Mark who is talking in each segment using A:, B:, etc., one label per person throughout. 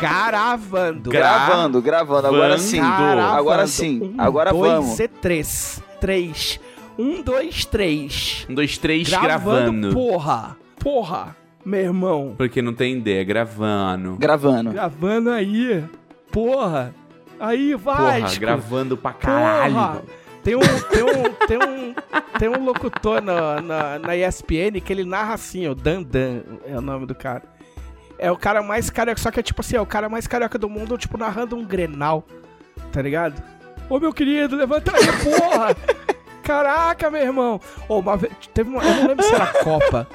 A: Gravando.
B: Gravando, gravando. Agora
C: Vando.
B: sim.
A: Gravando.
B: Agora sim.
A: Um,
B: Agora
A: dois
B: vamos.
A: e três. Três. Um, dois, três.
C: Um, dois, três,
A: Gravando,
C: gravando.
A: porra. Porra, meu irmão.
C: Porque não tem ideia, gravando.
B: Gravando.
A: Gravando aí. Porra. Aí, vai.
C: Porra, gravando pra caralho.
A: Porra. Tem um, tem um, tem um, tem um locutor na, na, na ESPN que ele narra assim, o Dan Dan é o nome do cara. É o cara mais carioca, só que é tipo assim, é o cara mais carioca do mundo, tipo, narrando um Grenal, tá ligado? Ô, meu querido, levanta aí, porra! Caraca, meu irmão! Ô, uma vez, teve uma, eu não lembro se era a Copa.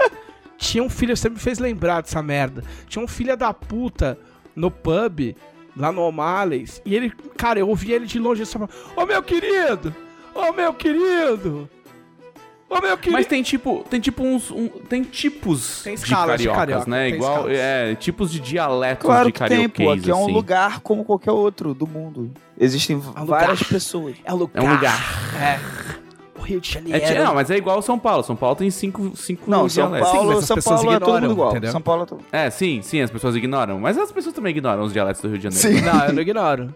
A: Tinha um filho, você me fez lembrar dessa merda. Tinha um filho da puta no pub, lá no O'Malley's, e ele, cara, eu ouvia ele de longe e só falava, ô meu querido! Ô meu querido! Ô meu querido!
C: Mas tem tipo, tem tipo uns, um- tem tipos
A: Tem
C: de
A: escalas
C: cariocas,
A: de é carioca,
C: né?
A: tem
C: Igual,
A: escalas.
C: é, tipos de dialetos
B: Claro
C: de
B: que tem, pô.
C: carioquês,
B: Aqui é um
C: assim.
B: lugar como qualquer outro do mundo. Existem
A: É lugar.
B: várias pessoas.
A: É um lugar.
C: É um lugar.
A: É. O Rio de
C: É
A: Janeiro.
C: ti- não, mas é igual São Paulo. São Paulo tem cinco, cinco
B: Não, São
C: dialetos.
A: Sim, mas
B: Paulo,
A: as
B: São
A: pessoas
B: Paulo é todo
A: ignoram,
B: mundo igual.
A: entendeu?
B: São Paulo é todo...
C: É, sim, sim, as pessoas ignoram. Mas as pessoas também ignoram os dialetos do Rio de Janeiro.
B: Sim.
A: Não, eu não ignoro.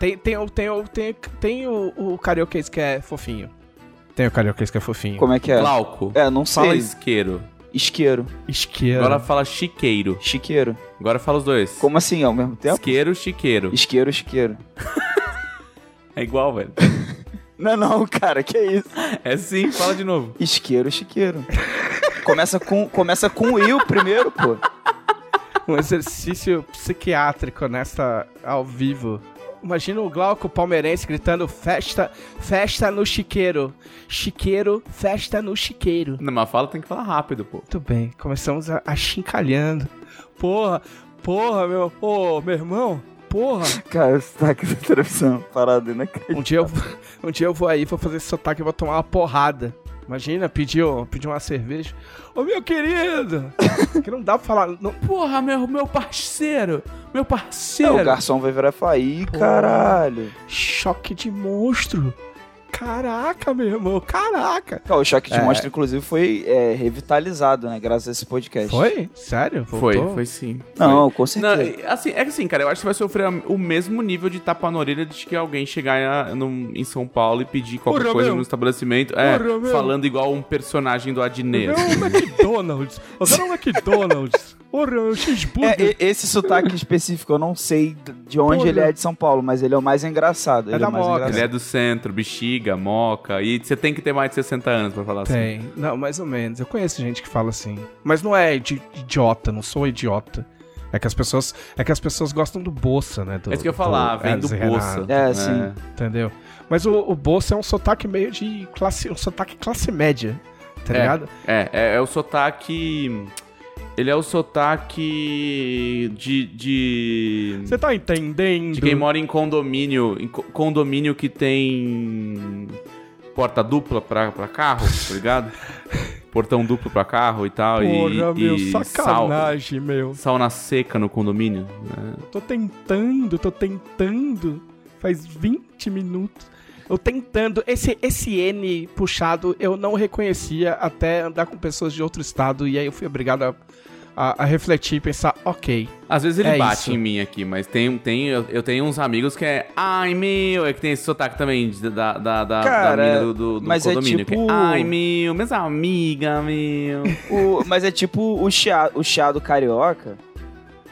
A: Tem, tem, o- tem, o- tem, tem o, o carioquês que é fofinho. Tem o carioquês que é fofinho.
B: Como é que é?
C: Glauco.
B: É, não
C: Fala
B: sei.
C: isqueiro.
B: Isqueiro.
A: Isqueiro.
C: Agora fala chiqueiro.
B: Chiqueiro.
C: Agora fala os dois.
B: Como assim, ao mesmo tempo?
C: Isqueiro, chiqueiro.
B: Isqueiro, isqueiro.
C: É igual, velho.
B: Não, não, cara, que isso?
C: É sim, fala de novo.
B: Isqueiro, chiqueiro. Começa com, começa com o I primeiro, pô.
A: Um exercício psiquiátrico nessa ao vivo. Imagina o Glauco palmeirense gritando festa, festa no chiqueiro. Chiqueiro, festa no chiqueiro.
C: Não, mas fala tem que falar rápido, pô.
A: Muito bem, começamos a, a chincalhando. Porra, porra, meu. Ô, meu irmão, porra.
B: Cara, o sotaque da televisão né, parado inacreditável.
A: Um dia, eu, um dia eu vou aí, vou fazer esse sotaque e vou tomar uma porrada. Imagina, pedir, pedir uma cerveja. Ô, meu querido! que não dá pra falar. Não,
C: Porra, meu, meu parceiro. Meu
B: É, o
C: parceiro.
B: garçom vai virar e falar, ih, caralho.
A: choque de monstro! Caraca, meu irmão, caraca!
B: Cara, o choque de
A: É.
B: monstro, inclusive, foi é, revitalizado, né? Graças a esse podcast.
A: Foi? Sério?
C: Foi,
A: Voltou?
C: foi sim.
B: Não, com
C: Não,
B: certeza.
C: assim, é que assim, cara, eu acho que você vai sofrer o mesmo nível de tapa na orelha de que alguém chegar a- no- em São Paulo e pedir qualquer
A: Porra,
C: coisa
A: meu.
C: no estabelecimento, é,
A: Porra, meu.
C: falando igual um personagem do Adnet.
A: Meu é um McDonald's! Eu quero um McDonald's! Porra, um meu
B: É,
A: cheeseburger!
B: e- esse sotaque específico, eu não sei de onde
A: Porra.
B: ele é de São Paulo, mas ele é o mais engraçado.
A: É
B: ele
A: da
B: é o mais
A: Moca.
C: Ele
B: engraçado.
C: é do centro, bexiga, moca, e você tem que ter mais de 60 anos pra falar assim.
A: Tem. Não, mais ou menos. Eu conheço gente que fala assim. Mas não é de, de idiota, não sou idiota. É que as pessoas, é que as pessoas gostam do Bossa, né? Do,
C: É isso que eu ia falar,
A: do
C: vem do
A: Hermes e
C: Bolsa.
A: Renato,
B: É, sim.
A: Entendeu? Mas o, o Bossa é um sotaque meio de classe, um sotaque classe média, tá ligado?
C: É, é, é o sotaque. Ele é o sotaque de. de...
A: Você tá entendendo?
C: De quem mora em condomínio, em co- condomínio que tem porta dupla pra, pra carro, tá ligado? Portão duplo pra carro e tal. e,
A: Porra, meu,
C: e
A: sacanagem, meu.
C: Sal, sauna seca no condomínio. né?
A: Tô tentando, tô tentando. Faz 20 minutos. Eu tentando. Esse, esse N puxado eu não reconhecia até andar com pessoas de outro estado. E aí eu fui obrigado a, a, a refletir e pensar, ok.
C: Às vezes ele
A: É
C: bate
A: isso.
C: em mim aqui, mas tem, tem, eu, eu tenho uns amigos que é. Ai meu! É que tem esse sotaque também de- da, da, da,
B: Cara,
C: da mina do, do, do
B: mas é
C: condomínio. que
B: tipo-
C: Ai meu, minhas amigas, meu.
B: O- mas é tipo o chiado, o chiado carioca.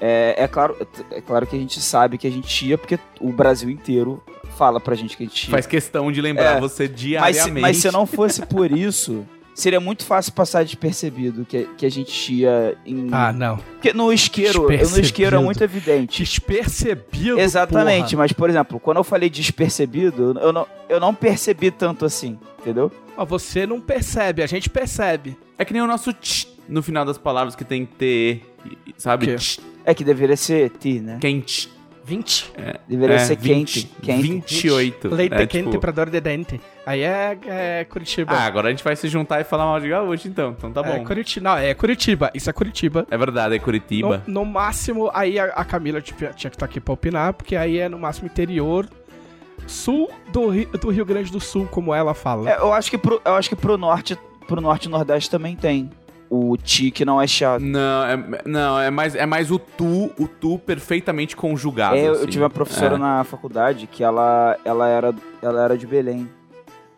B: É, é claro, é claro que a gente sabe que a gente chia, porque o Brasil inteiro fala pra gente que a gente chia.
C: Faz questão de lembrar
B: É,
C: você
B: Mas se,
C: diariamente.
B: mas se não fosse por isso, seria muito fácil passar despercebido que, que a gente chia
C: Hum.
B: em.
A: Ah, não.
B: Porque no isqueiro, eu- no
A: Despercebido.
B: isqueiro é muito evidente.
A: Despercebido.
B: Exatamente,
A: porra.
B: mas por exemplo, quando eu falei despercebido, eu não, eu não percebi tanto assim, entendeu?
A: Mas você não percebe, a gente percebe.
C: É que nem o nosso tch no final das palavras que tem que ter, e- e- sabe?
A: Quê?
C: Tch,
B: É que deveria ser ti, né?
C: quente. É,
A: 20.
B: Deveria ser
C: quente.
B: quente. quente.
C: 28.
A: Leite
C: É,
A: quente
C: tipo,
A: pra dor de dente. Aí é, é Curitiba.
C: Ah, agora a gente vai se juntar e falar mal de gaúcho, então. Então tá
A: É
C: bom.
A: Curitiba. Não, é Curitiba. Isso é Curitiba.
C: É verdade, é Curitiba.
A: No, no máximo, aí a, a Camila tipo, tinha que estar aqui pra opinar, porque aí é no máximo interior sul do, Ri- do Rio Grande do Sul, como ela fala.
B: É, eu, acho que pro, eu acho que pro norte pro norte e nordeste também tem. O ti que não é chiado.
C: Não, é, não é, mais, é mais o tu, o tu perfeitamente conjugado.
B: É, eu- eu
C: assim.
B: tive uma professora
C: É.
B: na faculdade que ela, ela, era, ela era de Belém.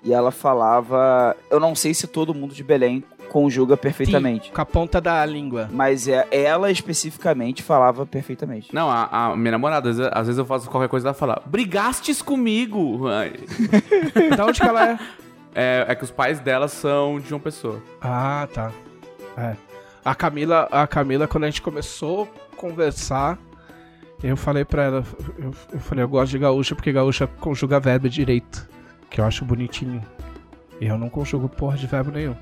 B: E ela falava. Eu não sei se todo mundo de Belém conjuga perfeitamente.
A: Com a ponta da língua.
B: Mas é, ela especificamente falava perfeitamente.
C: Não, a, a minha namorada, às vezes, às vezes eu faço qualquer coisa e ela fala, brigastes comigo! Ai,
A: Da onde que ela é?
C: É, é que os pais dela são de João Pessoa.
A: Ah, tá. É. A Camila, a Camila, quando a gente começou a conversar, eu falei pra ela, eu, eu falei, eu gosto de gaúcha porque gaúcha conjuga verbo direito, que eu acho bonitinho. E eu não conjugo porra de verbo nenhum.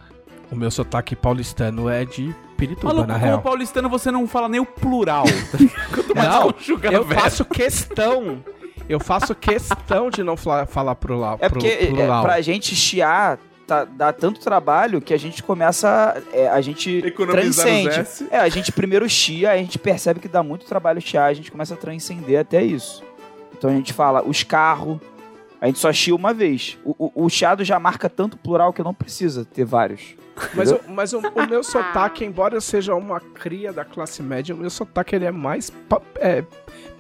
A: O meu sotaque paulistano é de pirituba,
C: Maluco,
A: na
C: como
A: real.
C: paulistano você não fala nem o plural. tá ligado? Quanto mais
A: Não,
C: conjugar
A: Eu
C: verbo.
A: faço questão, eu faço questão de não fla- falar pro lá.
B: É porque é,
A: pro, plural.
B: pra gente chiar tá- dá tanto trabalho que a gente começa. é, a gente
C: Economizar nos
B: transcende.
C: S.
B: É, a gente primeiro chia, aí a gente percebe que dá muito trabalho chiar, a gente começa a transcender até isso. Então a gente fala os carros, a gente só chia uma vez. O, o- o chiado já marca tanto plural que não precisa ter vários.
A: Mas, o, mas o, o meu sotaque, embora eu seja uma cria da classe média, o meu sotaque ele é mais pa- é,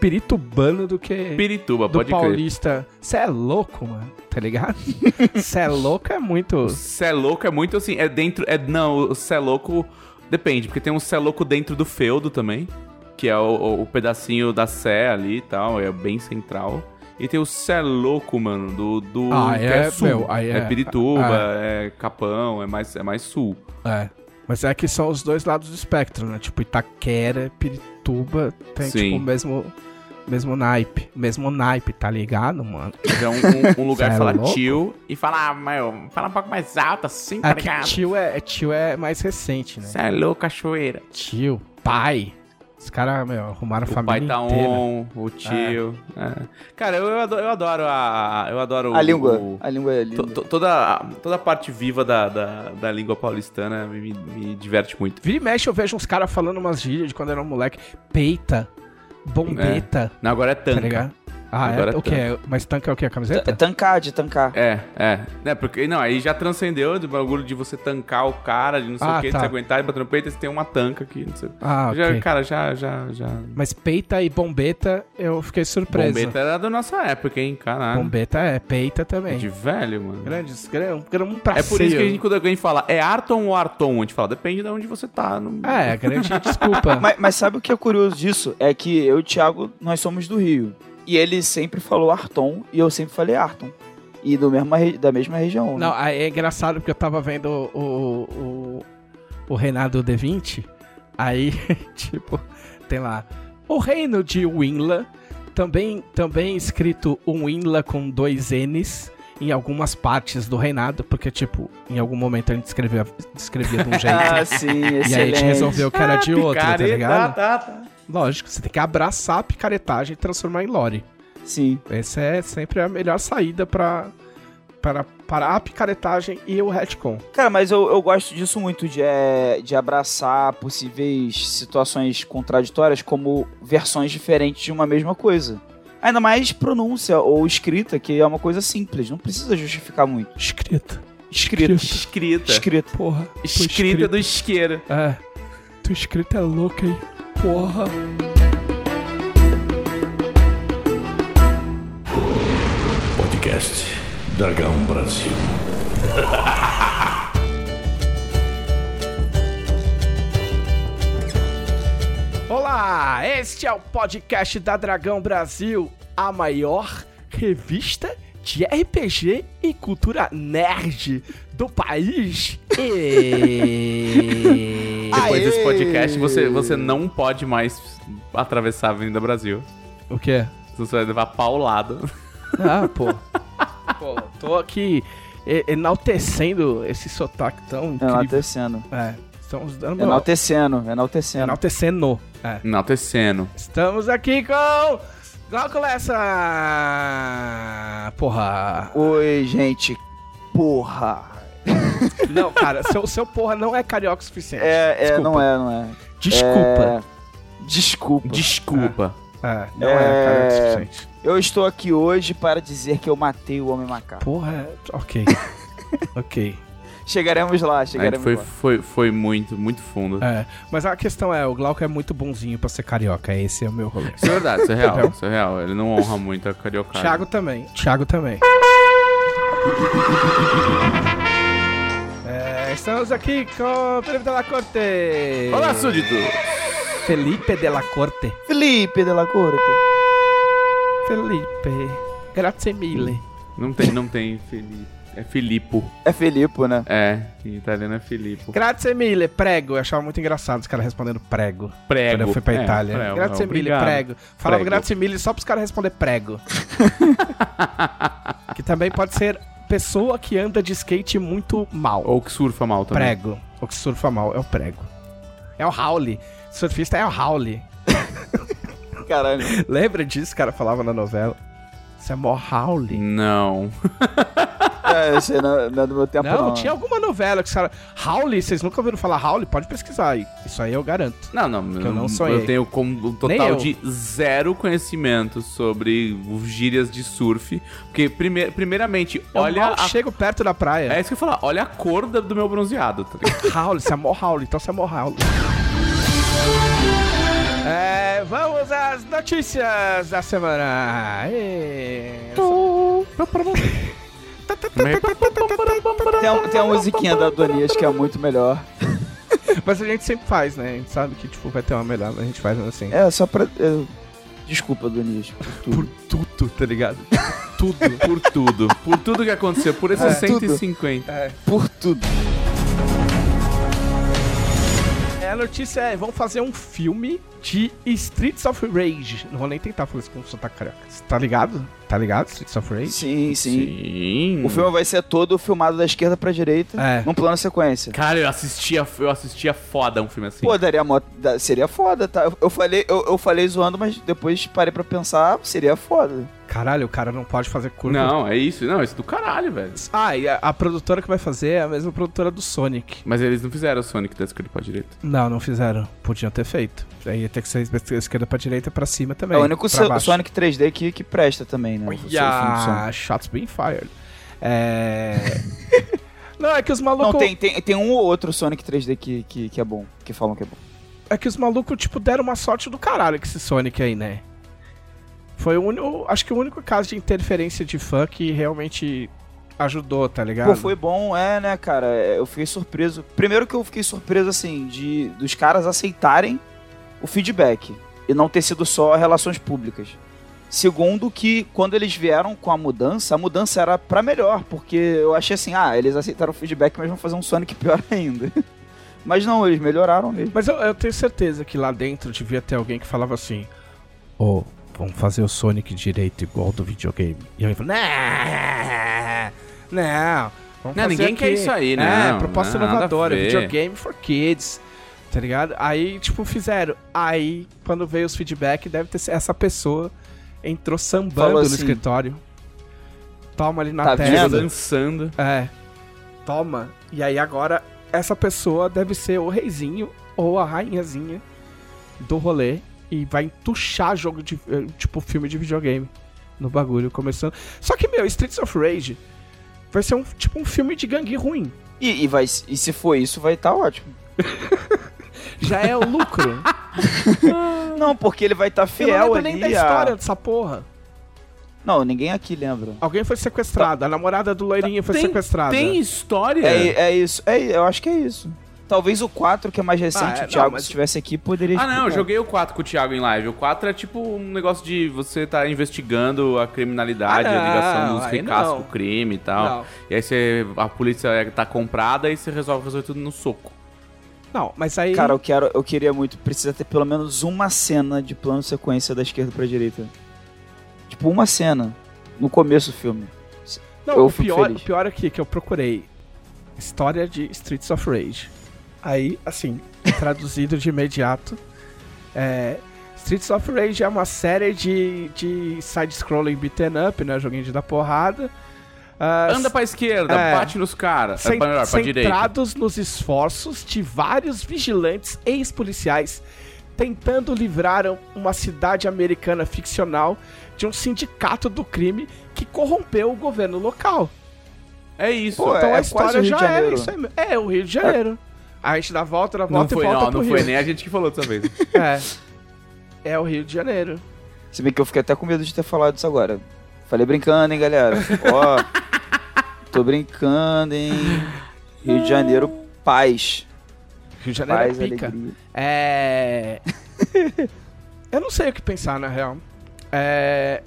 A: piritubano do que
C: Pirituba,
A: do
C: pode crer.
A: paulista. Você é louco, mano, tá ligado? Você é louco é muito.
C: Cé louco é muito assim, é dentro, é não, o cé louco depende, porque tem um cé louco dentro do feudo também, que é o, o- o pedacinho da sé ali e tal, é bem central. E tem o cé louco, mano, do, do
A: Ah,
C: que
A: é,
C: sul.
A: meu, aí
C: é,
A: é-
C: Pirituba, é Capão, é mais é mais sul.
A: É. Mas é que são os dois lados do espectro, né? Tipo, Itaquera, Pirituba, tem
C: Sim.
A: tipo o mesmo, mesmo naipe. Mesmo naipe, tá ligado, mano?
C: Mas é um, um- um lugar
A: Cé
C: que fala
A: louco?
C: tio e fala, ah, meu, fala um pouco mais alto assim, tá
A: É que
C: ligado?
A: tio é, tio é mais recente, né?
C: Cê é louco, cachoeira.
A: Tio, pai. Os caras, meu, arrumaram a
C: O pai
A: família
C: tá
A: inteira.
C: on, o tio. é. Cara, eu, eu adoro, eu adoro a. Eu adoro
B: a
C: o-
B: língua.
C: o-
B: A língua é
C: to-
B: linda.
C: to- toda, a- toda a parte viva da, da, da língua paulistana me, me- me diverte muito.
A: Vira e mexe, eu vejo uns caras falando umas gírias de quando era um moleque. Peita, bombeta,
C: Não, agora é
A: tá
C: tanca.
A: ligado? Ah,
C: Agora
A: é,
C: é
A: o que é? Mas tanca é o que? A
B: É
A: camiseta?
B: tancar, de tancar.
C: é, é. Né, porque, não, aí já transcendeu do bagulho de você tancar o cara, de não sei
A: Ah,
C: o que,
A: tá.
C: de você aguentar e bater no peito, e você tem uma tanca aqui, não sei o quê.
A: Ah,
C: já,
A: ok.
C: Cara, já, já, já.
A: Mas peita e bombeta, eu fiquei surpreso.
C: Bombeta
A: Bombeta,
C: era da nossa época, hein, caralho.
A: é, peita também.
C: De velho, mano.
A: Grandes, grão, grão um pra
C: É por isso que a gente, quando alguém fala, é Arton ou Arton? A gente fala, depende de onde você tá. não-
A: É, grande desculpa.
B: Mas, mas sabe o que é curioso disso? É que eu e o Thiago, nós somos do Rio. E ele sempre falou Arton e eu sempre falei Arton. E do mesma re- da mesma região. né?
A: Não, aí é engraçado porque eu tava vendo o, o, o, o Reinado D20, aí, tipo, tem lá. O reino de Winla, também, também escrito um Winla com dois N's em algumas partes do reinado, porque, tipo, em algum momento a gente escrevia, descrevia de um jeito.
B: Ah, sim, excelente.
A: E aí a gente resolveu que era de outro, tá
C: Ah, Picareta,
A: ligado?
C: tá, tá.
A: Lógico, você tem que abraçar a picaretagem e transformar em lore.
B: Sim.
A: Essa é sempre a melhor saída pra, para para a picaretagem e o retcon.
B: Cara, mas eu, eu gosto disso muito, de, é, de abraçar possíveis situações contraditórias como versões diferentes de uma mesma coisa. Ainda mais pronúncia ou escrita, que é uma coisa simples, não precisa justificar muito.
A: Escrita.
B: Escrita.
A: É.
C: Escrita.
B: Escrita.
A: Porra.
C: Escrita do isqueiro.
A: É. Tua escrita é louca, hein? Porra.
D: Podcast Dragão Brasil.
A: Olá, este é o podcast da Dragão Brasil, a maior revista de RPG e cultura nerd do país. E...
C: Depois desse podcast, você, você não pode mais atravessar a Avenida Brasil.
A: o quê?
C: Senão Você vai levar paulado.
A: Ah, pô. pô, tô aqui e- enaltecendo esse sotaque tão incrível.
B: Enaltecendo.
A: É, estamos dando uma...
B: Enaltecendo, enaltecendo.
A: enaltecendo. É.
C: Enaltecendo.
A: Estamos aqui com Glaucolessa! Porra!
B: Oi, gente. Porra.
A: Não, cara, seu, seu porra não é carioca o suficiente.
B: É, é
A: Desculpa.
B: não é, não é.
A: Desculpa.
B: É, Desculpa.
C: Desculpa.
A: É, não é,
B: É.
A: carioca o suficiente.
B: Eu estou aqui hoje para dizer que eu matei o Homem Macaco.
A: Porra, ok. ok.
B: Chegaremos lá,
C: A gente
B: chegaremos
C: foi,
B: lá.
C: foi, foi muito, muito fundo.
A: É, mas a questão é, o Glauco é muito bonzinho pra ser carioca, esse é o meu rolê.
C: Isso é verdade, isso é real, isso é real. Ele não honra muito a carioca.
A: Thiago também, Thiago também. É, estamos aqui com o Felipe Della Corte.
C: Olá, súdito!
A: Felipe Della Corte.
B: Felipe de la Corte.
A: Felipe, grazie mille.
C: Não tem, não tem Felipe. É Filippo.
B: É Filipe, né?
C: É, em italiano é Filippo.
A: Grazie mille, prego. Eu achava muito engraçado os caras respondendo prego.
C: Prego.
A: Quando eu fui pra
C: É,
A: Itália.
C: prego,
A: grazie
C: não,
A: mille,
C: obrigado.
A: prego. Falava
C: Prego.
A: grazie mille só pros caras responder prego. que também pode ser pessoa que anda de skate muito mal.
C: Ou que surfa mal também.
A: prego. O que surfa mal é o prego. É o Howley. Surfista é o Howley.
B: Caralho.
A: Lembra disso? O cara falava na novela. Isso é mó Howley.
C: Não.
B: É, isso aí não, é- não é do meu tempo, não.
A: Não, tinha alguma novela que os caras. Howley, vocês nunca ouviram falar Howley? Pode pesquisar aí. Isso aí eu garanto.
C: Não, não.
A: eu não sonhei.
C: Eu tenho com- um
A: Nem eu.
C: total de zero conhecimento sobre gírias de surf. Porque, prime- primeiramente, olha.
A: eu mal
C: a-
A: chego perto da praia.
C: É isso que eu ia falar. Olha a cor da- do meu bronzeado. Tá ligado?
A: Howley, você é mó Howley, então você é mó Howley. É, vamos às notícias da semana. E...
B: Tem, a- tem a musiquinha da Donias que é muito melhor.
A: Mas a gente sempre faz, né? A gente sabe que tipo, vai ter uma melhor, mas a gente faz assim.
B: É, só pra. eu- Desculpa, Donias. por tudo.
A: tudo, tá ligado?
C: tudo. Por tudo. Por tudo que aconteceu. Por esses
B: É, tudo.
C: 150.
B: Por tudo.
A: É, a notícia é, vão fazer um filme de Streets of Rage. Não vou nem tentar falar isso com o sotaque carioca. Cê Tá ligado? Tá ligado? Streets of Rage?
B: Sim, sim.
C: Sim.
B: O filme vai ser todo filmado da esquerda pra direita,
A: É.
B: num plano sequência.
C: Cara, eu assistia, eu assistia foda um filme assim.
B: Pô, daria mó- da- seria foda, tá? Eu, eu falei, eu, eu falei zoando, mas depois parei pra pensar, seria foda.
A: Caralho, o cara não pode fazer curva.
C: não, é isso. Não, é isso do caralho, velho.
A: Ah, e a, a produtora que vai fazer é a mesma produtora do Sonic.
C: Mas eles não fizeram o Sonic da esquerda pra direita.
A: Não, não fizeram. Podiam ter feito. Aí ia ter que ser da esquerda pra direita pra cima também.
B: é o único
A: pra
B: so-
A: baixo.
B: Sonic 3D que, que presta também, né? O seu filme do Sonic.
A: Olha, shots being fired. É... não, é que os malucos...
B: Não, tem, tem, tem um ou outro Sonic 3D que, que, que é bom, que falam que é bom.
A: É que os malucos, tipo, deram uma sorte do caralho com esse Sonic aí, né? Foi o único... Acho que o único caso de interferência de fã que realmente ajudou, tá ligado?
B: Pô, foi bom, é, né, cara? É, Eu fiquei surpreso. Primeiro que eu fiquei surpreso, assim, de dos caras aceitarem o feedback e não ter sido só relações públicas. Segundo que quando eles vieram com a mudança, a mudança era pra melhor, porque eu achei assim, ah, eles aceitaram o feedback, mas vão fazer um Sonic pior ainda. Mas não, eles melhoraram mesmo.
A: Mas eu, eu tenho certeza que lá dentro devia ter alguém que falava assim: Ô, vamos fazer o Sonic direito igual do videogame. E alguém falou: Não, não, vamos
C: Não,
A: fazer
C: ninguém
A: aqui."
C: quer isso aí,
A: É,
C: não,
A: proposta
C: não, nada a
A: inovadora,
C: ver.
A: videogame for kids. Tá ligado? Aí, tipo, fizeram. Aí, quando veio os feedback, deve ter sido essa pessoa entrou sambando
B: Falou
A: no
B: assim,
A: escritório. Toma ali na
B: "Tá
A: tela.
B: vendo?
C: Dançando.
A: É. Toma. E aí agora essa pessoa deve ser o reizinho ou a rainhazinha do rolê e vai entuchar jogo de eh, tipo filme de videogame no bagulho começando. Só que meu, Streets of Rage vai ser um tipo um filme de gangue ruim.
B: E, e vai, e se for isso, vai estar ótimo.
A: Já é o lucro.
B: Não, porque ele vai estar
A: Eu não
B: fiel
A: lembro
B: ali
A: nem da
B: à-
A: história dessa porra.
B: Não, ninguém aqui lembra.
A: Alguém foi sequestrado, a namorada do loirinho foi
C: Tem-
A: sequestrada.
C: Tem história?
B: É, é isso. É, eu acho que é isso. Talvez o 4, que é mais recente,
A: Ah, é,
B: o Thiago,
A: não, mas-
B: se estivesse aqui, poderia
C: Ah, não, eu
B: explicar.
C: joguei o 4 com o Thiago em live. O 4 é tipo um negócio de você tá investigando a criminalidade,
A: Ah, não,
C: a ligação dos
A: aí
C: ricaços
A: não.
C: com o crime e tal.
A: Não.
C: E aí você, a polícia é- tá comprada e você resolve resolver tudo no soco.
A: Não, mas aí
B: Cara, eu quero, eu queria muito, precisa ter pelo menos uma cena de plano sequência da esquerda pra direita. Tipo, uma cena. No começo do filme.
A: Não,
B: Eu
A: o
B: fico
A: pior, o
B: feliz.
A: pior aqui é que eu procurei. História de Streets of Rage. Aí, assim, traduzido de imediato. É, Streets of Rage é uma série de, de side-scrolling beaten up, né? Joguinho de dar porrada. Ah,
C: Anda pra esquerda,
A: É.
C: bate nos caras.
A: cen-
C: É pra melhor, pra direita.
A: centrados nos esforços de vários vigilantes ex-policiais tentando livrar um, uma cidade americana ficcional de um sindicato do crime que corrompeu o governo local.
C: É isso.
B: Pô,
C: Então,
A: Então
B: é
A: a história
B: quase o Rio
A: já
B: de
A: era
B: Janeiro.
A: isso aí. mesmo. É, o Rio de Janeiro. A gente dá a volta, dá a
C: não
A: volta
C: foi,
A: e volta
C: não,
A: pro
C: não
A: Rio.
C: foi nem a gente que falou dessa vez.
A: É. É o Rio de Janeiro.
B: Se bem que eu fiquei até com medo de ter falado isso agora. Falei brincando, hein, galera. Ó, tô brincando, hein. Rio de Janeiro, paz.
A: Rio de Janeiro
B: Paz,
A: é pica.
B: alegria.
A: É. eu não sei o que pensar, na real. É.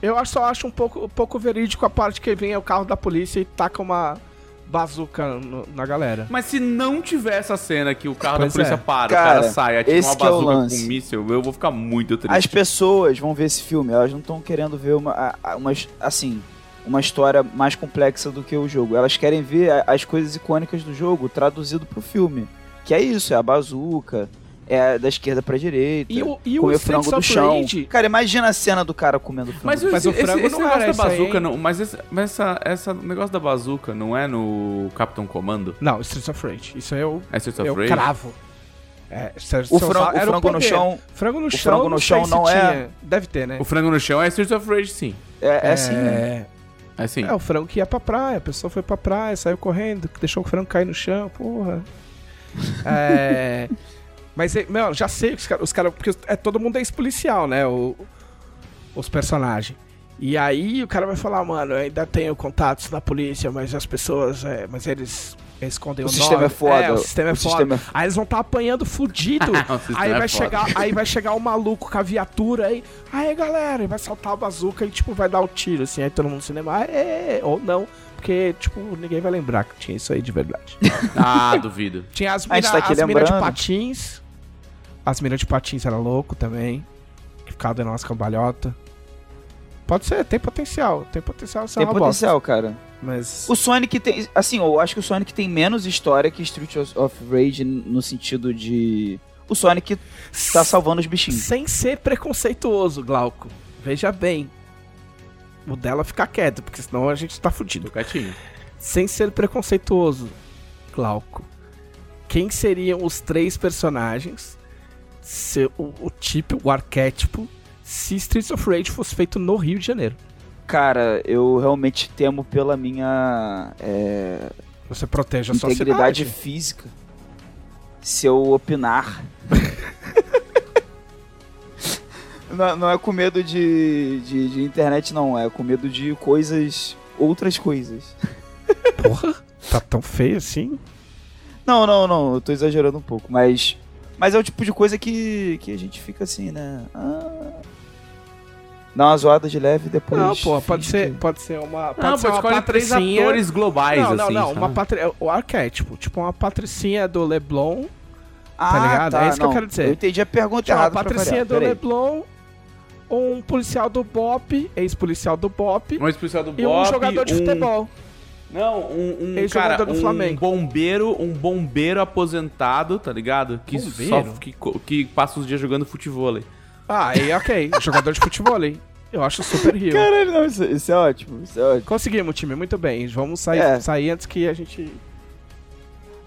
A: Eu acho- só acho um pouco, um pouco verídico a parte que vem é o carro da polícia e taca uma bazuca no- na galera.
C: Mas se não tiver essa cena que o carro
A: Pois
C: da polícia
A: é.
C: para,
B: Cara,
C: o cara sai, atira
B: esse
C: uma
B: que é o
C: bazuca com
B: lance.
C: um míssil, eu vou ficar muito triste.
B: As pessoas vão ver esse filme, elas não estão querendo ver uma, a- a- uma, his- assim, uma história mais complexa do que o jogo. Elas querem ver a- as coisas icônicas do jogo traduzido pro filme. Que é isso, é a bazuca, é da esquerda pra direita,
A: E o, e o
B: comer
A: Streets
B: frango do
A: of
B: chão.
A: Rage-
B: Cara, imagina a cena do cara comendo frango.
C: Mas, o-
A: Mas o
C: esse,
A: frango
C: esse
A: não
C: negócio
A: era
C: da
A: isso aí,
C: bazuca,
A: hein?
C: não, mas, esse, mas essa, essa negócio da bazuca não é no Capitão Comando?
A: Não, Streets of Rage. Isso aí eu,
C: É Streets of
A: eu
C: Rage?
A: cravo. É, se- se
B: O,
A: eu
B: frango-
A: usar-
B: o
A: era
B: frango no
A: poder.
B: chão
A: Frango no
B: O
A: chão.
B: frango no
A: não sei
B: chão
A: se
B: não é-
A: tinha. Deve ter, né?
C: O frango no chão é Streets of Rage, sim.
B: é, é assim, né?
A: É,
C: É sim.
A: é, o frango que ia pra praia. A pessoa foi pra praia, saiu correndo, deixou o frango cair no chão. Porra. É. Mas, é, meu, já sei que os caras. Cara, porque é, todo mundo é ex-policial, né? O, os personagens. E aí o cara vai falar, mano, eu ainda tenho contatos na polícia, mas as pessoas. é, mas eles escondem
B: O
A: o,
B: sistema
A: nome.
B: é foda.
A: o sistema é
B: O
A: foda.
B: sistema é-
A: Aí eles vão estar apanhando fudido.
C: O sistema
A: aí,
C: é
A: vai
C: foda.
A: chegar, aí vai chegar o maluco com a viatura aí. Aí galera, e vai saltar a bazuca e tipo vai dar o tiro assim. Aí todo mundo no cinema, "Aê", é, ou não. Porque, tipo, ninguém vai lembrar que tinha isso aí de verdade.
C: Ah, duvido.
A: Tinha as
B: A gente
A: minas
B: tá aqui
A: de
B: lembrando.
A: patins. As minas de patins era louco também. Que ficava dando umas cambalhotas. Pode ser, tem potencial. Tem potencial de ser
B: Tem
A: uma bosta,
B: potencial, cara.
A: mas.
B: O Sonic tem. Assim, eu acho que o Sonic tem menos história que Street of Rage no sentido de. O Sonic tá salvando os bichinhos.
A: Sem ser preconceituoso, Glauco. Veja bem. O dela fica quieto, porque senão a gente tá fudido.
C: Do gatinho.
A: Sem ser preconceituoso, Glauco. Quem seriam os três personagens? Se o, o tipo, o arquétipo, se Streets of Rage fosse feito no Rio de Janeiro.
B: Cara, eu realmente temo pela minha é,
A: Você protege a sua
B: integridade
A: cidade.
B: física se eu opinar. não, não é com medo de, de, de internet, não. É com medo de coisas. outras coisas.
A: Porra, tá tão feio assim?
B: Não, não, não, eu tô exagerando um pouco, mas. Mas é o tipo de coisa que, que a gente fica assim, né? Ah, dá uma zoada de leve e depois.
A: Não, pô, pode
B: finge
A: ser,
B: que-
A: pode ser uma. Pode
C: Não,
A: ser
C: pô,
A: uma
C: escolhe três
A: patricinha.
C: atores globais,
A: Não,
C: assim,
A: não, não,
C: sabe?
A: uma patri... o arquétipo, tipo uma patricinha do Leblon
B: Ah,
A: ligado? É isso que eu
B: não,
A: quero dizer.
B: Eu entendi a pergunta
A: Tinha uma
B: errada. pra
A: patricinha
B: variar,
A: do
B: peraí.
A: Leblon, um policial do Bop, ex-policial do Bop,
C: Um especial do Bop,
A: e um jogador de
C: um-
A: futebol.
C: Não, um, um
A: Ex-jogador
C: cara,
A: do
C: um
A: Flamengo.
C: bombeiro, um bombeiro aposentado, tá ligado? Que
A: Bombeiro?
C: só que, co- que passa os dias jogando futebol.
A: Ah, e ok, jogador de futebol, hein? Eu acho super rio.
B: Caralho, não, isso, isso é ótimo, isso é ótimo.
A: Conseguimos, time, muito bem. Vamos sair,
B: É.
A: sair antes que a gente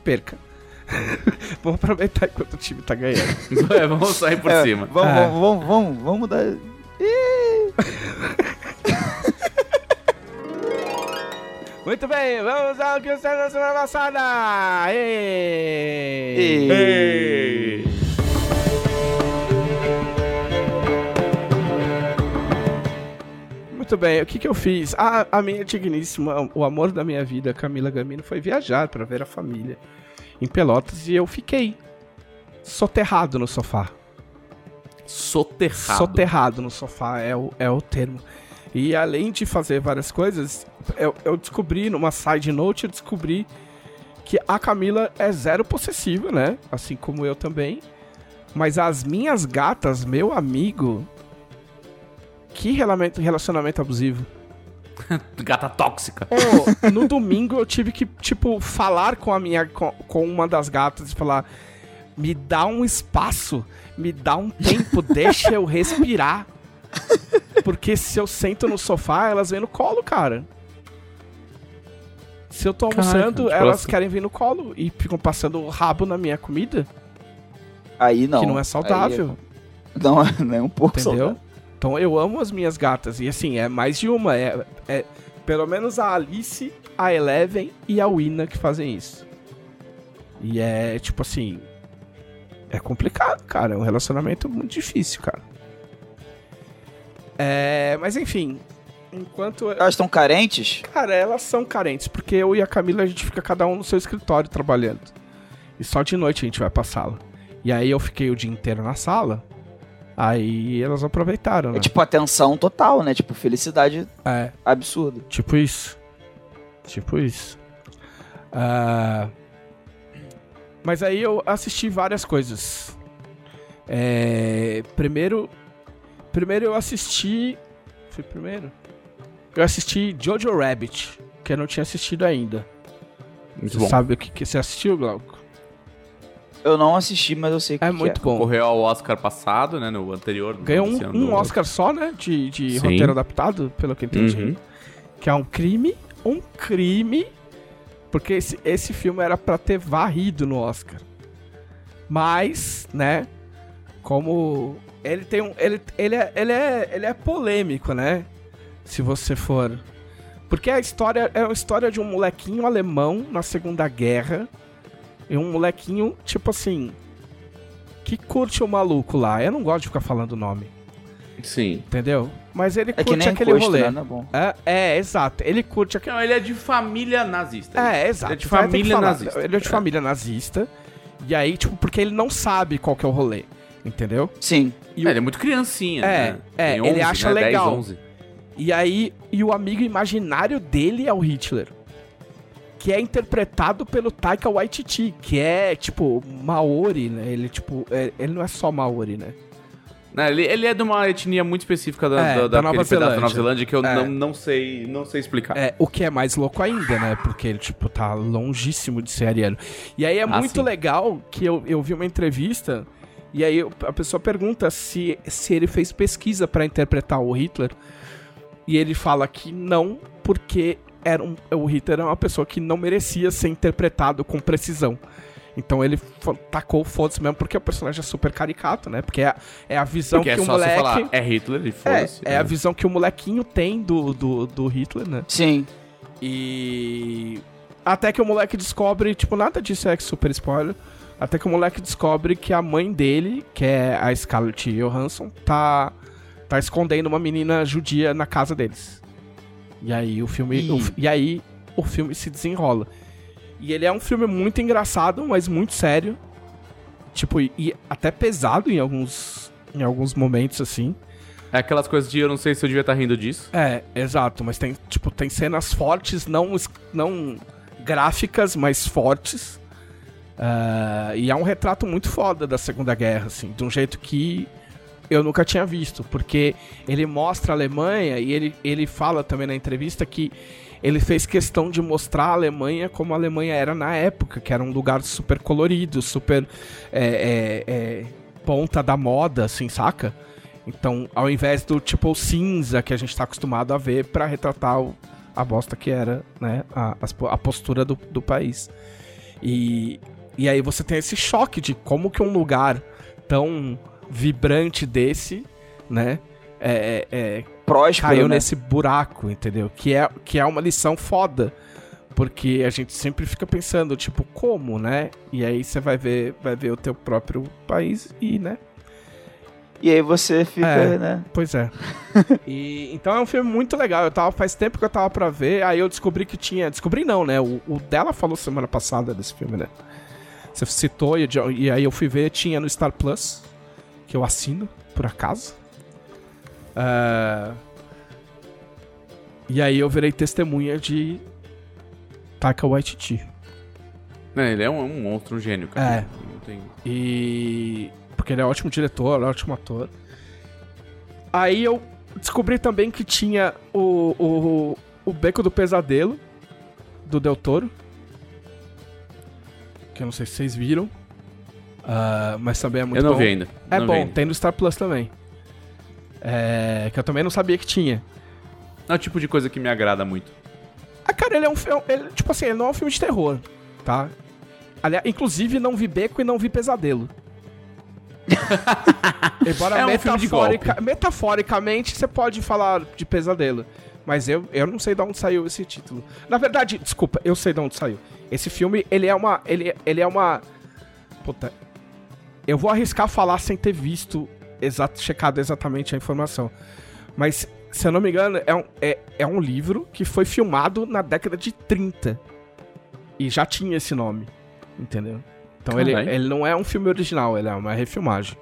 A: perca. Vamos aproveitar enquanto o time tá ganhando.
C: É, vamos sair por
B: É,
C: cima.
B: Vamos,
A: É.
B: vamos, vamos, vamos, vamos mudar.
A: Muito bem, vamos ao que saiu na semana passada! Ei!
C: Ei.
A: Muito bem, o que, que eu fiz? A, a minha digníssima, o amor da minha vida, Camila Gamino, foi viajar pra ver a família em Pelotas e eu fiquei soterrado no sofá.
C: Soterrado.
A: Soterrado no sofá é o, é o termo. E além de fazer várias coisas, eu, eu descobri numa side note, eu descobri que a Camila é zero possessiva, né? Assim como eu também. Mas as minhas gatas, meu amigo, que relamen- relacionamento abusivo.
C: Gata tóxica.
A: Ô, no domingo eu tive que, tipo, falar com a minha. Com, com uma das gatas e falar. Me dá um espaço, me dá um tempo, deixa eu respirar. Porque se eu sento no sofá, elas vêm no colo, cara. Se eu tô
C: Caraca,
A: almoçando,
C: que
A: elas
C: próximo.
A: querem vir no colo e ficam passando o rabo na minha comida,
B: Aí não.
A: que não é saudável.
B: Aí, não, é- não é um pouco
A: Entendeu?
B: saudável.
A: Então eu amo as minhas gatas. E assim, é mais de uma. É, é- pelo menos a Alice a Eleven e a Wina que fazem isso. E é tipo assim. É complicado, cara. É um relacionamento muito difícil, cara. É, mas enfim. Enquanto.
B: Elas estão carentes?
A: Cara, elas são carentes, porque eu e a Camila a gente fica cada um no seu escritório trabalhando. E só de noite a gente vai pra sala. E aí eu fiquei o dia inteiro na sala. Aí elas aproveitaram, né?
B: É tipo atenção total, né? Tipo, felicidade
A: É.
B: absurda.
A: Tipo isso. Tipo isso. Ah, mas aí eu assisti várias coisas. É, primeiro. Primeiro eu assisti. Foi primeiro? Eu assisti Jojo Rabbit, que eu não tinha assistido ainda.
C: Muito
A: Você
C: bom.
A: sabe o que, que você assistiu, Glauco?
B: Eu não assisti, mas eu sei o que
A: É
B: que
A: muito bom.
C: Correu ao Oscar passado, né? No anterior. no
A: Ganhou
C: desse
A: um,
C: ano,
A: um
C: no outro.
A: Oscar só, né? De, de
C: Sim.
A: roteiro adaptado, pelo que eu entendi.
C: Uhum.
A: que é um crime, um crime, porque esse, esse filme era pra ter varrido no Oscar. Mas, né, como ele tem um ele, ele, é, ele, é, ele é polêmico, né? Se você for porque a história é a história de um molequinho alemão na Segunda Guerra e um molequinho tipo assim que curte o maluco lá. Eu não gosto de ficar falando o nome,
C: Sim.
A: entendeu? Mas ele
B: É que
A: curte
B: nem
A: aquele
B: encosto,
A: rolê.
B: né? Não é bom.
A: É, é, exato. Ele curte aquele
C: Não, ele é de família nazista.
A: é, exato.
C: Ele é de
A: Vai ter que
C: família
A: falar.
C: nazista.
A: Ele é de
C: É.
A: família nazista. E aí, tipo, porque ele não sabe qual que é o rolê, entendeu?
B: Sim.
A: E
C: É, ele é muito criancinha.
A: É,
C: né?
A: é,
C: Tem
A: ele acha legal.
C: 11.
A: E aí, e o amigo imaginário dele é o Hitler. Que é interpretado pelo Taika Waititi, que é, tipo, Maori, né? Ele, tipo, é- ele não é só Maori, né?
C: Não, ele, ele é de uma etnia muito específica da,
A: É,
C: da,
A: da
C: daquele
A: Nova
C: pedaço da
A: Zelândia.
C: Nova Zelândia que eu
A: É.
C: não, não, sei, não sei explicar.
A: É, o que é mais louco ainda, né? Porque ele, tipo, tá longíssimo de ser ariano. E aí é muito
C: Ah, sim.
A: legal que eu, eu vi uma entrevista e aí eu- a pessoa pergunta se, se ele fez pesquisa pra interpretar o Hitler. E ele fala que não, porque era um, o Hitler era uma pessoa que não merecia ser interpretado com precisão. Então ele fo- tacou foda-se mesmo, porque o personagem é super caricato, né? Porque é, a- é a visão
C: Porque é
A: que o
C: só
A: moleque.
C: você falar, é Hitler e
A: É,
C: foda-se.
A: é a
C: né?
A: visão que o molequinho tem do, do, do Hitler, né?
B: Sim.
A: E. Até que o moleque descobre, tipo, nada disso é super spoiler. Até que o moleque descobre que a mãe dele, que é a Scarlett Johansson, tá, tá escondendo uma menina judia na casa deles. E aí o filme.
B: Ih.
A: o fi- e aí o filme se desenrola. E ele é um filme muito engraçado, mas muito sério. Tipo, e, e até pesado em alguns, em alguns momentos, assim.
C: É aquelas coisas de eu não sei se eu devia estar rindo disso.
A: É, exato, mas tem, tipo, tem cenas fortes, não, es- não gráficas, mas fortes. Ah, e é um retrato muito foda da Segunda Guerra, assim, de um jeito que eu nunca tinha visto, porque ele mostra a Alemanha e ele, ele fala também na entrevista que ele fez questão de mostrar a Alemanha como a Alemanha era na época, que era um lugar super colorido, super é, é, é, ponta da moda, assim, saca? Então, ao invés do tipo cinza que a gente tá acostumado a ver pra retratar o- a bosta que era, né? A, as po- a postura do, do país. E, e aí você tem esse choque de como que um lugar tão vibrante desse, né? é- é- é,
B: Próspero,
A: caiu
B: né?
A: nesse buraco, entendeu? Que é, que é uma lição foda. Porque a gente sempre fica pensando, tipo, como, né? E aí você vai ver, vai ver o teu próprio país e, né?
B: E aí você fica,
A: É.
B: né?
A: Pois é. E, então é um filme muito legal. Eu tava, faz tempo que eu tava pra ver, aí eu descobri que tinha. Descobri não, né? O, o dela falou semana passada desse filme, né? Você citou e, eu- e aí eu fui ver, tinha no Star Plus, que eu assino, por acaso. Ah, E aí eu virei testemunha de Taika Waititi.
C: É, ele é um, um monstro, um gênio,
A: É.
C: cara. Não tem...
A: E. Porque ele é um ótimo diretor, é um ótimo ator. Aí eu descobri também que tinha o, o, o Beco do Pesadelo, do Del Toro. Que eu não sei se vocês viram. Ah, mas também é muito
C: eu não
A: bom.
C: vi ainda.
A: É
C: não vi
A: bom,
C: ainda.
A: tem no Star Plus também. É, que eu também não sabia que tinha.
C: É o tipo de coisa que me agrada muito.
A: Ah, cara, ele é um filme. Ele, tipo assim, ele não é um filme de terror, tá? Aliás, inclusive não vi beco e não vi pesadelo. Embora
C: É um filme de
A: metaforica- metaforicamente você pode falar de pesadelo. Mas eu, eu não sei de onde saiu esse título. Na verdade, desculpa, eu sei de onde saiu. Esse filme, ele é uma. Ele, ele é uma. Puta. Eu vou arriscar falar sem ter visto, exato, checado exatamente a informação. Mas, se eu não me engano, é um, é, é um livro que foi filmado na década de 30. E já tinha esse nome. Entendeu? Então ele,
C: Caralho.
A: ele não é um filme original, ele é uma refilmagem.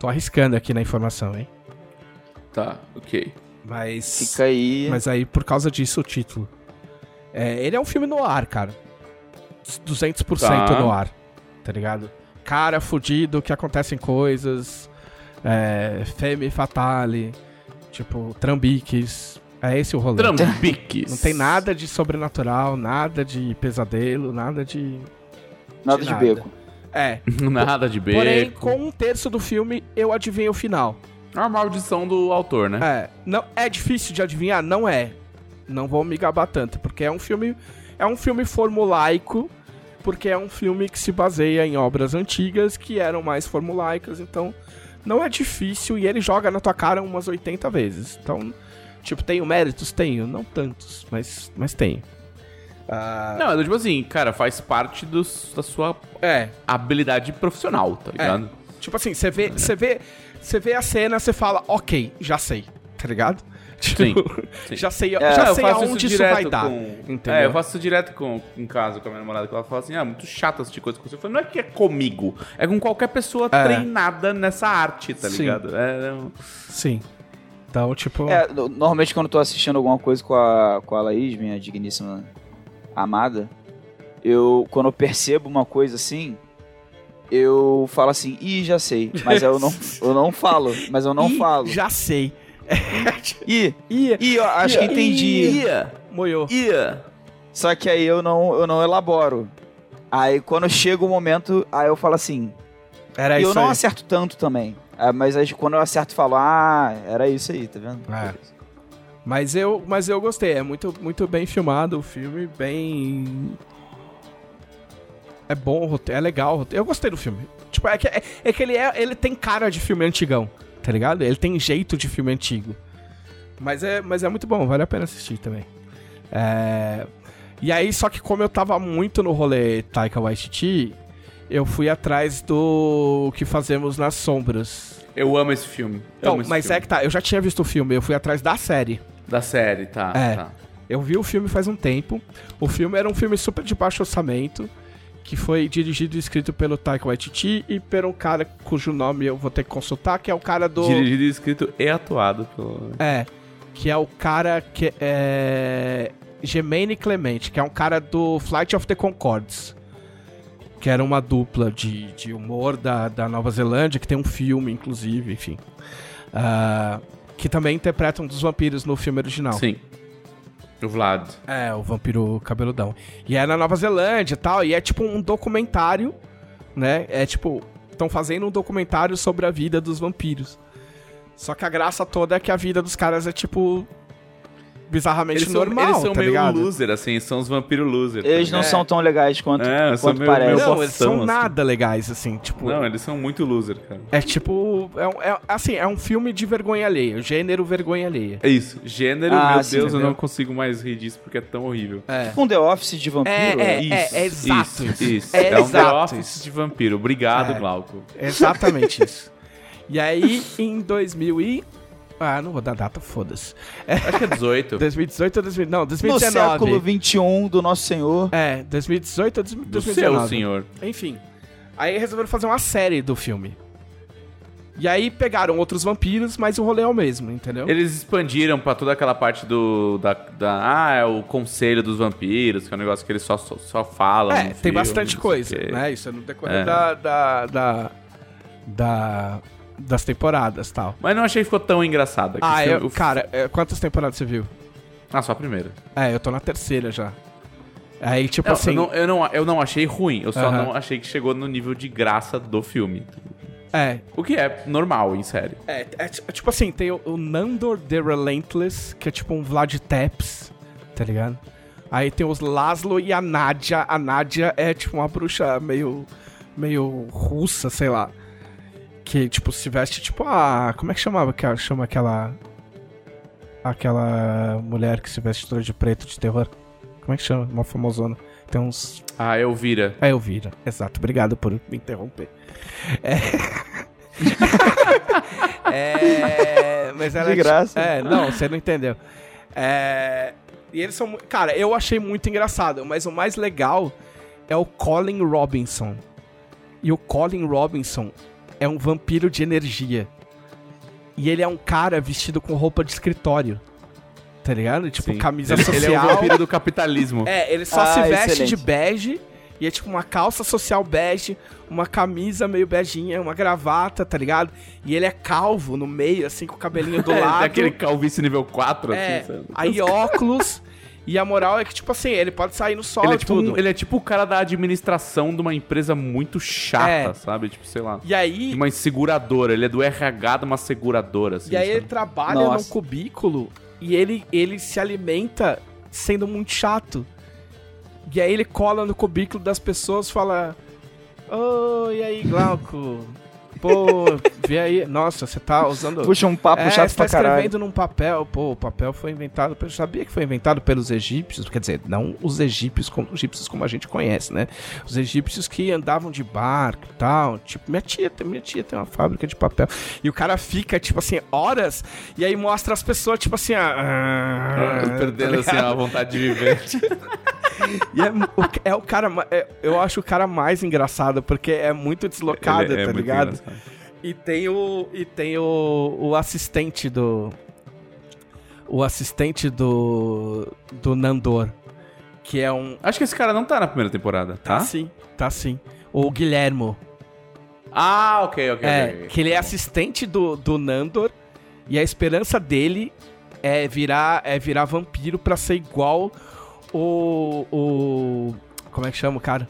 A: Tô arriscando aqui na informação, hein?
C: Tá, ok.
A: Mas.
B: Fica aí.
A: Mas aí, por causa disso, o título. É, ele é um filme no ar, cara. 200%
C: Tá.
A: no ar. Tá ligado? Cara fudido, que acontecem coisas. É, femme fatale. Tipo, trambiques. É esse o rolê.
C: Trambiques.
A: Não tem nada de sobrenatural, nada de pesadelo, nada de.
B: nada
A: de
B: de,
A: nada.
B: beco.
A: É.
C: Nada de beco.
A: Porém, com um terço do filme, eu adivinhei o final.
C: É uma maldição do autor, né?
A: É, não é difícil de adivinhar, não é. Não vou me gabar tanto, porque é um filme é um filme formulaico, porque é um filme que se baseia em obras antigas que eram mais formulaicas, então não é difícil e ele joga na tua cara umas 80 vezes. Então, tipo, tenho méritos, tenho, não tantos, mas mas tenho.
C: Não, é tipo assim, cara, faz parte do, da sua
A: É,
C: habilidade profissional, tá ligado?
A: tipo assim, você vê, você vê, você vê a cena, você fala, OK, já sei, tá ligado? Tipo,
C: Sim, sim.
A: Já sei,
B: É,
A: já
C: eu
A: sei
C: faço isso
A: aonde isso
C: direto
A: vai dar.
C: com-
A: entendeu?
C: É, eu faço isso direto com, em casa com a minha namorada, que ela fala assim, ah, muito chato assistir coisa com você. Eu falo, não é que é comigo, é com qualquer pessoa treinada nessa arte, tá
A: Sim.
C: ligado? É, não-
A: Sim. Então, tipo.
B: É, no- normalmente quando eu tô assistindo alguma coisa com a, com a Laís, minha digníssima amada, eu quando eu percebo uma coisa assim, eu falo assim, ih, já sei. Mas eu não, eu não falo, mas eu não
A: Ih,
B: falo.
A: Já sei.
B: Ih,
A: Ih,
B: ih, eu acho que entendi.
C: Ia,
A: moiou.
C: ia.
B: Só que aí eu não, eu não elaboro. Aí quando chega o momento, aí eu falo assim,
A: Era
B: e eu
A: É isso
B: não
A: aí.
B: acerto tanto também. Ah, mas aí quando eu acerto, eu falo, ah, era isso aí, tá vendo?
A: É. Mas eu, mas eu gostei. É muito, muito bem filmado o filme, bem. É bom o roteiro, é legal o roteiro. Eu gostei do filme. Tipo, é que, é, é que ele, é, ele tem cara de filme antigão, tá ligado? Ele tem jeito de filme antigo. Mas é, mas é muito bom, vale a pena assistir também. É, E aí, só que como eu tava muito no rolê Taika Waititi, eu fui atrás do O que fazemos nas sombras.
C: Eu amo esse filme.
A: Então,
C: amo esse
A: mas é
C: filme.
A: que tá, eu já tinha visto o filme, eu fui atrás da série.
C: Da série, tá,
A: É.
C: tá.
A: Eu vi o filme faz um tempo. O filme era um filme super de baixo orçamento, que foi dirigido e escrito pelo Taika Waititi e por um cara cujo nome eu vou ter que consultar, que é o cara do...
C: Dirigido, escrito e atuado pelo...
A: É, que é o cara que é... Gemene Clemente, que é um cara do Flight of the Concords. Que era uma dupla de, de humor da, da Nova Zelândia, que tem um filme, inclusive, enfim. Ah, que também interpreta um dos vampiros no filme original.
C: Sim. O Vlad.
A: É, o vampiro cabeludão. E é na Nova Zelândia e tal, e é tipo um documentário, né? É tipo, estão fazendo um documentário sobre a vida dos vampiros. Só que a graça toda é que a vida dos caras é tipo bizarramente
C: Eles são,
A: normal,
C: eles são
A: tá
C: meio
A: ligado?
C: loser, assim, são os vampiros loser. tá
B: Eles não
C: ligado?
A: É.
B: são tão legais quanto,
C: É, são
B: quanto
C: meio-
B: parece.
C: meio
A: Não, eles
C: bostão,
A: são
C: assim.
A: nada legais assim, tipo,
C: Não, eles são muito loser, cara.
A: é tipo, é, um- é- assim, é um filme de vergonha alheia, gênero vergonha alheia.
C: É isso. Gênero,
B: Ah,
C: meu
B: sim,
C: Deus, eu
A: entendeu?
C: não consigo mais rir disso porque é tão horrível.
B: Tipo um The Office de vampiro.
A: É,
B: né?
A: é, é exato
C: Isso,
A: isso.
C: isso.
A: É
C: É, um The
A: exato
C: Office
A: isso.
C: de vampiro. Obrigado,
A: É.
C: Glauco.
A: Exatamente isso. E aí, em 2000 e... Ah, não vou dar data, foda-se.
C: Acho que é 18.
A: 2018 ou 2000, não,
B: No
A: 2019.
B: século XXI do nosso senhor.
A: É, 2018 ou 2019.
C: Do seu, senhor.
B: Então?
A: Enfim. Aí resolveram fazer uma série do filme. E aí pegaram outros vampiros, mas o rolê é o mesmo, entendeu?
C: Eles expandiram pra toda aquela parte do. Da, da- ah, é o conselho dos vampiros, que é um negócio que eles só, só, só falam.
A: é,
C: no
A: tem
C: filme, não
A: bastante
C: sei
A: coisa,
C: o quê.
A: né? Isso é no decorrer
C: É.
A: da, da, da, da- das temporadas e tal.
C: Mas não achei que ficou tão engraçado. Que
A: Ah,
C: esse-
A: eu,
C: o-
A: cara, é, quantas temporadas você viu?
C: Ah, só a primeira.
A: É, eu tô na terceira já. Aí, tipo
C: Não,
A: assim.
C: eu, não, eu, não, eu não achei ruim, eu só
A: Aham.
C: não achei que chegou no nível de graça do filme.
A: É,
C: O que é normal em série.
A: É, é ti- é tipo assim, tem o, o Nandor the Relentless, que é tipo um Vlad Tepes, tá ligado? Aí tem os Laszlo e a Nadia. A Nadia é tipo uma bruxa meio. meio russa, sei lá. Que, tipo, se veste tipo a. Como é que chamava? Que a- chama aquela. Aquela mulher que se veste toda de preto de terror. Como é que chama? Uma famosona. Tem uns.
C: Ah, Elvira.
A: A Elvira. É, Exato. Obrigado por me interromper. É. É, Mas ela
B: De
A: é tipo-
B: graça.
A: É, não, você não entendeu. É. E eles são. mu- Cara, eu achei muito engraçado, mas o mais legal é o Colin Robinson. E o Colin Robinson é um vampiro de energia. E ele é um cara vestido com roupa de escritório. Tá ligado? Tipo,
C: Sim.
A: camisa
C: ele,
A: social.
C: Ele é o vampiro do capitalismo.
A: É, ele só
B: Ah,
A: se veste
B: excelente.
A: de bege. E é tipo uma calça social bege, uma camisa meio beijinha, uma gravata, tá ligado? E ele é calvo no meio, assim, com o cabelinho do lado.
C: É, Daquele calvície nível 4,
A: É,
C: assim. sabe?
A: aí óculos. E a moral é que, tipo assim, ele pode sair no sol
C: Ele é,
A: e
C: tipo,
A: tudo.
C: um- ele é tipo o cara da administração de uma empresa muito chata,
A: É.
C: sabe? Tipo, sei lá.
A: E
C: De
A: aí,
C: uma seguradora. Ele é do RH de uma seguradora, assim.
A: e aí ele
C: sabe?
A: trabalha
B: Nossa.
A: num cubículo e ele, ele se alimenta sendo muito chato. E aí ele cola no cubículo das pessoas e fala... Ô, e aí, Glauco? Pô, vê aí. Nossa, você tá usando...
B: Puxa um papo
A: é,
B: chato
A: você tá
B: pra caralho.
A: escrevendo num papel. Pô, o papel foi inventado. pelo- sabia que foi inventado pelos egípcios? Quer dizer, não os egípcios como, egípcios como a gente conhece, né? Os egípcios que andavam de barco e tal. Tipo, minha tia, tem- minha tia tem uma fábrica de papel. E o cara fica, tipo assim, horas. E aí mostra as pessoas, tipo assim. ah,
C: Ah, Perdendo,
A: tá
C: assim, a vontade de viver. é
A: e é, mu- o- é o cara. ma- é- eu acho o cara mais engraçado, porque é muito deslocado,
C: Ele é
A: tá
C: muito
A: ligado?
C: engraçado.
A: E tem o. E tem o, o assistente do. O assistente do. Do Nandor. Que é um.
C: Acho que esse cara não tá na primeira temporada, tá?
A: sim, tá sim. O Guilhermo.
C: Ah, ok, ok.
A: é,
C: ok, ok.
A: que ele é
C: Tá bom.
A: assistente do, do Nandor. E a esperança dele é virar, é virar vampiro pra ser igual o. O. Como é que chama o cara?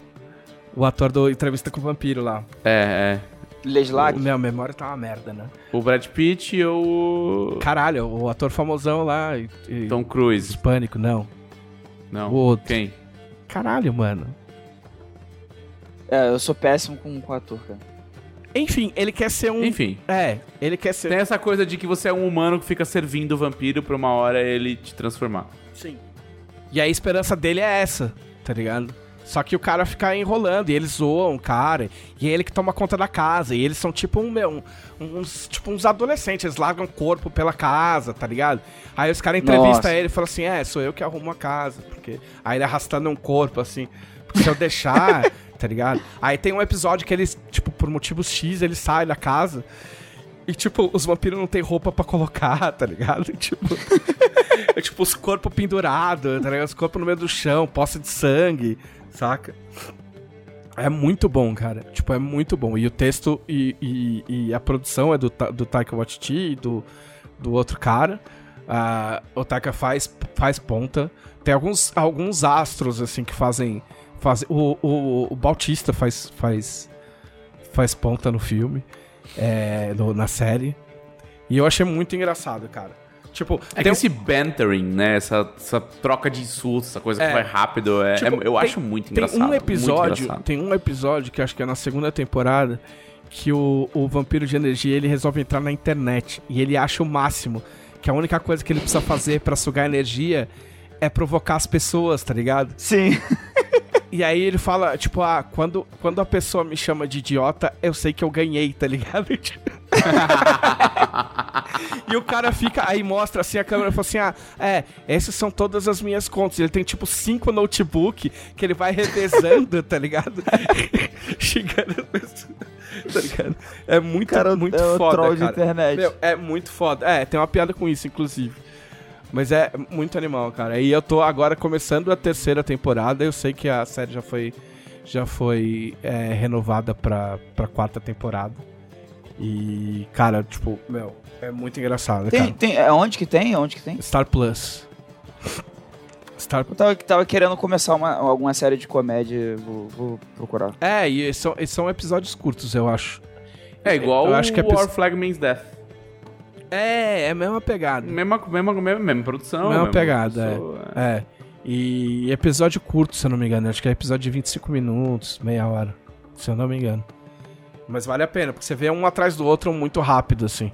A: O ator do Entrevista com o Vampiro lá.
C: É, é.
B: Leslac.
A: Minha memória tá uma merda, né?
C: O Brad Pitt e o.
A: Caralho, o ator famosão lá. e- e-
C: Tom Cruise.
A: Hispânico, não.
C: Não.
A: O outro.
C: Quem?
A: Caralho, mano.
B: É, eu sou péssimo com, com ator, cara.
A: Enfim, ele quer ser um.
C: Enfim.
A: É, ele quer ser.
C: Tem essa coisa de que você é um humano que fica servindo o vampiro pra uma hora ele te transformar.
A: Sim. E a esperança dele é essa, tá ligado? Só que o cara fica enrolando e eles zoam o cara. E é ele que toma conta da casa. E eles são tipo um, meu, um- uns, tipo uns adolescentes. Eles largam o corpo pela casa, tá ligado? Aí os caras entrevistam
B: Nossa.
A: ele e falam assim: É, sou eu que arrumo a casa. Porque... Aí ele arrastando um corpo assim. Porque se eu deixar, tá ligado? Aí tem um episódio que eles, tipo, por motivos X, ele sai da casa. E, tipo, os vampiros não tem roupa pra colocar, tá ligado? Tipo, é, tipo os corpos pendurados, tá ligado? Os corpos no meio do chão, poça de sangue, saca? É muito bom, cara. Tipo, é muito bom. E o texto e, e- e a produção é do, Ta- do Taika Waititi e do, do outro cara. Ah, o Taika faz, faz ponta. Tem alguns, alguns astros, assim, que fazem... fazem o, o, o Bautista faz, faz, faz ponta no filme é, no- na série. E eu achei muito engraçado, cara. Tipo,
C: É que
A: tem-
C: esse bantering, né? Essa, essa troca de insultos, essa coisa
A: É.
C: que vai rápido, é,
A: Tipo,
C: é- eu
A: tem-
C: acho muito
A: tem
C: engraçado.
A: um
C: muito
A: episódio,
C: engraçado.
A: tem um episódio que acho que é na segunda temporada que o, o vampiro de energia ele resolve entrar na internet e ele acha o máximo que a única coisa que ele precisa fazer pra sugar energia é provocar as pessoas, tá ligado?
B: Sim.
A: E aí ele fala, tipo, ah, quando, quando a pessoa me chama de idiota, eu sei que eu ganhei, tá ligado? e o cara fica, aí mostra assim a câmera e fala assim: ah, é, essas são todas as minhas contas. Ele tem tipo cinco notebook que ele vai revezando, tá ligado? Xingando as pessoas, tá ligado? É muito,
B: Cara,
A: muito
B: é o
A: foda.
B: troll de
A: cara.
B: internet.
A: Meu, é muito foda. É, tem uma piada com isso, inclusive. Mas é muito animal, cara. E eu tô agora começando a terceira temporada. Eu sei que a série já foi, já foi é, renovada pra, pra quarta temporada. E, cara, tipo, meu, é muito engraçado,
B: Tem,
A: cara.
B: tem, é onde que tem? É Onde que tem?
A: Star Plus. Star
B: Eu tava, tava querendo começar uma, alguma série de comédia, vou, vou procurar.
A: É, e são, e são episódios curtos, eu acho.
C: É igual
A: Eu acho que é
C: o
A: pes-
C: War Flag Means Death.
A: É, é a mesma pegada.
C: Mesma, mesma, mesma, mesma produção.
A: Mesma
C: mesma
A: pegada,
C: pessoa, é.
A: É. E episódio curto, se eu não me engano. Acho que é episódio de 25 minutos, meia hora. Se eu não me engano. Mas vale a pena, porque você vê um atrás do outro muito rápido, assim.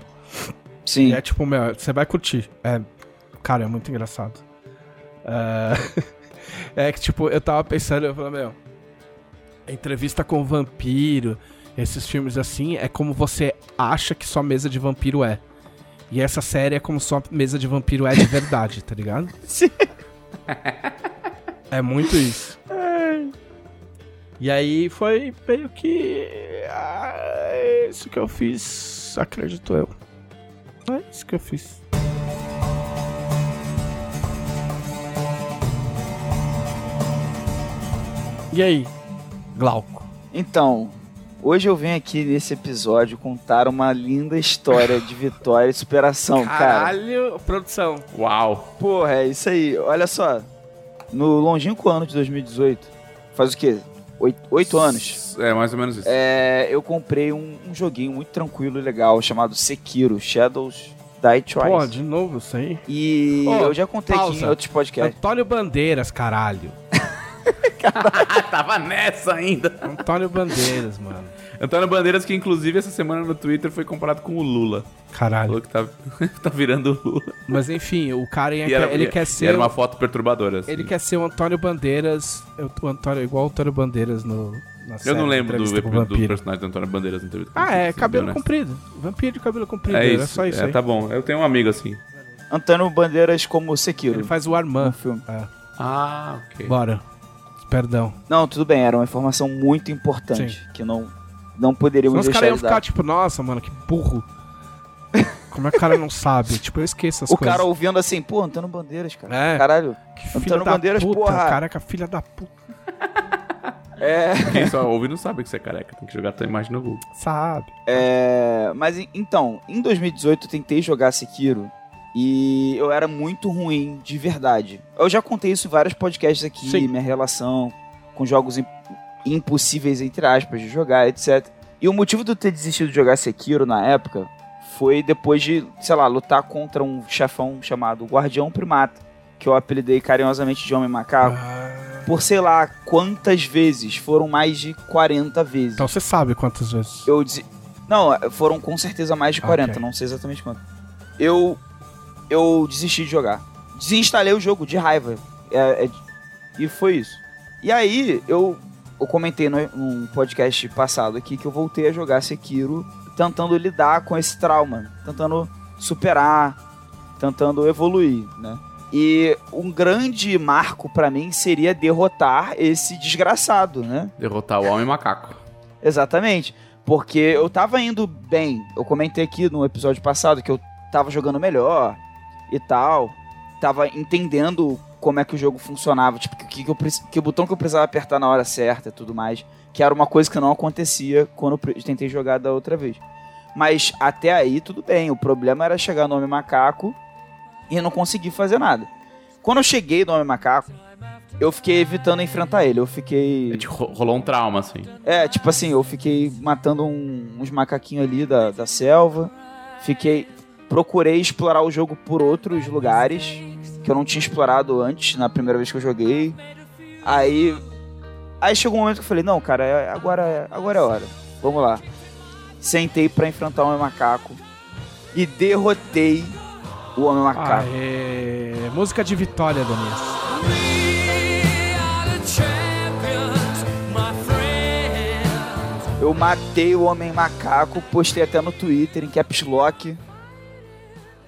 A: E
B: Sim.
A: é tipo, meu, você vai curtir. É Cara, é muito engraçado. Ah, é que, tipo, eu tava pensando, eu falei, meu. a Entrevista com o vampiro, esses filmes assim, é como você acha que só mesa de vampiro é. E essa série é como só mesa de vampiro é de verdade, tá ligado?
B: Sim.
A: É muito isso. E aí foi meio que. ah, é isso que eu fiz, acredito eu. É isso que eu fiz. E aí, Glauco?
B: Então, hoje eu venho aqui nesse episódio contar uma linda história de vitória e superação, cara.
A: Caralho, produção.
C: Uau.
B: Porra, é isso aí. Olha só. No longínquo ano de 2018, faz o quê? Oito, oito anos.
C: É, mais ou menos isso.
B: É, eu comprei um, um joguinho muito tranquilo e legal chamado Sekiro Shadows Die Twice.
A: Pô, de novo isso aí.
B: E
A: Ô,
B: eu já contei aqui
A: pausa.
B: em outros podcasts.
A: Antônio Bandeiras, caralho.
C: Ah, tava nessa ainda.
A: Antônio Bandeiras, mano.
C: Antônio Bandeiras, que inclusive essa semana no Twitter foi comparado com o Lula.
A: Caralho.
C: Falou que tá, tá virando o Lula.
A: Mas enfim, o cara
C: E
A: ia,
C: era-
A: ele
C: e-
A: quer
C: e
A: ser.
C: era uma foto perturbadora. assim.
A: Ele quer ser o Antônio Bandeiras, eu- o Antônio, igual o Antônio Bandeiras no. Na
C: Eu
A: série,
C: não lembro do,
A: Entrevista com o
C: do
A: vampiro.
C: personagem do Antônio Bandeiras na entrevista.
A: Ah, é, cabelo
C: Entendeu, né?
A: comprido. Vampiro de cabelo comprido,
C: É
A: é
C: isso,
A: só isso
C: é,
A: aí.
C: tá bom. Eu tenho um amigo assim.
B: Antônio Bandeiras como
A: Ele
B: Sekiro.
A: faz o Arman.
B: no filme.
A: É.
C: Ah, ok.
A: Bora. Perdão.
B: Não, tudo bem, era uma informação muito importante que não, não poderíamos
A: Senão os
B: deixar
A: caras iam
B: de dar.
A: ficar tipo, nossa, mano, que burro. Como é que o cara não sabe? tipo, eu esqueço as
B: O
A: coisas.
B: cara ouvindo assim, pô, Antônio Bandeiras, cara.
A: É.
B: Caralho.
A: Que filho
B: Antônio
A: da
B: Bandeiras,
A: puta,
B: porra.
A: Caraca, filha da puta.
B: É.
C: Quem só ouve não sabe que você é careca. Tem que jogar a tua imagem no Google.
A: Sabe?
B: É, mas en- então, em 2018 eu tentei jogar Sekiro e eu era muito ruim, de verdade. Eu já contei isso em vários podcasts aqui,
A: Sim.
B: minha relação com jogos im- impossíveis, entre aspas, de jogar, etc. E o motivo de eu ter desistido de jogar Sekiro na época foi depois de, sei lá, lutar contra um chefão chamado Guardião Primata, que eu apelidei carinhosamente de Homem Macaco,
A: Ah,
B: por sei lá quantas vezes, foram mais de 40 vezes.
A: Então você sabe quantas vezes.
B: Eu disse. Não, é, foram com certeza mais de 40,
A: Ok.
B: não sei exatamente quanto. Eu. Eu desisti de jogar. Desinstalei o jogo de raiva. É- é- e foi isso. E aí, eu, eu comentei no, num podcast passado aqui que eu voltei a jogar Sekiro tentando lidar com esse trauma, tentando superar, tentando evoluir, né? E um grande marco pra mim seria derrotar esse desgraçado, né?
C: Derrotar o homem macaco.
B: Exatamente. Porque eu tava indo bem. Eu comentei aqui no episódio passado que eu tava jogando melhor e tal. Tava entendendo como é que o jogo funcionava, tipo, que, que, eu preci- que botão que eu precisava apertar na hora certa e tudo mais. Que era uma coisa que não acontecia quando eu pre- tentei jogar da outra vez. Mas até aí, tudo bem. O problema era chegar no Homem Macaco e eu não conseguir fazer nada. Quando eu cheguei no Homem Macaco, eu fiquei evitando enfrentar ele. Eu fiquei.
C: É, tipo, ro- rolou um trauma, assim.
B: É, tipo assim, eu fiquei matando um- uns macaquinhos ali da, da selva. Fiquei. Procurei explorar o jogo por outros lugares que eu não tinha explorado antes, na primeira vez que eu joguei. Aí. Aí chegou um momento que eu falei, não, cara, é- agora, é- agora é a hora. Vamos lá. Sentei pra enfrentar o homem macaco. E derrotei o homem macaco.
A: Aê, música de vitória, Daniel.
B: Eu matei o Homem Macaco, postei até no Twitter, em caps lock.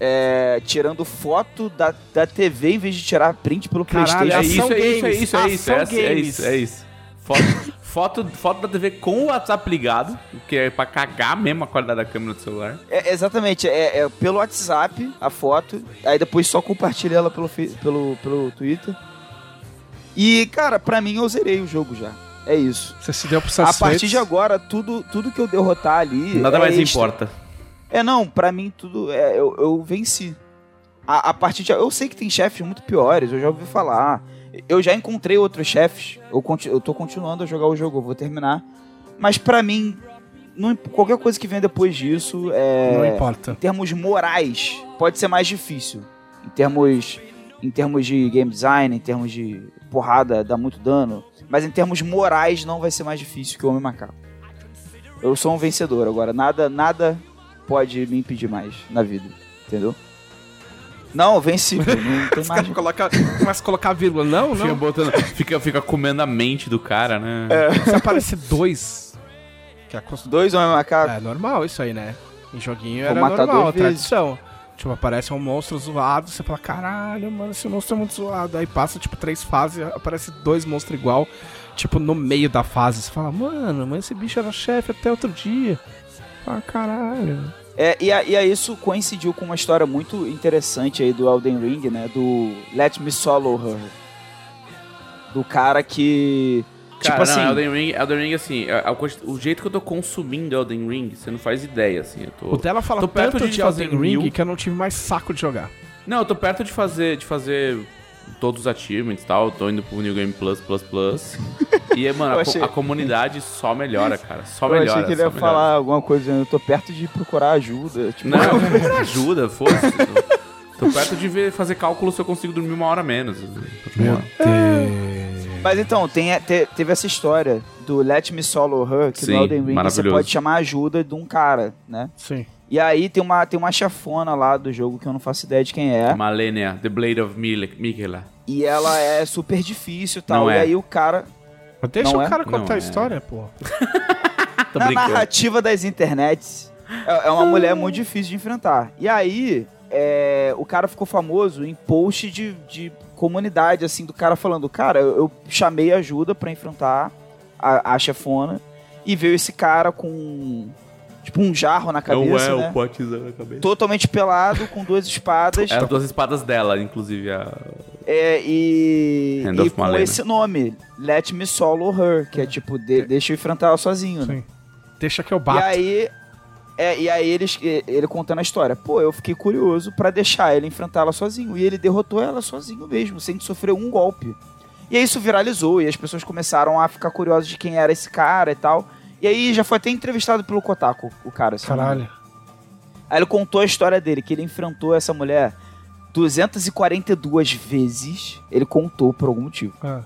B: É, tirando foto da, da TV em vez de tirar print pelo
A: Caralho,
C: É
A: Ah, Ação
C: isso,
B: Playstation.
C: é isso,
A: Games,
C: é isso, é isso. É,
A: Ação
C: assim- é
A: Games.
C: isso, é isso. Foto, foto, foto da TV com o WhatsApp ligado, que é pra cagar mesmo a qualidade da câmera do celular.
B: É, exatamente, é, é pelo WhatsApp a foto, aí depois só compartilha ela pelo, fe- pelo, pelo Twitter. E, cara, pra mim eu zerei o jogo já. É isso.
A: Você se deu pro
B: A
A: satisfeito.
B: partir de agora, tudo, tudo que eu derrotar ali.
C: Nada
B: é
C: mais
B: extra.
C: importa.
B: É, não, pra mim tudo. É, eu, eu venci. A, a partir de. Eu sei que tem chefes muito piores, eu já ouvi falar. Eu já encontrei outros chefes. Eu, conti- eu tô continuando a jogar o jogo, eu vou terminar. Mas pra mim, não imp- qualquer coisa que venha depois disso, é,
A: Não importa.
B: em termos morais, pode ser mais difícil. Em termos, em termos de game design, em termos de porrada, dá muito dano. Mas em termos morais, não vai ser mais difícil que o Homem Macaco. Eu sou um vencedor agora. Nada, nada pode me impedir mais na vida. Entendeu? Não, vencível. Não tem
A: Os
B: mais.
A: caras coloca, começam a colocar vírgula. Não,
C: Fica,
A: não.
C: botando, fica, fica comendo a mente do cara, né?
B: É,
A: Se aparecer dois, que é, cons-
B: Dois homens macacos.
A: é normal isso aí, né? Em joguinho
B: Vou
A: era
B: matar
A: normal,
B: dois vezes.
A: tradição. Tipo, aparece um monstro zoado, você fala, caralho, mano, esse monstro é muito zoado. Aí passa, tipo, três fases, aparece dois monstros igual, tipo, no meio da fase. Você fala, mano, mas esse bicho era chefe até outro dia. Ah, caralho.
B: É, e, a- e aí isso coincidiu com uma história muito interessante aí do Elden Ring, né? Do Let Me Solo Her. Do cara que.
C: Cara,
B: tipo assim.
C: não, Elden Ring, Elden Ring, assim, a- a quanti- o jeito que eu tô consumindo Elden Ring, você não faz ideia, assim. Eu
A: O
C: tô...
A: dela fala
C: Tô perto
A: tanto
C: de
A: de Elden
C: fazer
A: Ring
C: mil.
A: que eu não tive mais saco de jogar.
C: Não, eu tô perto de fazer, de fazer todos os achievements e tal, eu tô indo pro New Game Plus, Plus, Plus. E, é, mano,
B: Eu
C: a, co-
B: achei-
C: a comunidade só melhora, cara, só
B: Eu
C: melhora.
B: achei que ele
C: só
B: ia
C: melhora.
B: falar alguma coisa, eu tô perto de procurar ajuda. Tipo,
C: Não, eu vou ajuda, foda-se. Tô- Tô perto de ver, fazer cálculo se eu consigo dormir uma hora menos. assim, tipo Meu
B: Mas então, tem, te- teve essa história do Let Me Solo Her, que
C: Sim,
B: no Elden Ring você
C: maravilhoso.
B: pode chamar a ajuda de um cara, né?
A: Sim.
B: E aí tem uma, tem uma chefona lá do jogo que eu não faço ideia de quem é.
C: Malenia, The Blade of Mil- Mikela.
B: E ela é super difícil e tal.
C: Não
B: e
C: é.
B: aí o cara.
A: Mas deixa
B: Não
A: o
B: é?
A: cara
C: Não
A: contar a
C: é.
A: história, pô.
C: Tô
B: na
C: brincando.
B: narrativa das internets, é, é uma mulher muito difícil de enfrentar. E aí, é, o cara ficou famoso em post de, de comunidade, assim, do cara falando: Cara, eu, eu chamei ajuda pra enfrentar a, a chefona. E veio esse cara com, tipo, um jarro na cabeça,
C: é o
B: né?
C: potezão na cabeça.
B: Totalmente pelado, com duas espadas.
C: É as duas espadas dela, inclusive. A...
B: É, e,
C: Hand
B: e
C: of
B: com
C: Malena.
B: esse nome, Let Me Solo Her, que é tipo, de- deixa eu enfrentar ela sozinho, né?
A: Sim. Deixa que eu
B: E
A: bato.
B: aí, é, e aí eles, e- ele contando a história. Pô, eu fiquei curioso pra deixar ele enfrentar ela sozinho. E ele derrotou ela sozinho mesmo, sem sofrer um golpe. E aí isso viralizou e as pessoas começaram a ficar curiosas de quem era esse cara e tal. E aí já foi até entrevistado pelo Kotaku, o cara. assim.
A: Caralho.
B: Aí ele contou a história dele, que ele enfrentou essa mulher 242 vezes. Ele contou por algum motivo.
A: Ah.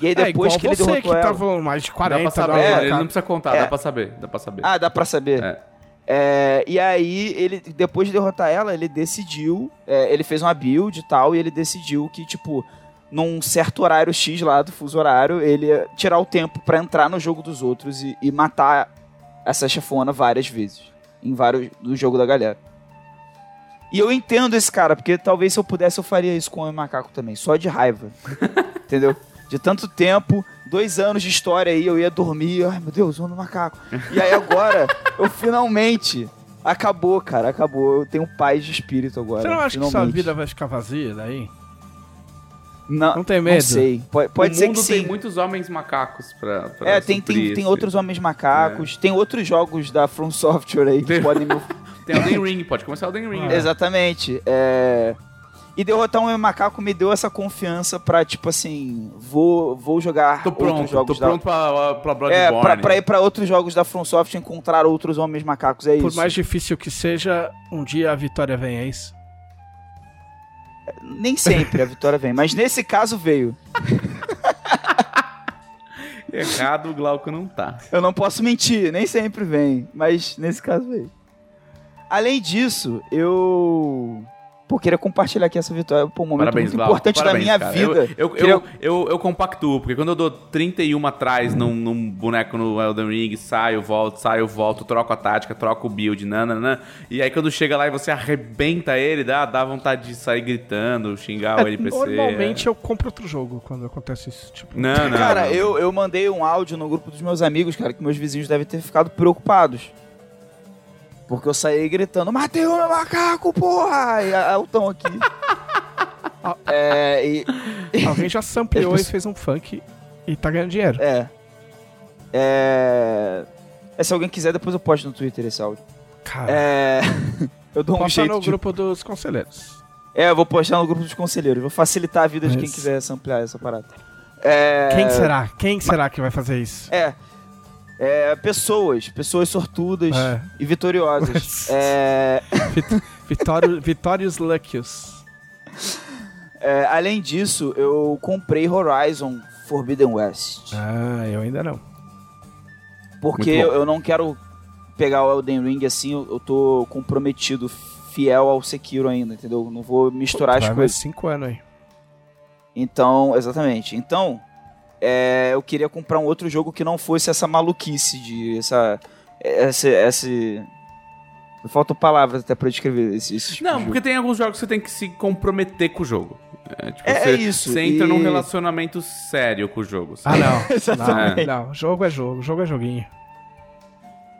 B: E aí depois
A: é, igual
B: que ele
A: você
B: derrotou
A: que
B: ela...
A: tá falando mais de 40
C: dá pra saber,
A: dólares,
B: hora,
C: ele
A: cara.
C: não precisa contar,
B: É.
C: dá pra saber, dá pra saber.
B: Ah, dá pra saber.
C: É.
B: É, e aí, ele, depois de derrotar ela, ele decidiu. é, ele fez uma build e tal, e ele decidiu que, tipo, num certo horário X lá do fuso horário, ele ia tirar o tempo pra entrar no jogo dos outros e, e matar essa chefona várias vezes. Em vários. do jogo da galera. E eu entendo esse cara, porque talvez se eu pudesse eu faria isso com o Homem Macaco também, só de raiva. Entendeu? De tanto tempo, dois anos de história aí, eu ia dormir, ai meu Deus, Homem Macaco. E aí agora, eu finalmente. Acabou, cara, acabou. Eu tenho paz de espírito agora.
A: Você não acha que sua
B: finalmente.
A: vida vai ficar vazia daí?
B: Não,
A: Não tem medo?
B: Não sei. Pode, pode
C: o
B: ser
C: mundo
B: que sim.
C: tem muitos homens macacos pra, pra
B: É, tem,
C: suprir
B: tem, tem
C: esse-
B: outros homens macacos,
A: É.
B: tem outros jogos da From Software aí que
C: Tem-
B: podem me
C: Tem Elden Ring, pode começar Elden Ring.
A: Ah.
C: né?
B: Exatamente. é. E derrotar um homem macaco me deu essa confiança pra, tipo assim, vou, vou jogar
C: Tô pronto,
B: outros jogos
C: tô
B: da...
C: pronto pra, pra
B: É,
C: Bloodborne.
B: pra, pra ir pra outros jogos da From Software e encontrar outros homens macacos, é
A: Por
B: isso.
A: mais difícil que seja, um dia a vitória vem, é isso?
B: Nem sempre a vitória vem, mas nesse caso veio.
C: Errado o Glauco não tá.
B: Eu não posso mentir, nem sempre vem, mas nesse caso veio. Além disso, eu... Pô, queria compartilhar aqui essa vitória, pô, um momento
C: Parabéns,
B: muito
C: Glauco.
B: importante
C: Parabéns,
B: da minha
C: cara.
B: vida. é
C: Eu, eu,
B: Queria-
C: eu, eu, eu compactuo, porque quando eu dou 31 atrás num, num boneco no Elden Ring, saio, volto, saio, volto, troco a tática, troco o build, nananã. E aí quando chega lá e você arrebenta ele, dá, dá vontade de sair gritando, xingar o NPC.
A: Normalmente eu compro outro jogo quando acontece isso. Tipo,
C: é. Não, não.
B: Cara,
C: não.
B: Eu, eu mandei um áudio no grupo dos meus amigos, cara, que meus vizinhos devem ter ficado preocupados. Porque eu saí gritando, matei o meu macaco, porra! E a- a- o Tom aqui. é, e,
A: alguém já sampleou e fez um funk e tá ganhando dinheiro.
B: é. É... é, Se alguém quiser, depois eu posto no Twitter esse áudio.
A: Cara,
B: É... eu dou um
A: posta
B: jeito
A: no
B: de...
A: grupo dos conselheiros.
B: É, eu vou postar no grupo dos conselheiros. Vou facilitar a vida de quem
A: Mas-
B: quiser ampliar essa parada. É...
A: Quem será? Quem será que vai fazer isso?
B: É. É, pessoas, pessoas sortudas
A: É.
B: e vitoriosas. É,
A: Vitório, Vitórios Luckius.
B: é, além disso, eu comprei Horizon Forbidden West.
A: Ah, eu ainda não.
B: Porque
C: É, Muito bom.
B: eu, eu não quero pegar o Elden Ring assim, eu, eu tô comprometido fiel ao Sekiro ainda, entendeu? Não vou misturar as
A: Vai mais
B: coisas.
A: cinco anos aí.
B: Então, exatamente. Então, é, eu queria comprar um outro jogo que não fosse essa maluquice de essa esse, esse faltam palavras até pra descrever esse, esse tipo
C: Não,
B: de
C: porque
B: jogo.
C: tem alguns jogos que você tem que se comprometer com o jogo. É, tipo,
B: É,
C: você,
B: é isso,
C: Você entra
B: e-
C: num relacionamento sério com o jogo.
A: Ah,
C: sabe?
A: não.
B: Exatamente.
A: Não, não, jogo é jogo, jogo é joguinho.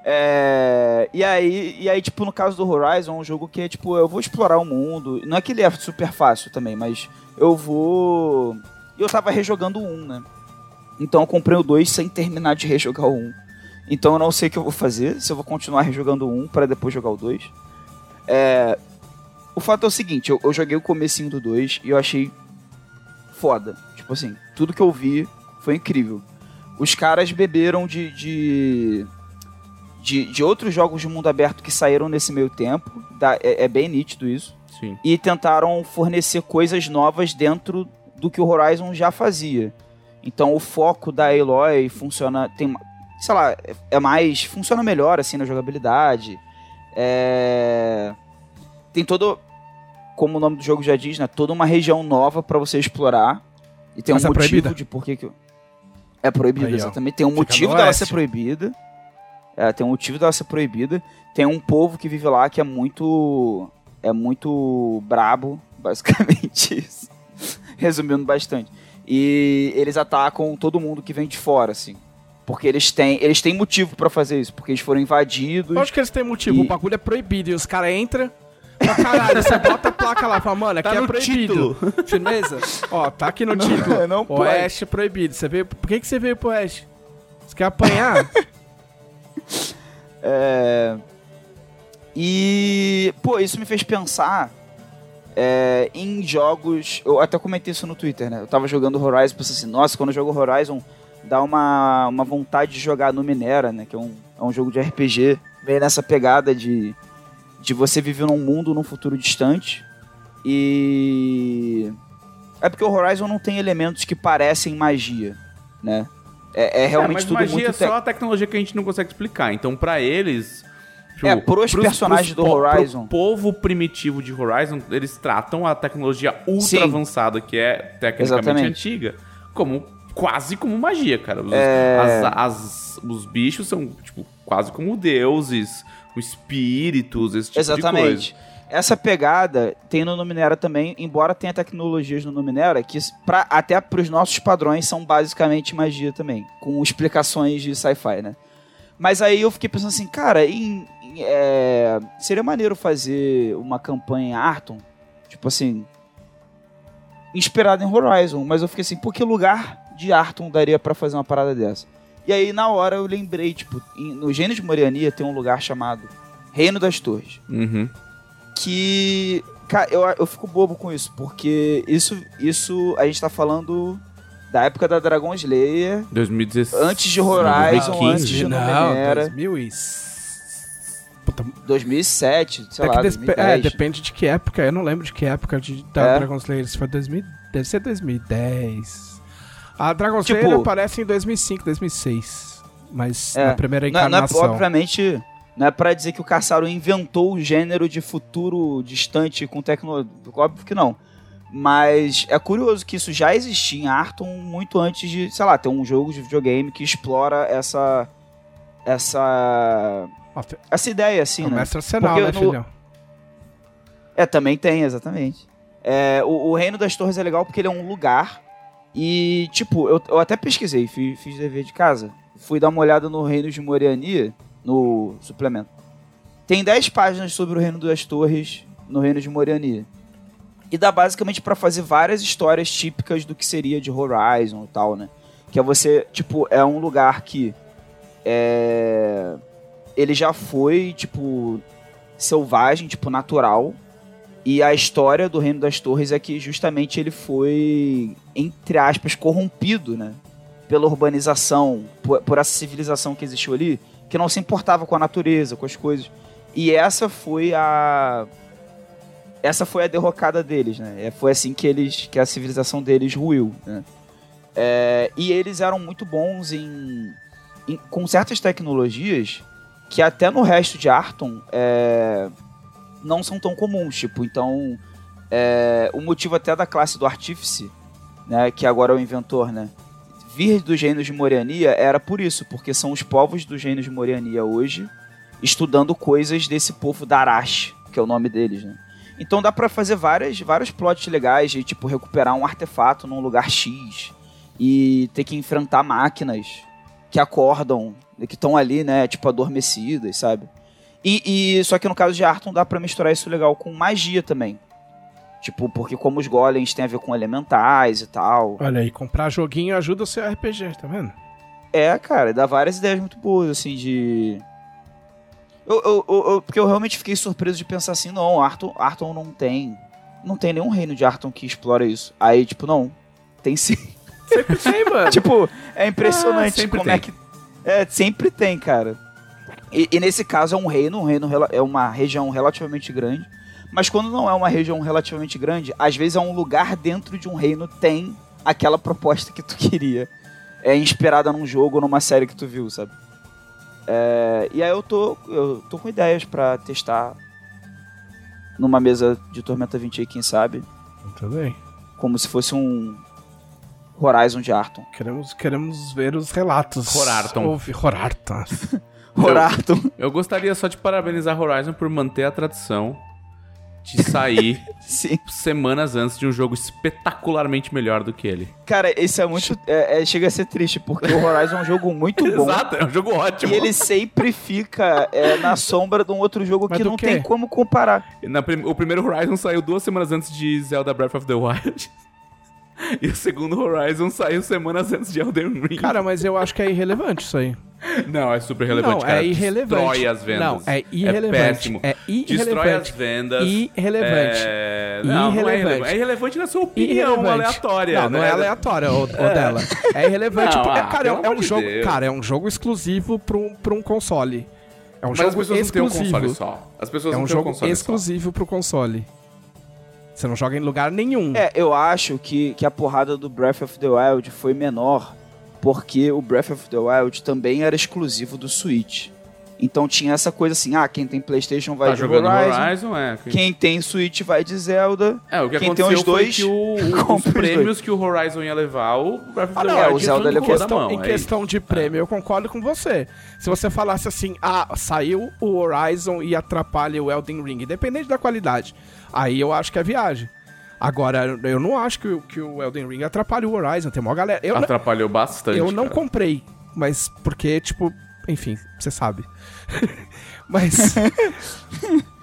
B: É, e aí, e aí tipo no caso do Horizon, é um jogo que é tipo eu vou explorar o mundo. Não é que ele é super fácil também, mas eu vou e eu tava rejogando o 1, né? Então eu comprei o 2 sem terminar de rejogar o 1. Então eu não sei o que eu vou fazer, se eu vou continuar rejogando o 1 para depois jogar o 2. É, o fato é o seguinte, eu, eu joguei o comecinho do 2 e eu achei foda. Tipo assim, tudo que eu vi foi incrível. Os caras beberam de- de de, de outros jogos de mundo aberto que saíram nesse meio tempo. dá- é, é bem nítido isso.
C: Sim.
B: E tentaram fornecer coisas novas dentro do que o Horizon já fazia. Então o foco da Aloy funciona. Tem, ma- sei lá, é- é mais. Funciona melhor assim na jogabilidade. É, tem todo. Como o nome do jogo já diz, né? Toda uma região nova pra você explorar. E tem
A: Mas é
B: um motivo
A: proibida?
B: de por que. que- É proibida,
A: Aí, ó.
B: exatamente. Tem um
A: Fica
B: motivo
A: no
B: dela
A: oeste.
B: ser proibida. É, tem um motivo dela ser proibida. Tem um povo que vive lá que é muito. É muito brabo, basicamente isso. Resumindo bastante. E eles atacam todo mundo que vem de fora, assim. Porque eles têm, eles têm motivo pra fazer isso, porque eles foram invadidos.
A: Lógico que eles têm motivo,
B: E-
A: o bagulho é proibido e os caras entram. Pra caralho, você bota a placa lá e fala, mano, aqui
C: Tá
A: é
C: no
A: proibido. Firmeza? Ó, tá aqui no título.
B: não
A: Oeste é proibido. Você veio... Por que, que você veio pro Oeste? Você quer apanhar?
B: E, pô, isso me fez pensar é, em jogos. Eu até comentei isso no Twitter, né? Eu tava jogando Horizon e pensei assim, nossa, quando eu jogo Horizon, dá uma, uma vontade de jogar no Minera, né? Que é um, é um jogo de RPG. Vem nessa pegada de, de você viver num mundo num futuro distante. E. É porque o Horizon não tem elementos que parecem magia, né? É, é realmente
C: mas
B: tudo
C: magia
B: muito
C: é
B: te-
C: só a tecnologia que a gente não consegue explicar. Então, pra eles. tipo,
B: É, pros personagens do
C: po-
B: Horizon.
C: Pro povo primitivo de Horizon, eles tratam a tecnologia ultra
B: Sim.
C: avançada, que é tecnicamente
B: Exatamente.
C: antiga, como quase como magia, cara. Os,
B: É.
C: as- as- os bichos são, tipo, quase como deuses, os espíritos, esse tipo de coisa.
B: Exatamente. Essa pegada tem no Numenera também, embora tenha tecnologias no Numenera que pra, até para os nossos padrões são basicamente magia também, com explicações de sci-fi, né? Mas aí eu fiquei pensando assim, cara, em- em, é, seria maneiro fazer uma campanha Arton, tipo assim, inspirada em Horizon, mas eu fiquei assim, por que lugar de Arton daria pra fazer uma parada dessa? E aí na hora eu lembrei, tipo, em- no Gênesis de Moriania tem um lugar chamado Reino das Torres
C: Uhum.
B: que cara, eu, eu fico bobo com isso, porque isso isso a gente tá falando da época da Dragon Slayer,
C: 2016.
B: Antes de Horizon, antes
C: 2015.
B: de
A: não,
B: Numenera.
A: 2000 e... s- Puta,
B: 2007, sei
A: é que
B: lá,
A: despe-
B: 2010.
A: É, depende de que época. Eu não lembro de que época de, da
B: É.
A: Dragon Slayer. Se foi 2000, deve ser 2010. A Dragon
B: Tipo-
A: Slayer aparece em 2005, 2006. Mas
B: É.
A: na primeira
B: Não é- não é-
A: encarnação.
B: obviamente, não é pra dizer que o Caçaro inventou o gênero de futuro distante com tecnologia. Óbvio que não. Mas é curioso que isso já existia em Arton muito antes de, sei lá, ter um jogo de videogame que explora essa. Essa.
A: Ó, tem-
B: Essa ideia, assim,
A: é o
B: né?
A: mestre arsenal,
B: Porque
A: né,
B: no-
A: filhão?
B: É, também tem, exatamente. É, o, o Reino das Torres é legal porque ele é um lugar. E, tipo, eu, eu até pesquisei, fi- fiz, dever de casa. Fui dar uma olhada no Reino de Moriania, no suplemento. Tem 10 páginas sobre o Reino das Torres no Reino de Moriania. E dá basicamente pra fazer várias histórias típicas do que seria de Horizon e tal, né? Que é você, tipo, é um lugar que. É, ele já foi, tipo, selvagem, tipo, natural. E a história do Reino das Torres é que justamente ele foi, entre aspas, corrompido, né? Pela urbanização, por, por essa civilização que existiu ali, que não se importava com a natureza, com as coisas. E essa foi a. Essa foi a derrocada deles, né? É, Foi assim que eles. que a civilização deles ruiu, né? É, e eles eram muito bons em, em- com certas tecnologias que até no resto de Arton é, não são tão comuns, tipo, então é, o motivo até da classe do artífice, né, que agora é o inventor, né, vir dos reinos de Moriania era por isso, porque são os povos dos reinos de Moriania hoje estudando coisas desse povo da Arash, que é o nome deles, né. Então dá pra fazer várias, vários plots legais de, tipo, recuperar um artefato num lugar X e ter que enfrentar máquinas que acordam, que estão ali, né, tipo, adormecidas, sabe? E, e- só que no caso de Arton dá pra misturar isso legal com magia também. Tipo, porque como os golems tem a ver com elementais e tal.
A: Olha aí, comprar joguinho ajuda o seu RPG, tá vendo?
B: É, cara, dá várias ideias muito boas, assim, de. Eu, eu- eu- eu- porque eu realmente fiquei surpreso de pensar assim, não, Arton, Arton não tem. Não tem nenhum reino de Arton que explora isso. Aí, tipo, não, tem sim.
A: Sempre tem, mano.
B: tipo, é impressionante
C: Ah, sempre
B: como
C: tem.
B: é que. É, sempre tem, cara. E, e nesse caso é um reino, um reino rela- é uma região relativamente grande. Mas quando não é uma região relativamente grande, às vezes é um lugar dentro de um reino tem aquela proposta que tu queria. É inspirada num jogo ou numa série que tu viu, sabe? É, e aí eu tô, eu tô com ideias pra testar numa mesa de Tormenta 20 aí, quem sabe?
A: Tudo bem.
B: Como se fosse um Horizon de Arton.
A: Queremos, queremos ver os relatos.
C: Horarton.
A: Ouvi- Horarton.
B: Horarton.
C: Eu gostaria só de parabenizar a Horizon por manter a tradição de sair
B: Sim.
C: semanas antes de um jogo espetacularmente melhor do que ele.
B: Cara, isso é muito. é- é- chega a ser triste, porque o Horizon é um jogo muito bom.
C: Exato, é um jogo ótimo.
B: E ele sempre fica é, na sombra de um outro jogo
A: tipo- Mas
B: que
A: do
B: não
A: quê?
B: tem como comparar.
C: Na prim- O primeiro Horizon saiu duas semanas antes de Zelda Breath of the Wild. E o segundo Horizon saiu semanas antes de Elden Ring.
A: Cara, mas eu acho que é irrelevante isso aí.
C: não, é super relevante,
A: não,
C: cara.
A: é irrelevante.
C: Destrói as vendas.
A: Não, é irrelevante.
C: péssimo.
A: É
C: Destrói as
A: irrelevante.
C: vendas.
A: Irrelevante.
C: É... Não, não é
A: Irrelevante.
C: irrelevante. É irrelevante na sua opinião
A: Irrelevante.
C: aleatória.
A: Não,
C: né?
A: não é aleatória, ou, dela. É irrelevante
C: Não,
A: porque,
C: ah,
A: cara, é,
C: pelo
A: é um
C: amor de
A: jogo,
C: Deus.
A: cara, é um jogo exclusivo pra um, pra um console. É um
C: Mas as
A: jogo
C: pessoas
A: exclusivo.
C: não têm um console só. As pessoas
A: É
C: não
A: um
C: têm um
A: jogo
C: console
A: exclusivo pro console. Você não joga em lugar nenhum.
B: É, eu acho que, que a porrada do Breath of the Wild foi menor, porque o Breath of the Wild também era exclusivo do Switch. Então tinha essa coisa assim: ah, quem tem PlayStation
C: só.
B: vai
C: tá
B: de
C: jogando
B: Horizon,
C: Horizon, é.
B: quem tem Switch vai de Zelda.
C: É, o que
B: Quem tem
C: aconteceu
B: os dois,
C: foi que o-
B: compra
C: os
B: os
C: prêmios
B: dois.
C: que o Horizon ia levar, o Breath of
A: Ah,
C: the
A: não,
C: Wild
B: é, o
C: ia
B: Zelda,
C: tudo
B: ele é
C: com
A: Em
C: a
A: questão,
C: mão,
A: em
C: é isso.
A: questão de prêmio, eu concordo com você. Se você falasse assim, ah, saiu o Horizon e atrapalha o Elden Ring, independente da qualidade, aí eu acho que é viagem. Agora, eu não acho que, o- que o Elden Ring atrapalha o Horizon, tem mó galera. Eu, não-
C: Atrapalhou bastante.
A: eu não
C: cara.
A: comprei, mas porque, tipo, enfim, você sabe. mas.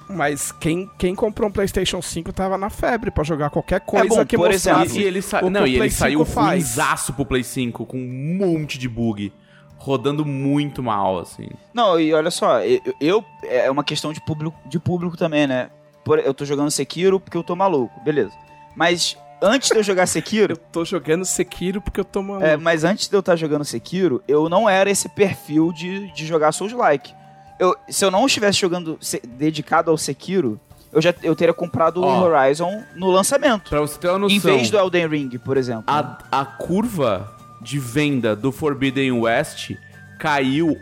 A: Mas quem, quem comprou um PlayStation 5 tava na febre pra jogar qualquer coisa
C: É
B: bom,
A: que
B: por
A: mostrava
B: exemplo,
C: E ele, sa...
A: o que
C: não,
A: o
C: e
A: Play
C: ele
A: 5
C: saiu
A: faz.
C: ruimzaço pro Play 5, com um monte de bug, rodando muito mal, assim.
B: Não, e olha só, eu, eu- é uma questão de público, de público também, né? Por- eu tô jogando Sekiro porque eu tô maluco, beleza. Mas antes de eu jogar
A: Eu
B: Sekiro,
A: tô jogando Sekiro porque eu tô maluco.
B: é, mas antes de eu estar jogando Sekiro, eu não era esse perfil de, de jogar Souls like. Eu, se eu não estivesse jogando se- dedicado ao Sekiro, eu já eu teria comprado
C: Ó.
B: o Horizon no lançamento,
C: Pra você ter uma noção, Ah.
B: em vez do Elden Ring, por exemplo.
C: a, a curva de venda do Forbidden West caiu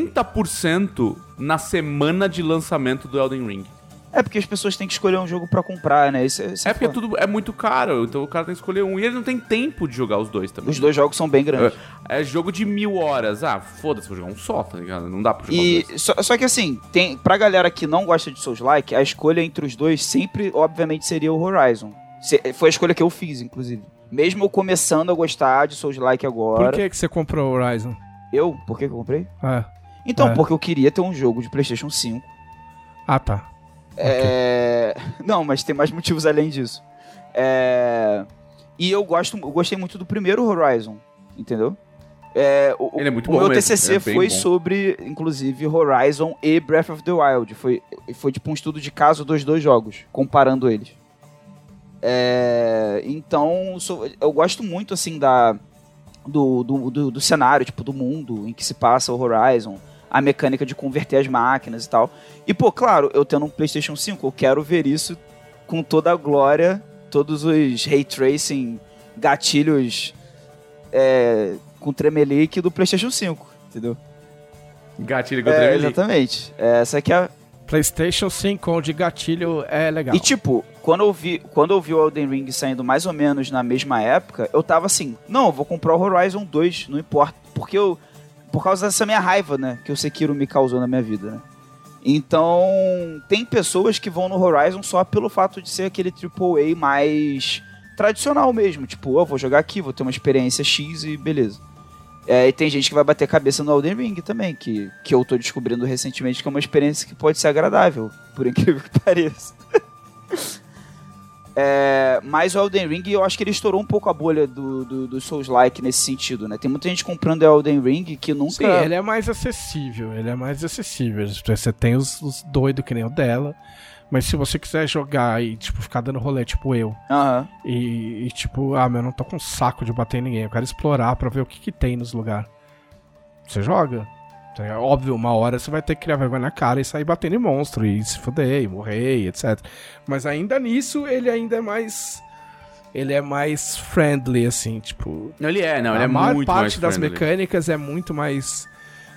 C: 80% na semana de lançamento do Elden Ring.
B: É porque as pessoas têm que escolher um jogo pra comprar, né? Isso, isso
C: É porque
B: foda.
C: tudo é muito caro, então o cara tem que escolher um. E ele não tem tempo de jogar os dois também.
B: Os dois jogos são bem grandes.
C: É jogo de mil horas. Ah, foda-se, vou jogar um só, tá ligado? Não dá pra jogar os
B: E
C: dois.
B: só, só que assim, tem pra galera que não gosta de Souls Like, a escolha entre os dois sempre, obviamente, seria o Horizon. Se- foi a escolha que eu fiz, inclusive. Mesmo eu começando a gostar de Souls Like
A: Por
B: agora.
A: que, que você comprou o Horizon?
B: Eu? Por que, que eu comprei?
A: Ah,
B: Então,
A: É.
B: porque eu queria ter um jogo de PlayStation 5.
A: ah, tá.
B: É, Não, mas tem mais motivos além disso. É, E eu gosto, eu gostei muito do primeiro Horizon, entendeu? É, o,
C: Ele é muito
B: o
C: bom
B: meu
C: mesmo,
B: TCC
C: é bem
B: foi
C: bom.
B: sobre, inclusive, Horizon e Breath of the Wild. Foi, foi tipo um estudo de caso dos dois jogos, comparando eles. É, então, sou- eu gosto muito, assim, da, do, do, do, do cenário, tipo, do mundo em que se passa o Horizon. A mecânica de converter as máquinas e tal. E, pô, claro, eu tendo um PlayStation 5, eu quero ver isso com toda a glória, todos os ray tracing, gatilhos é, com tremelique do PlayStation 5, entendeu?
C: Gatilho que eu
B: É,
C: tremei.
B: exatamente. É, essa aqui é a.
A: PlayStation 5, onde gatilho é legal.
B: E tipo, quando eu vi, quando eu vi o Elden Ring saindo mais ou menos na mesma época, eu tava assim, não, eu vou comprar o Horizon 2, não importa, porque eu por causa dessa minha raiva, né, que o Sekiro me causou na minha vida, né? Então, tem pessoas que vão no Horizon só pelo fato de ser aquele AAA mais tradicional mesmo, tipo, eu vou jogar aqui, vou ter uma experiência X e beleza. É, e tem gente que vai bater cabeça no Elden Ring também, que, que eu tô descobrindo recentemente que é uma experiência que pode ser agradável, por incrível que pareça. É, mas o Elden Ring, eu acho que ele estourou um pouco a bolha do, do, do Souls-like nesse sentido, né? Tem muita gente comprando Elden Ring que nunca...
A: Sim, ele é mais acessível, ele é mais acessível. Você tem os, os doidos que nem o dela, mas se você quiser jogar e, tipo, ficar dando rolê, tipo eu,
B: Aham.
A: e, e, tipo, ah, meu, eu não tô com saco de bater em ninguém, eu quero explorar pra ver o que que tem nos lugares. Você joga. É óbvio, uma hora você vai ter que criar vergonha na cara e sair batendo em monstro, e se fuder, e morrer, e etc. Mas ainda nisso, ele ainda é mais... Ele é mais friendly, assim, tipo...
C: Ele é, não, ele
A: a
C: é
A: maior
C: muito mais
A: parte das
C: friendly.
A: mecânicas é muito mais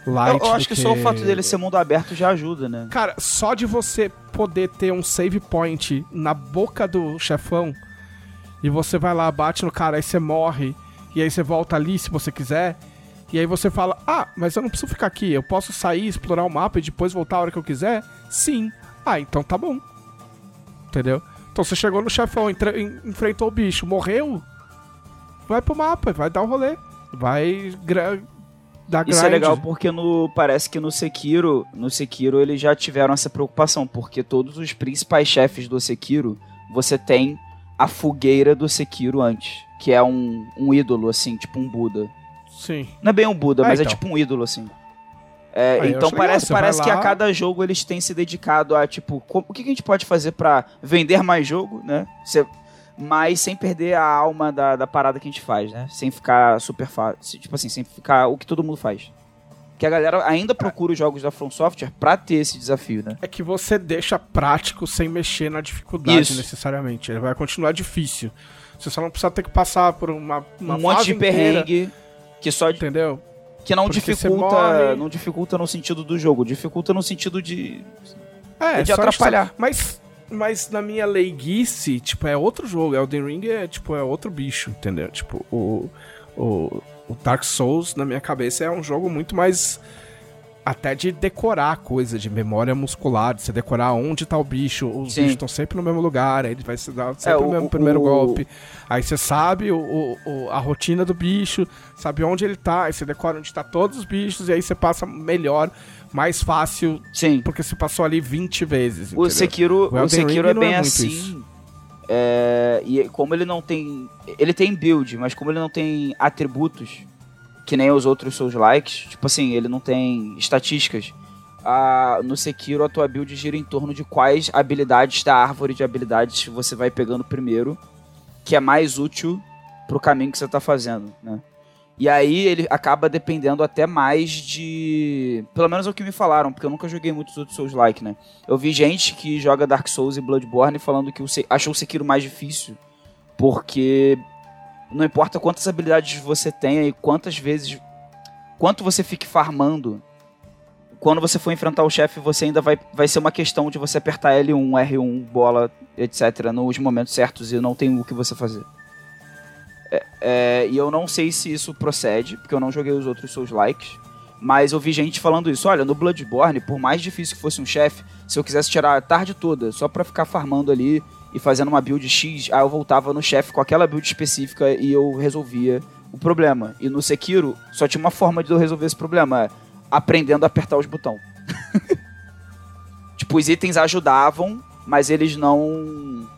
A: light
B: Eu, eu acho
A: do
B: que só o fato dele ser mundo aberto já ajuda, né?
A: Cara, só de você poder ter um save point na boca do chefão e você vai lá, bate no cara, aí você morre, e aí você volta ali se você quiser. E aí você fala: Ah, mas eu não preciso ficar aqui, eu posso sair, explorar o mapa e depois voltar a hora que eu quiser? Sim. Ah, então tá bom. Entendeu? Então você chegou no chefão, entra- en- enfrentou o bicho, morreu, vai pro mapa, vai dar um rolê. Vai gra dar
B: Isso é
A: grind.
B: legal porque no, parece que no Sekiro, no Sekiro eles já tiveram essa preocupação, porque todos os principais chefes do Sekiro, você tem a fogueira do Sekiro antes, que é um, um ídolo, assim, tipo um Buda.
A: Sim.
B: Não é bem um Buda,
A: Ah,
B: mas é
A: então.
B: tipo um ídolo, assim. É,
A: Ah, eu
B: então
A: acho legal,
B: parece,
A: você vai
B: parece que a
A: lá-
B: cada jogo eles têm se dedicado a, tipo, como- o que que a gente pode fazer pra vender mais jogo, né? Você- mas sem perder a alma da, da parada que a gente faz, né? Sem ficar super fácil. Tipo assim, sem ficar o que todo mundo faz. Que a galera ainda procura os jogos da From Software pra ter esse desafio, né?
A: É que você deixa prático sem mexer na dificuldade
B: Isso.
A: necessariamente. Ele vai continuar difícil. Você só não precisa ter que passar por uma, uma
B: um monte
A: fase
B: de
A: inteira,
B: perrengue que só
A: entendeu?
B: que não
A: porque você
B: dificulta,
A: morre.
B: não dificulta no sentido do jogo, dificulta no sentido de
A: É,
B: de
A: só-
B: atrapalhar.
A: Mas, mas na minha leiguice, tipo, é outro jogo. Elden Ring é, tipo, é outro bicho, entendeu? Tipo, o, o, o Dark Souls, na minha cabeça, é um jogo muito mais... Até de decorar coisa, de memória muscular, de você decorar onde tá o bicho. Os
B: Sim. É,
A: bichos estão sempre no mesmo lugar, aí ele vai se dar sempre
B: o-
A: o mesmo
B: o-
A: primeiro
B: o-
A: golpe. Aí você sabe o, o- o- a rotina do bicho, sabe onde ele tá, aí você decora onde tá todos os bichos, e aí você passa melhor, mais fácil
B: sim,
A: porque você passou ali 20 vezes.
B: O
A: entendeu?
B: Sekiro,
A: O Elden
B: o Sekiro
A: Ring
B: é
A: não é
B: bem
A: muito
B: assim.
A: isso.
B: É, e como ele não tem. Ele tem build, mas como ele não tem atributos, que nem os outros seus likes, tipo assim, ele não tem estatísticas. a- no Sekiro, a tua build gira em torno de quais habilidades da árvore de habilidades você vai pegando primeiro, que é mais útil pro caminho que você tá fazendo, né? E aí ele acaba dependendo até mais de. Pelo menos é o que me falaram, porque eu nunca joguei muitos outros Souls like, né? Eu vi gente que joga Dark Souls e Bloodborne falando que o Se- achou o Sekiro mais difícil, porque não importa quantas habilidades você tenha e quantas vezes. quanto você fique farmando, quando você for enfrentar o chefe, você ainda vai, vai ser uma questão de você apertar L1, R1, bola, etc., nos momentos certos e não tem o que você fazer. É, e eu não sei se isso procede, porque eu não joguei os outros seus likes. Mas eu vi gente falando isso. Olha, no Bloodborne, por mais difícil que fosse um chefe, se eu quisesse tirar a tarde toda só pra ficar farmando ali e fazendo uma build X, aí eu voltava no chefe com aquela build específica e eu resolvia o problema. E no Sekiro, só tinha uma forma de eu resolver esse problema: é aprendendo a apertar os botões. tipo, os itens ajudavam, mas eles não.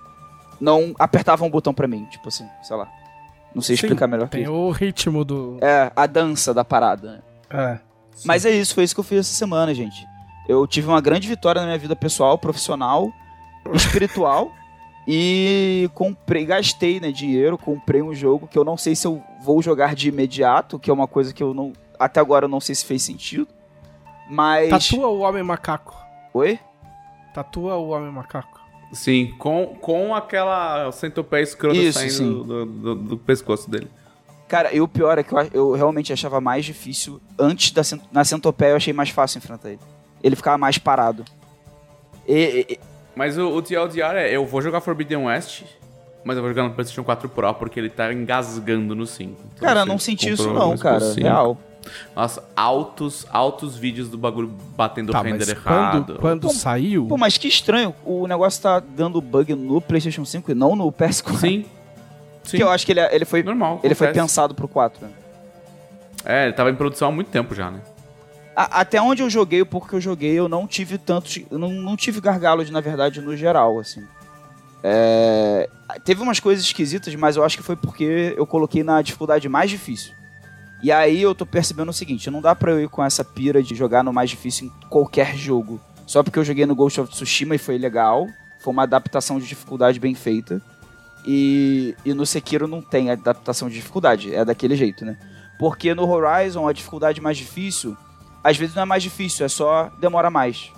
B: Não apertavam o botão pra mim. Tipo assim, sei lá. Não sei
A: Sim,
B: explicar melhor que
A: Tem o ritmo do.
B: é, a dança da parada. né?
A: É.
B: Mas é isso, foi isso que eu fiz essa semana, gente. Eu tive uma grande vitória na minha vida pessoal, profissional, espiritual. e comprei, gastei né, dinheiro, comprei um jogo que eu não sei se eu vou jogar de imediato, que é uma coisa que eu não. Até agora eu não sei se fez sentido. Mas.
C: Tá
A: Tatua o Homem Macaco.
B: Oi?
A: Tatua o Homem Macaco.
C: Sim, com, com aquela centopeia escrota
B: Isso,
C: saindo
B: sim.
C: do, do- do pescoço dele.
B: Cara, e o pior é que eu, a- eu realmente achava mais difícil. Antes da cent- na centopeia eu achei mais fácil enfrentar ele. Ele ficava mais parado. E- e-
C: Mas o, o TLDR é, eu vou jogar Forbidden West, mas eu vou jogar no PlayStation 4 Pro porque ele tá engasgando no 5. Então,
B: cara,
C: você
B: não senti
C: comprou
B: isso
C: mesmo
B: não,
C: pro
B: cara. É
C: 5.
B: Real.
C: Nossa, altos, altos vídeos do bagulho batendo
A: Tá,
C: render
A: mas
C: errado.
A: quando, quando
B: Pô,
A: saiu.
B: Pô, mas que estranho. O negócio tá dando bug no PlayStation 5 e não no
C: Sim.
B: PS4.
C: Sim.
B: Porque eu acho que ele, é, ele foi,
C: Normal.
B: ele foi
C: acontece.
B: pensado pro 4.
C: É, ele tava em produção há muito tempo já, né?
B: A- até onde eu joguei, o pouco que eu joguei, eu não tive tantos. eu Não, não tive gargalos, na verdade, no geral, assim. É, teve umas coisas esquisitas, mas eu acho que foi porque eu coloquei na dificuldade mais difícil. E aí eu tô percebendo o seguinte: não dá pra eu ir com essa pira de jogar no mais difícil em qualquer jogo. Só porque eu joguei no Ghost of Tsushima e foi legal. Foi uma adaptação de dificuldade bem feita. E, e no Sekiro não tem adaptação de dificuldade, é daquele jeito, né? Porque no Horizon a dificuldade mais difícil às vezes não é mais difícil, é só demora mais.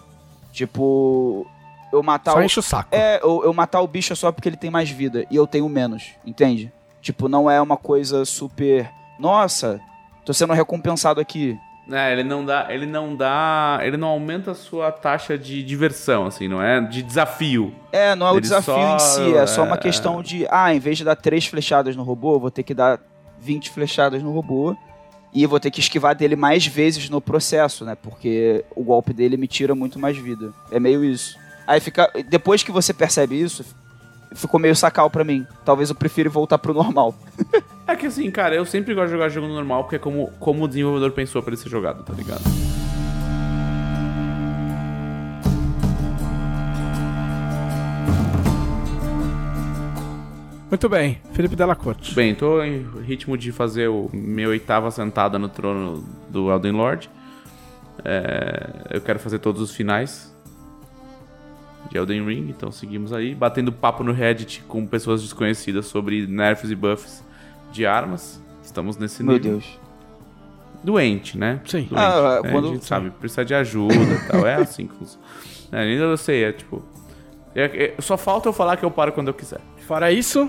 B: Tipo, eu matar
A: Só
B: o.
A: enche o saco.
B: É, eu, eu matar o bicho é só porque ele tem mais vida e eu tenho menos, entende? Tipo, não é uma coisa super. Nossa, tô sendo recompensado aqui.
C: É, ele não dá, ele não dá, ele não aumenta a sua taxa de diversão, assim, não é? De desafio.
B: É, não é o
C: Ele
B: desafio
C: só-
B: em si, é só uma
C: é.
B: questão de. Ah, em vez de dar três flechadas no robô, eu vou ter que dar 20 flechadas no robô. E eu vou ter que esquivar dele mais vezes no processo, né? Porque o golpe dele me tira muito mais vida. É meio isso. Aí fica. Depois que você percebe isso, ficou meio sacal pra mim. Talvez eu prefira voltar pro normal.
C: É que assim, cara, eu sempre gosto de jogar jogo normal porque é como, como o desenvolvedor pensou pra ele ser jogado, tá ligado?
A: Muito bem, Felipe Della Corte.
C: Bem, tô em ritmo de fazer o meu oitava sentada no trono do Elden Lord. É, eu quero fazer todos os finais de Elden Ring, então seguimos aí. Batendo papo no Reddit com pessoas desconhecidas sobre nerfs e buffs de armas. Estamos nesse
B: Meu
C: nível.
B: Deus.
C: Doente, né?
A: Sim.
C: Doente,
B: Ah,
C: né?
B: quando-
C: A gente sabe, precisa de ajuda e tal. É assim que funciona. É, ainda eu sei, é tipo... é- é- só falta eu falar que eu paro quando eu quiser.
A: Fora isso,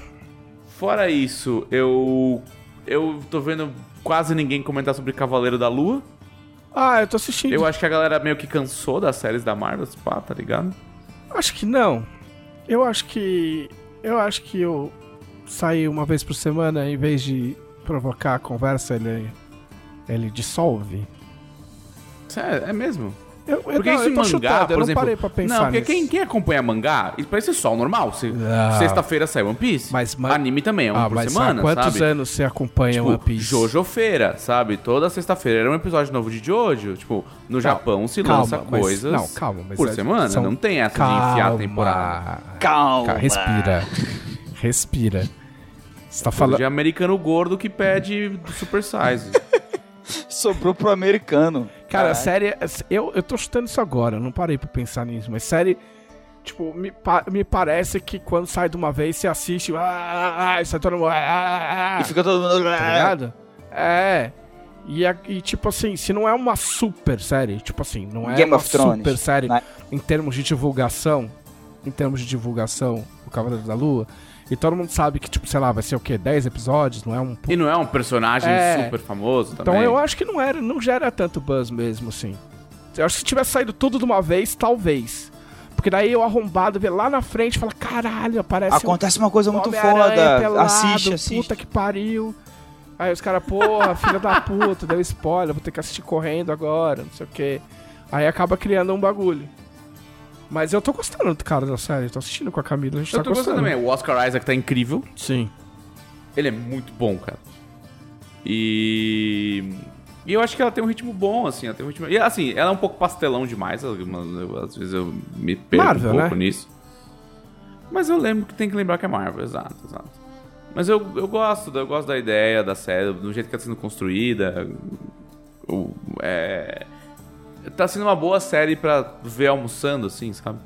C: Fora isso, eu. Eu tô vendo quase ninguém comentar sobre Cavaleiro da Lua.
A: ah, eu tô assistindo.
C: Eu acho que a galera meio que cansou das séries da Marvel, se pá, tá ligado?
A: Acho que não. Eu acho que. Eu acho que eu sair uma vez por semana, em vez de provocar a conversa, ele, ele dissolve.
C: Isso É, é mesmo.
A: Eu, eu,
C: Porque
A: não,
C: isso
A: eu
C: em
A: tô
C: mangá,
A: chutado,
C: por
A: eu não
C: exemplo.
A: parei pra pensar
C: não, porque
A: nisso.
C: Quem, quem acompanha mangá, isso parece só o normal. Se-
A: Não.
C: Sexta-feira sai One Piece.
A: Mas man-
C: Anime também, é um
A: ah,
C: por
A: mas
C: semana,
A: há quantos
C: sabe?
A: anos você acompanha
C: Tipo,
A: One Piece?
C: Jojo Feira, sabe? Toda sexta-feira era um episódio novo de Jojo. Tipo, no Japão se
A: calma,
C: lança
A: mas-
C: coisas
A: não, calma, mas
C: por
A: é-
C: semana.
A: são-
C: Não tem essa de enfiar a
A: Calma.
C: temporada.
B: Calma.
A: Ca- Respira. Respira. Você tá falando.
C: De é americano gordo que pede super size.
B: Sobrou pro americano.
C: é
A: Cara,
B: Caralho.
A: série. é, Eu, eu tô chutando isso agora, eu não parei pra pensar nisso, mas série. Tipo, me, pa- me parece que quando sai de uma vez, você assiste. Ah, ah, ah, e sai todo mundo. ah, ah, ah,
B: E fica todo mundo.
A: Tá ligado? É. E, a- e, tipo assim, se não é uma super série, tipo assim, não é
B: Game
A: uma
B: of Thrones. né?
A: super série
B: Na-
A: em termos de divulgação. Em termos de divulgação, o Cavaleiro da Lua. E todo mundo sabe que, tipo, sei lá, vai ser o quê? 10 episódios? Não é um.
C: E não é um personagem
A: É.
C: super famoso também.
A: Então eu acho que não era, não gera tanto buzz mesmo, assim. Eu acho que se tivesse saído tudo de uma vez, talvez. Porque daí o arrombado vê lá na frente e fala, caralho, aparece um
B: "Ah, Acontece uma coisa muito
A: Homem-Aranha
B: foda.
A: pelado,
B: Assiste, assiste.
A: Puta que pariu. Aí os caras, porra, filha da puta, deu spoiler, vou ter que assistir correndo agora, não sei o quê. Aí acaba criando um bagulho. Mas eu tô gostando do cara da série, tô assistindo com a Camila, a gente
C: Eu
A: tá
C: tô gostando também. O Oscar Isaac tá incrível.
A: Sim.
C: Ele é muito bom, cara. E. E eu acho que ela tem um ritmo bom, assim. Ela tem um ritmo... E assim, ela é um pouco pastelão demais. algumas- eu- Às vezes eu me perco
A: Marvel,
C: um pouco
A: né?
C: nisso. Mas eu lembro que tem que lembrar que é Marvel, exato, exato. Mas eu, eu gosto, eu gosto da ideia da série, do jeito que tá sendo construída. O- é- Tá sendo uma boa série pra ver almoçando, assim, sabe?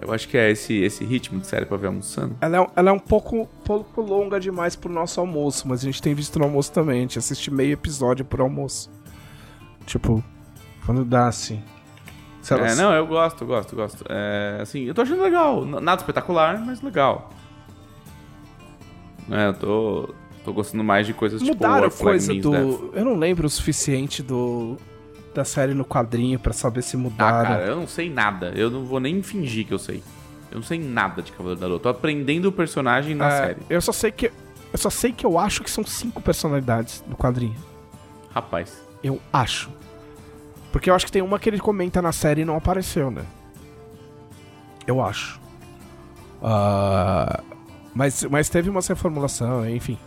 C: Eu acho que é esse, esse ritmo de série pra ver almoçando.
A: Ela é, ela é um pouco, pouco longa demais pro nosso almoço, mas a gente tem visto no almoço também, a gente assiste meio episódio por almoço. Tipo, quando dá assim. Sei lá,
C: É, não, eu gosto, eu gosto, eu gosto. É, assim, eu tô achando legal. N- Nada espetacular, mas legal. É, eu tô, tô gostando mais de coisas tipo
A: mudaram
C: Warframe
A: coisa
C: Means
A: do.
C: Death.
A: Eu não lembro o suficiente do. da série no quadrinho pra saber se
C: Ah,
A: mudaram.
C: cara, eu não sei nada. Eu não vou nem fingir que eu sei. Eu não sei nada de Cavaleiro da Lua. Tô aprendendo o personagem na
A: É,
C: série.
A: Eu só sei que eu só sei que eu acho que são cinco personalidades no quadrinho.
C: Rapaz.
A: Eu acho. Porque eu acho que tem uma que ele comenta na série e não apareceu, né? Eu acho. Ah, mas, mas teve uma reformulação, enfim.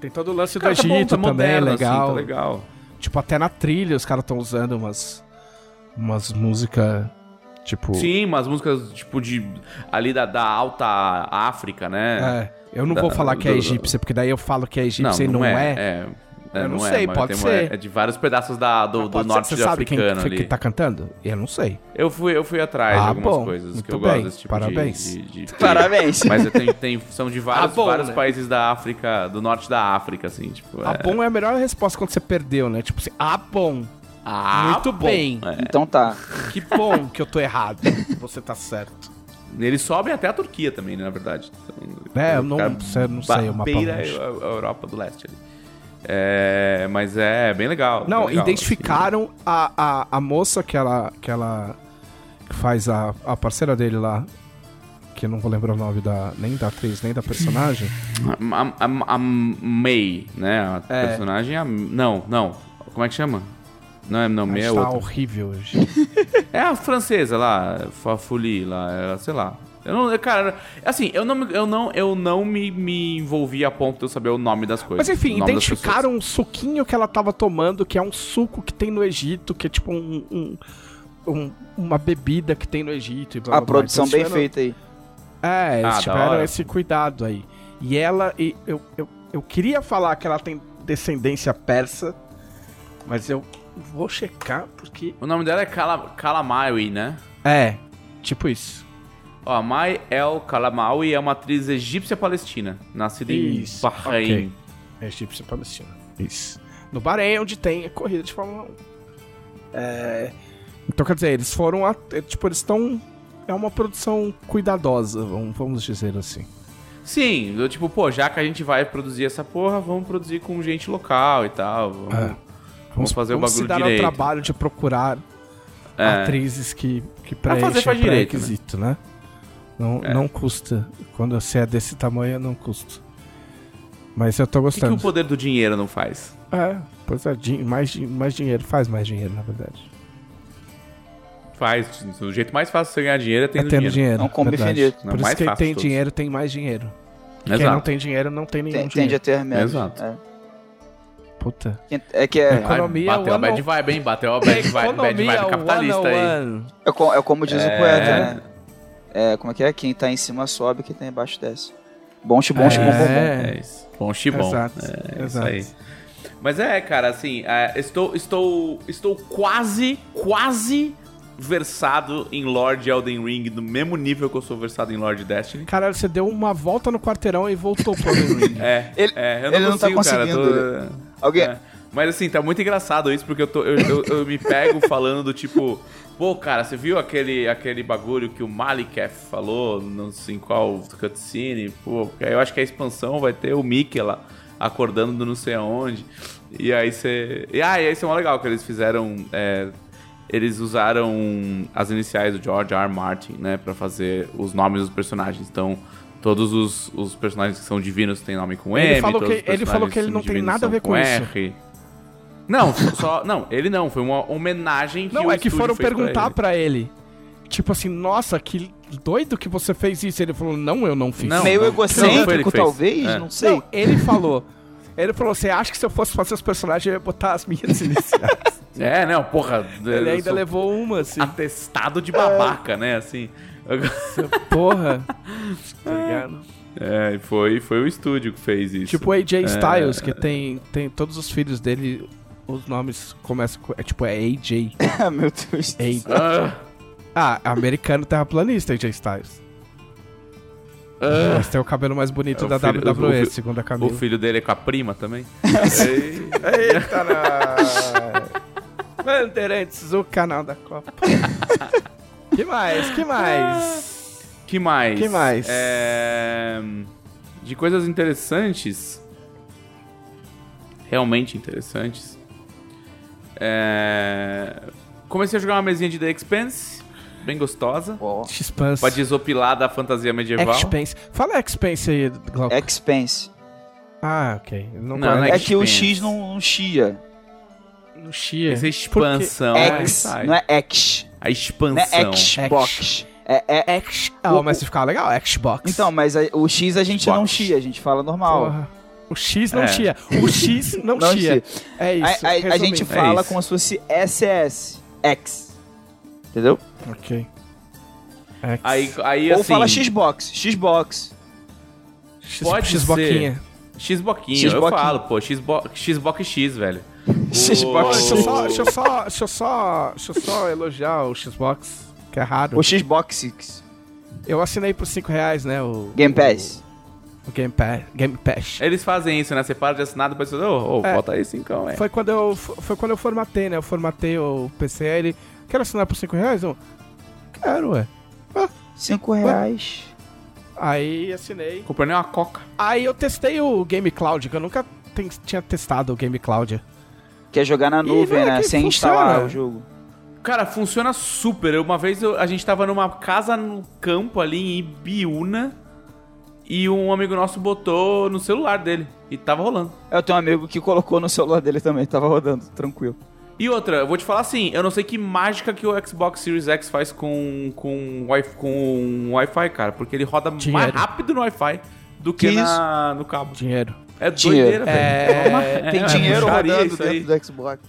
A: Tem todo o lance do
C: Cara, tá bom,
A: Egito
C: tá
A: também, é
C: moderno, assim,
A: legal.
C: tá legal.
A: Tipo, até na trilha os caras estão usando umas, umas músicas, tipo...
C: Sim, umas músicas, tipo, de. Ali da, da alta África, né?
A: É, eu não
C: Da-
A: vou falar que é
C: do-
A: egípcia, porque daí eu falo que é egípcia e não é.
C: É,
A: Eu não sei,
C: mas
A: pode
C: tem
A: ser.
C: É de vários pedaços da, do, do
A: Pode ser-
C: norte
A: você sabe quem
C: africano
A: que,
C: ali.
A: que tá cantando? Eu não sei.
C: Eu fui, eu fui atrás
A: Ah,
C: de algumas
A: bom,
C: coisas
A: muito
C: que eu
A: bem,
C: gosto desse tipo de-
A: parabéns.
C: de, de- de-
B: Parabéns.
C: Mas eu tenho- tem- são de vários,
A: Ah, bom,
C: vários
A: né?
C: países da África, do norte da África, assim, tipo.
A: Ah, bom é a melhor resposta quando você perdeu, né? Tipo assim, ah, bom.
C: Ah,
A: muito bem.
C: É.
B: Então tá.
A: Que bom que eu tô errado. Você tá certo.
C: Eles sobem até a Turquia também, né, na verdade. Então,
A: É, eu não-
C: cara
A: sei- não sei o mapa
C: beira
A: longe.
C: a a Europa do Leste ali. É, mas é bem legal.
A: Não,
C: bem legal,
A: identificaram a, a, a moça que ela, que ela que faz a, a parceira dele lá. Que eu não vou lembrar o nome da, nem da atriz, nem da personagem.
C: assim. A, a- a- a May, né? A
A: É.
C: personagem é a... Não, não. Como é que chama? Não, é- não
A: A
C: May é
A: gente tá
C: outra.
A: horrível hoje.
C: É a francesa lá, Fafuli lá, ela- sei lá. Eu não, eu, cara, assim, eu não, me- eu não, eu não me, me envolvi a ponto de eu saber o nome das coisas.
A: Mas enfim,
C: o nome das
A: identificaram um suquinho que ela tava tomando, que é um suco que tem no Egito, que é tipo um. um- um- uma bebida que tem no Egito. E blá,
B: A
A: blá, blá.
B: produção
A: Então,
B: bem
A: tiveram-
B: feita aí.
A: É, eles
C: Ah, da
A: tiveram
C: hora.
A: esse cuidado aí. E ela. E eu, eu, eu queria falar que ela tem descendência persa, mas eu vou checar porque.
C: pessoas. O nome dela é Kala, Kalamaui, né?
A: É, tipo isso.
C: Ó, a Mai El Kalamaui é uma atriz egípcia palestina, nascida
A: Isso,
C: em Bahrein.
A: ok. É egípcia palestina. Isso. No Bahrein, onde tem a corrida de Fórmula 1. É, Então, quer dizer, eles foram. A... é, Tipo, eles estão. É uma produção cuidadosa, vamos vamos dizer assim.
C: Sim, eu tipo, pô, já que a gente vai produzir essa porra, vamos produzir com gente local e tal. Vamos,
A: É.
C: vamos fazer o
A: vamos
C: bagulho
A: se dar ao
C: direito.
A: trabalho de procurar
C: É.
A: atrizes que, que preenchem
C: fazer faz
A: o
C: direito, É.
A: pré-requisito, né? Não, não custa. Quando você é desse tamanho, não custa. Mas eu tô
C: O que, que
A: gostando.
C: o poder do dinheiro não faz?
A: É, pois é, din- mais, din- mais dinheiro, faz mais dinheiro, na verdade.
C: Faz. O jeito mais fácil de você ganhar dinheiro é
A: É tendo
C: tendo, dinheiro.
A: dinheiro.
B: É um combo
A: verdade.
B: infinito.
C: Não,
A: Por isso
C: mais
A: que quem
C: fácil
A: tem
C: de todos.
A: dinheiro tem mais dinheiro. E Quem
C: Exato.
A: não tem dinheiro não tem nenhum
B: Tem- Tende a
A: dinheiro.
B: ter menos.
C: Exato.
B: É.
A: Puta.
B: Quem- É que
A: É
B: é,
A: Economia
C: bateu a bad
A: one
C: vibe, hein? Bateu a bad vibe, bad
A: é um
C: vibe capitalista aí.
B: é co- é como diz o
C: É.
B: poeta, né? É, como é que é? Quem tá em cima sobe, quem tá embaixo desce. Bom, chi, bom, chi, bom, bom, bom.
A: É.
C: É isso. Bom, chibom.
A: Exato,
C: É
A: exato.
C: isso aí. Mas é, cara, assim, é, estou, estou, estou quase, quase versado em Lord Elden Ring do mesmo nível que eu sou versado em Lord Destiny.
A: Caralho, você deu uma volta no quarteirão e voltou pro Elden Ring.
C: É,
B: Ele-
C: é, eu
B: ele
C: não
B: não tá
C: consigo, cara. eu
B: conseguindo,
C: tô-
B: Alguém,
C: É. Mas assim, tá muito engraçado isso, porque eu, tô- eu, eu- eu me pego falando do tipo. Pô, cara, você viu aquele, aquele bagulho que o Malikef falou, não sei em qual cutscene? Pô, porque aí eu acho que a expansão vai ter o Mickey lá acordando do não sei aonde. E aí você. E ah, e aí isso é mó legal que eles fizeram. é, eles usaram as iniciais do George R. R. Martin, né, pra fazer os nomes dos personagens. Então, todos os, os personagens que são divinos têm nome com
A: Ele
C: M.
A: falou
C: todos
A: que-
C: os
A: ele falou
C: personagens
A: que ele não tem
C: divinos
A: nada a
C: são
A: ver com isso.
C: R. Não, só. Não, ele não. Foi uma homenagem que
A: Não,
C: o
A: é que
C: estúdio
A: foram
C: fez
A: perguntar
C: pra
A: pra ele. Tipo assim, nossa, que doido que você fez isso. Ele falou, não, eu não fiz.
C: Não,
B: meio
C: não foi ele que
B: egocêntrico,
C: fez.
B: talvez,
C: É.
B: não sei.
A: Não, ele falou. Ele falou, você acha que se eu fosse fazer os personagens, eu ia botar as minhas iniciais?
C: ele. É, não, porra.
A: ele
C: eu
A: ainda
C: sou
A: levou uma, assim. É.
C: Atestado de babaca, né? Assim.
A: Porra. tá ligado?
C: É, e foi, foi o estúdio que fez isso.
A: Tipo o AJ Styles,
C: é.
A: que tem, tem todos os filhos dele, os nomes começam com. É tipo, é AJ.
B: Ah, meu Deus. do
A: Ei.
B: céu.
C: Ah,
A: Ah, americano terraplanista, AJ Styles.
C: ah.
A: Mas tem o cabelo mais bonito
C: É, o
A: da
C: filho-
A: WWE,
C: o fi-
A: segundo a
C: O
A: Camila.
C: filho dele é com a prima também? Ei.
A: Eita, Bandeirantes, o canal da Copa. que mais? Que mais?
C: Que mais?
A: Que mais?
C: É, De coisas interessantes. Realmente interessantes. É, Comecei a jogar uma mesinha de The Expanse, bem gostosa.
B: Ó.
A: Expanse.
C: Pra desopilar da fantasia medieval.
A: Expense. Fala Expense aí, Glauco.
B: Expense.
A: Ah, ok. Não,
C: Não,
A: não
C: não
A: é
C: é
B: É que o
C: Expense.
B: X não, não chia.
A: no Xia.
C: Essa expansão. aí
B: X,
C: sai.
B: não é X.
C: A
B: Não
C: expansão.
B: é Xbox. É, é...
A: X... Ah,
B: O-
A: mas ficava legal, Xbox.
B: Então, mas a- o X a gente
C: Xbox.
B: não chia, a gente fala normal.
A: Porra. O X não
C: É.
A: chia. O X não,
B: Não
A: chia. É
B: A-
A: isso.
B: a, a
A: resumindo.
B: gente fala
C: isso.
B: como se fosse SS. X. Entendeu?
A: Ok. X-
C: Aí, aí
B: Ou
C: assim,
B: fala Xbox. Xbox.
A: X,
C: pode
A: X boquinha.
C: Xboquinho, eu
B: Xboquinho.
C: falo, pô. Xbo- Xbox X, velho.
A: Ó,
B: Xbox
A: Deixa
B: X.
A: eu só, deixa eu só, deixa eu só, deixa eu só elogiar o Xbox, que é raro.
B: O Xbox Six.
A: Eu assinei por 5 reais, né? O,
B: Game Pass.
A: O, o Game Pass. Game Pass.
C: Eles fazem isso, né? Você para de assinar, depois você... Ô, ô,
A: É.
C: bota aí cincão, é.
A: Foi quando eu foi quando eu formatei, né? Eu formatei o PC aí ele. Quero assinar por 5 reais? Eu, quero, ué.
B: Cinco reais.
A: Aí assinei.
C: Comprei nem uma coca.
A: Aí eu testei o Game Cloud, que eu nunca ten- tinha testado o Game Cloud.
B: Quer jogar na nuvem,
A: velho,
B: né?
A: que
B: Sem
A: funciona.
B: instalar o jogo.
C: Cara, funciona super. Eu- uma vez eu- a gente tava numa casa no campo ali em Ibiúna e um amigo nosso botou no celular dele e tava rolando.
B: Eu tenho um amigo que colocou no celular dele também, tava rodando, tranquilo.
C: E outra, eu vou te falar assim, eu não sei que mágica que o Xbox Series X faz com com wi- com Wi-Fi, cara, porque ele roda mais
A: Dinheiro.
C: rápido no Wi-Fi do que,
B: Que
C: na- no cabo.
A: Dinheiro.
C: É doideira,
B: Dinheiro.
C: velho. É,
B: Tem
C: é
B: dinheiro
C: bruxaria
B: rodando
C: isso aí.
B: dentro do Xbox.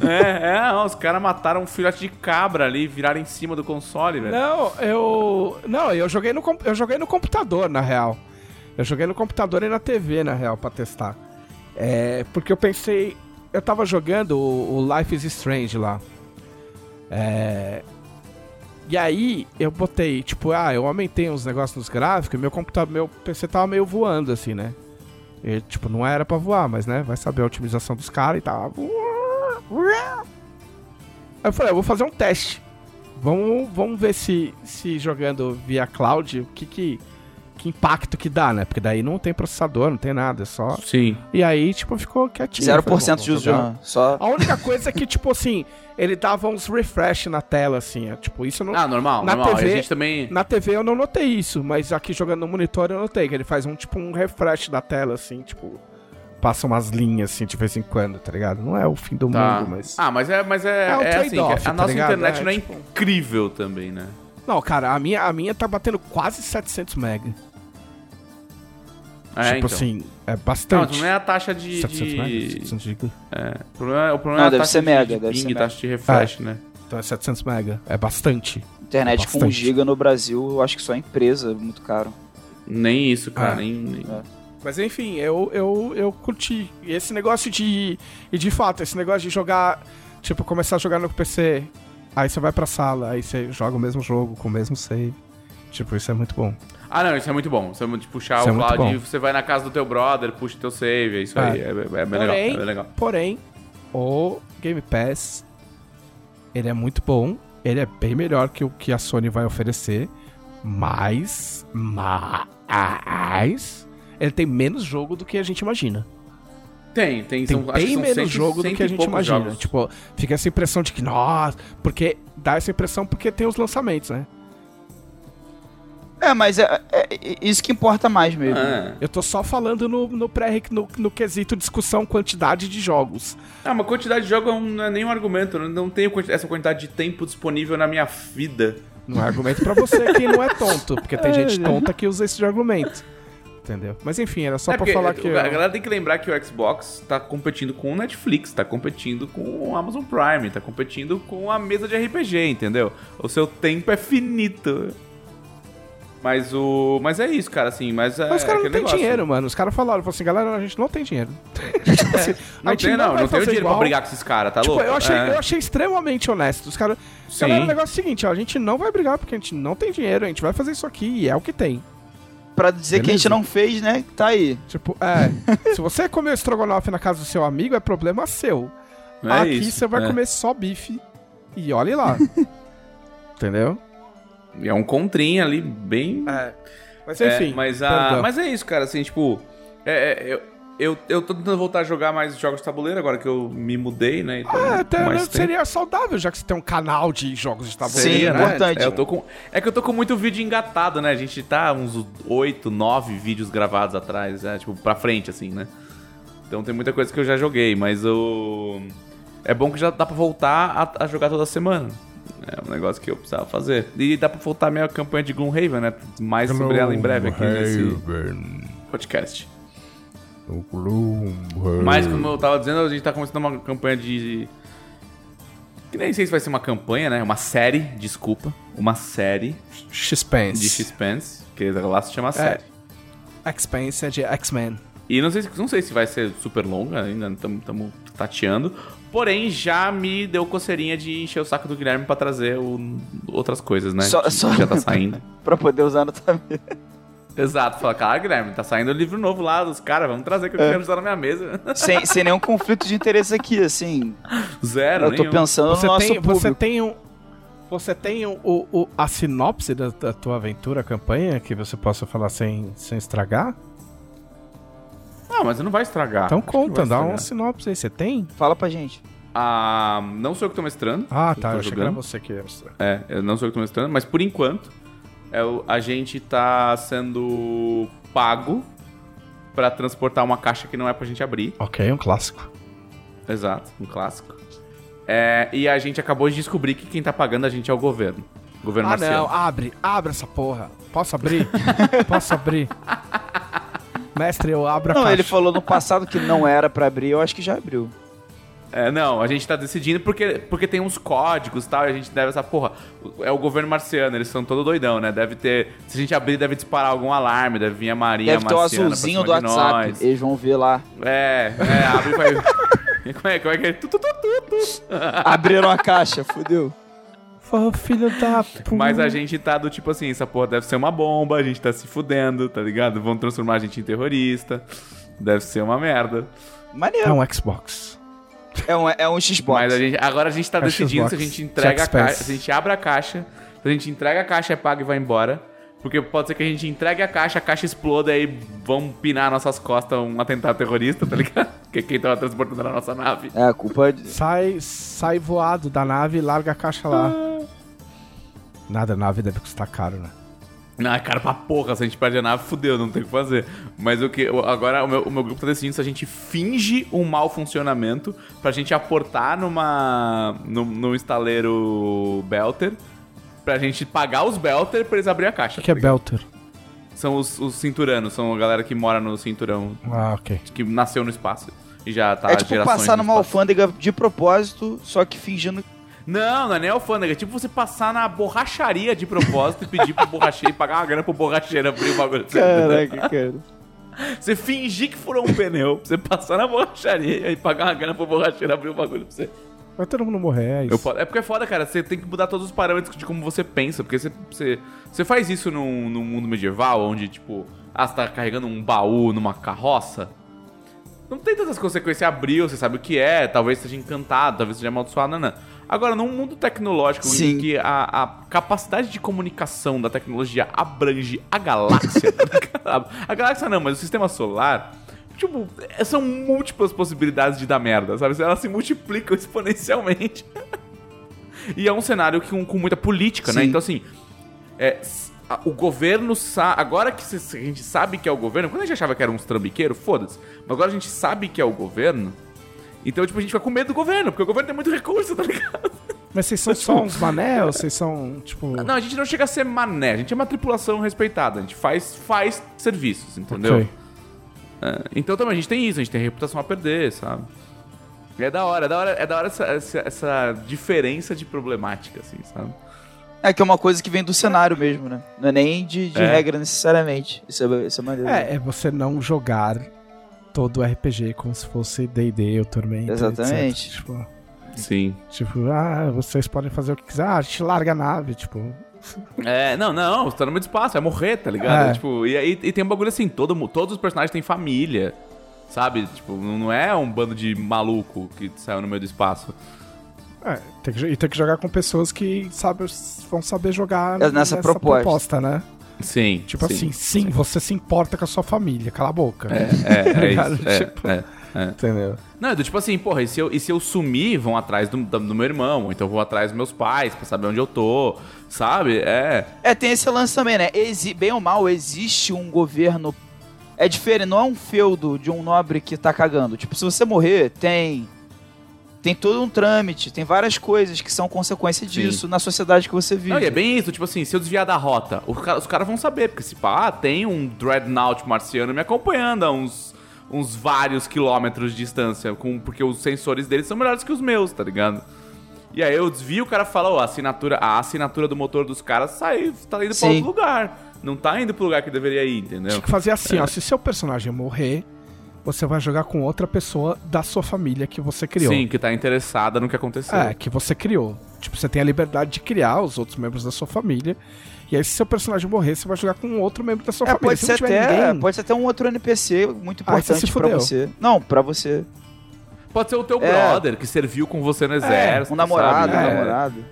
C: É, é, ó, os caras mataram um filhote de cabra ali, viraram em cima do console, velho.
A: Não, eu. Não, eu joguei no, com- eu joguei no computador, na real. Eu joguei no computador e na TV, na real, pra testar. É, porque eu pensei. Eu tava jogando o, o Life is Strange lá. É, E aí eu botei, tipo, ah, eu aumentei uns negócios nos gráficos e meu computador, meu PC tava meio voando, assim, né? E, tipo, não era pra voar, mas né, vai saber a otimização dos caras e tal. Aí eu falei, eu vou fazer um teste. Vamos, vamos ver se, se jogando via cloud, o que, que que impacto que dá, né? Porque daí não tem processador, não tem nada, é só.
C: Sim.
A: E aí, tipo, ficou quietinho.
B: 0% de
A: Falei, bom,
B: uso,
A: vou jogar.
B: né? só.
A: A única coisa é que, tipo assim, ele dava uns refresh na tela, assim. É, tipo, isso eu não.
C: Ah, normal,
A: Na
C: normal.
A: TV
C: a gente também.
A: Na TV eu não notei isso, mas aqui jogando no monitor eu notei que ele faz um tipo um refresh da tela, assim, tipo. Passa umas linhas assim de vez em quando, tá ligado? Não é o fim do
C: Tá.
A: mundo, mas.
C: Ah, mas é, mas é,
A: É um
C: é assim,
A: trade-off,
C: que a
A: tá
C: nossa
A: ligado?
C: internet
A: É,
C: não é
A: tipo-
C: incrível também, né?
A: Não, cara, a minha, a minha tá batendo quase 700 mega.
C: É,
A: tipo
C: então.
A: assim, é
C: Não, o
A: bastante.
C: problema é a taxa de. de-
A: mega? 700 giga?
C: O problema, o problema
B: Não,
C: é a
B: deve
C: taxa
B: ser
C: de,
B: mega,
C: de
B: deve
C: ping,
B: ser mega.
C: taxa de refresh, né?
A: Então é 700 mega. É bastante.
B: Internet com 1
A: Bastante.
B: GB no Brasil, eu acho que só empresa, é muito caro.
C: Nem isso, cara.
A: É.
C: Nem, nem-
A: Mas enfim, eu, eu, eu curti. E esse negócio de. E de fato, esse negócio de jogar. Tipo, começar a jogar no PC. Aí você vai pra sala, aí você joga o mesmo jogo, com o mesmo save. Tipo, isso é muito bom.
C: Ah, não, isso é muito bom. Isso é muito de puxar
A: Isso é
C: o
A: muito
C: cloud
A: bom.
C: e você vai na casa do teu brother, puxa teu save, é isso
A: É.
C: aí. É, é- é bem legal. É
A: Porém-
C: bem legal.
A: Porém, o Game Pass. Ele é muito bom. Ele é bem melhor que o que a Sony vai oferecer. Mas. Mas. Ele tem menos jogo do que a gente imagina.
C: Tem, tem.
A: Tem
C: são, acho que
A: bem
C: são
A: menos
C: cento-
A: jogo do
C: cento
A: que a
C: e
A: gente
C: poucos
A: imagina.
C: jogos.
A: Tipo, fica essa impressão de que, nossa, porque dá essa impressão porque tem os lançamentos, né?
B: É, mas é, é- é isso que importa mais
A: tipo-
B: mesmo.
C: É.
A: Eu tô só falando no, no pré no, no quesito discussão quantidade de jogos.
C: Ah, mas quantidade de jogo é um- não é nenhum argumento. Eu não tenho quanti- essa quantidade de tempo disponível na minha vida.
A: Não é argumento pra você que não é tonto, porque tem gente
C: né?
A: tonta que usa esse de argumento. Entendeu? Mas enfim, era só
C: É,
A: pra
C: porque
A: falar
C: o-
A: que.
C: A
A: eu-
C: galera tem que lembrar que o Xbox tá competindo com o Netflix, tá competindo com o Amazon Prime, tá competindo com a mesa de RPG, entendeu? O seu tempo é finito. Mas o. Mas é isso, cara, assim. Mas, é,
A: Mas os caras
C: é
A: não
C: aquele
A: têm
C: negócio. É.
A: dinheiro, mano. Os caras falaram, falaram assim, galera, a gente não tem dinheiro. Tipo assim, a
C: Não
A: gente
C: tem, não. Não,
A: vai
C: tenho
A: fazer
C: dinheiro pra
A: igual.
C: brigar com esses caras, tá
A: Tipo,
C: louco?
A: eu achei,
C: É.
A: eu achei extremamente honesto. Os caras.
C: Sim.
A: Galera, o negócio é o seguinte, ó, a gente não vai brigar porque a gente não tem dinheiro, a gente vai fazer isso aqui e é o que tem.
B: Pra dizer que a
A: Beleza.
B: gente não fez, né? Tá aí.
A: Tipo, é. se você comeu estrogonofe na casa do seu amigo, é problema seu.
C: É
A: Aqui
C: isso,
A: você vai
C: é.
A: comer só bife e olhe lá. Entendeu?
C: É um contrinho ali, bem.
A: Mas
C: É,
A: enfim.
C: mas, a,
A: perdão.
C: mas é isso, cara, assim, tipo. é, é, eu- Eu, eu tô tentando voltar a jogar mais jogos de tabuleiro agora que eu me mudei, né? Então,
A: É, até
C: mais
A: né,
C: tempo.
A: seria saudável, já que você tem um canal de jogos de tabuleiro.
B: Sim,
A: né?
B: importante.
C: É, eu tô com... é que eu tô com muito vídeo engatado, né? A gente tá uns 8, 9 vídeos gravados atrás, né? tipo, pra frente, assim, né? Então tem muita coisa que eu já joguei, mas eu... É bom que já dá pra voltar a, a jogar toda semana. É um negócio que eu precisava fazer. E dá pra voltar a minha campanha de Gloomhaven, né? Mais sobre ela em breve aqui nesse podcast. Mas, como eu tava dizendo, a gente tá começando uma campanha de. Que nem sei se vai ser uma campanha, né? Uma série, desculpa. Uma série de
A: X-Pence.
C: X-Pens, que lá se chama série.
A: X-Pence é de X-Men.
C: E não sei, se- não sei se vai ser super longa, ainda estamos tateando. Porém, já me deu coceirinha de encher o saco do Guilherme pra trazer o- outras coisas, né?
B: Só-
C: que
B: só-
C: Já tá saindo.
B: Pra poder usar no tabuleiro.
C: Exato, fala, cara, Guilherme, tá saindo o livro novo lá dos caras, vamos trazer
B: É.
C: que eu quero usar na minha mesa.
B: sem, sem nenhum conflito de interesse aqui, assim.
C: Zero,
B: eu tô
C: nenhum.
B: pensando
A: Você
B: no nosso
A: tem,
B: público.
A: você tem um. Você tem o, o- o- a sinopse da, da tua aventura, a campanha, que você possa falar sem, sem estragar?
C: Não, Ah, mas não vai estragar.
A: então
C: Acho que
A: conta,
C: não vai
A: dá
C: estragar.
A: uma sinopse aí. Você tem?
B: Fala pra gente.
C: Ah, não sou eu que tô mestrando.
A: Ah,
C: Eu
A: tá.
C: tô
A: Eu achei que era
C: jogando.
A: você que ia mostrar.
C: É, eu não sou eu que tô mestrando, mas por enquanto é o- a gente tá sendo pago pra transportar uma caixa que não é pra gente abrir.
A: Ok, um clássico.
C: Exato, um clássico. É, e a gente acabou de descobrir que quem tá pagando a gente é o governo. O governo
A: Ah,
C: marciano.
A: não. Abre. Abre essa porra. Posso abrir? Posso abrir? Mestre, eu abro a
B: Não,
A: caixa.
B: ele falou no passado que não era pra abrir, eu acho que já abriu.
C: É, não, a gente tá decidindo porque, porque tem uns códigos e tal, e a gente deve essa porra. É o governo marciano, eles são todo doidão, né? Deve ter. Se a gente abrir, deve disparar algum alarme, deve vir a marinha
B: Deve ter o
C: marciana pra
B: azulzinho do
C: cima de
B: WhatsApp.
C: nós.
B: Eles vão ver lá.
C: É, é, abre e vai. como, é, como é que é? Tu, tu, tu, tu, tu.
B: Abriram a caixa, fudeu.
A: Ô, filho da puta.
C: Mas a gente tá do tipo assim, essa porra deve ser uma bomba, a gente tá se fudendo, tá ligado? Vão transformar a gente em terrorista. Deve ser uma merda.
A: É
B: Maneiro.
A: um Xbox.
B: É um, é um Xbox.
C: Mas a gente- agora a gente tá
A: É
C: decidindo
A: Xbox,
C: se a gente entrega a
A: Xbox.
C: caixa, se a gente abre a caixa, se a gente entrega a caixa, é pago e vai embora. Porque pode ser que a gente entregue a caixa, a caixa exploda e vão pinar nossas costas um atentado terrorista, tá ligado? Que é quem tava transportando na nossa nave.
B: É, a culpa de...
A: Sai, sai voado da nave e larga a caixa lá.
C: Ah.
A: Nada, nave deve custar caro, né?
C: Não, é caro pra porra. Se a gente perde a nave, fudeu, não tem o que fazer. Mas o que. eu- Agora o meu, o meu grupo tá decidindo se a gente finge um mau funcionamento pra gente aportar numa. num, num estaleiro Belter. Pra gente pagar os Belter pra eles abrir a
A: O
C: caixa.
A: que é Belter?
C: São os, os cinturanos, são a galera que mora no cinturão,
A: Ah, ok.
C: que nasceu no espaço. E já tá
B: é tipo
C: gerações
B: passar
C: no
B: numa
C: espaço.
B: alfândega de propósito, só que fingindo
C: Não, não é nem alfândega. É tipo você passar na borracharia de propósito e pedir pro borracheiro e pagar uma grana pro borracheiro abrir o bagulho.
B: Caraca, cara.
C: Você fingir que furou um pneu, pra você passar na borracharia e pagar uma grana pro borracheiro abrir o bagulho pra você.
A: Vai todo mundo morrer, é isso.
C: Eu po- é porque é foda, cara. Você tem que mudar todos os parâmetros de como você pensa. Porque você, você, você faz isso num, num mundo medieval, onde, tipo, ah, você tá carregando um baú numa carroça. Não tem tantas consequências. Você abriu, você sabe o que é. Talvez seja encantado, talvez seja amaldiçoado. Não, não. Agora, num mundo tecnológico
B: Sim.
C: em que a, a capacidade de comunicação da tecnologia abrange a galáxia. a galáxia não, mas o sistema solar. Tipo, é- são múltiplas possibilidades de dar merda, sabe? Elas se multiplicam exponencialmente. E é um cenário que, com, com muita política, né?
B: Sim.
C: Então, assim, é, s- a- o governo sa agora que se- se a gente sabe que é o governo, quando a gente achava que era um trambiqueiro, foda-se, mas agora a gente sabe que é o governo, então, tipo, a gente fica com medo do governo, porque o governo tem muito recurso, tá ligado?
A: Mas vocês são só uns mané ou vocês são, tipo...
C: Não, a gente não chega a ser mané, a gente é uma tripulação respeitada, a gente faz, faz serviços, entendeu?
A: Ok.
C: É, Então também a gente tem isso, a gente tem reputação a perder, sabe? E é da hora, é da hora, é da hora essa, essa, essa diferença de problemática, assim, sabe?
B: É que é uma coisa que vem do cenário mesmo, né? Não é nem de, de
C: É.
B: regra necessariamente. Isso é, isso é maneiro.
A: É, é você não jogar todo o RPG como se fosse D&D ou Tormenta,
B: Exatamente.
A: etc. Tipo,
C: Sim.
A: tipo, ah, vocês podem fazer o que quiser. Ah, a gente larga a nave, tipo...
C: É, não, não, você tá no meio do espaço, vai morrer, tá ligado?
A: É.
C: Tipo, e aí e tem um bagulho assim, todo, mu- todos os personagens têm família, sabe? Tipo, não não é um bando de maluco que saiu no meio do espaço.
A: É, tem que, jo- e tem que jogar com pessoas que sabe, vão saber jogar
B: É nessa proposta.
A: né?
C: Sim.
A: Tipo
C: sim.
A: assim, sim, você se importa com a sua família, cala a boca.
C: É, é
A: Cara,
C: isso. é,
A: tipo-
C: é, é.
A: Entendeu?
C: Não, é do tipo assim, porra, e se eu, e se eu sumir, vão atrás do, do, do meu irmão, ou então vão atrás dos meus pais pra saber onde eu tô, sabe? É.
B: É, tem esse lance também, né? Exi- bem ou mal, existe um governo. É diferente, não é um feudo de um nobre que tá cagando. Tipo, se você morrer, tem. Tem todo um trâmite, tem várias coisas que são consequência disso na sociedade que você vive.
C: Não, e é bem isso, tipo assim, se eu desviar da rota, os caras os caras vão saber, porque se pá, ah, tem um Dreadnought marciano me acompanhando a uns, uns vários quilômetros de distância, com, porque os sensores deles são melhores que os meus, tá ligado? E aí eu desvio, o cara fala, ó, a assinatura, a assinatura do motor dos caras saiu, tá indo pra
B: Sim.
C: outro lugar. Não tá indo pro lugar que deveria ir, entendeu?
A: Tinha que fazer assim,
C: É.
A: ó. Se seu personagem morrer, você vai jogar com outra pessoa da sua família que você criou.
C: Sim, que tá interessada no que aconteceu.
A: É, que você criou. Tipo, você tem a liberdade de criar os outros membros da sua família. E aí, se seu personagem morrer, você vai jogar com outro membro da sua
B: É,
A: família.
B: pode
A: se
B: ser,
A: não tiver
B: até,
A: ninguém,
B: pode ser até um outro NPC muito
C: Ah,
A: Aí você se
B: importante pra
A: fudeu.
B: você. Não, pra você.
C: Pode ser o teu
B: É.
C: brother que serviu com você no exército.
B: Um namorado,
C: sabe?
B: um
C: É.
B: namorado.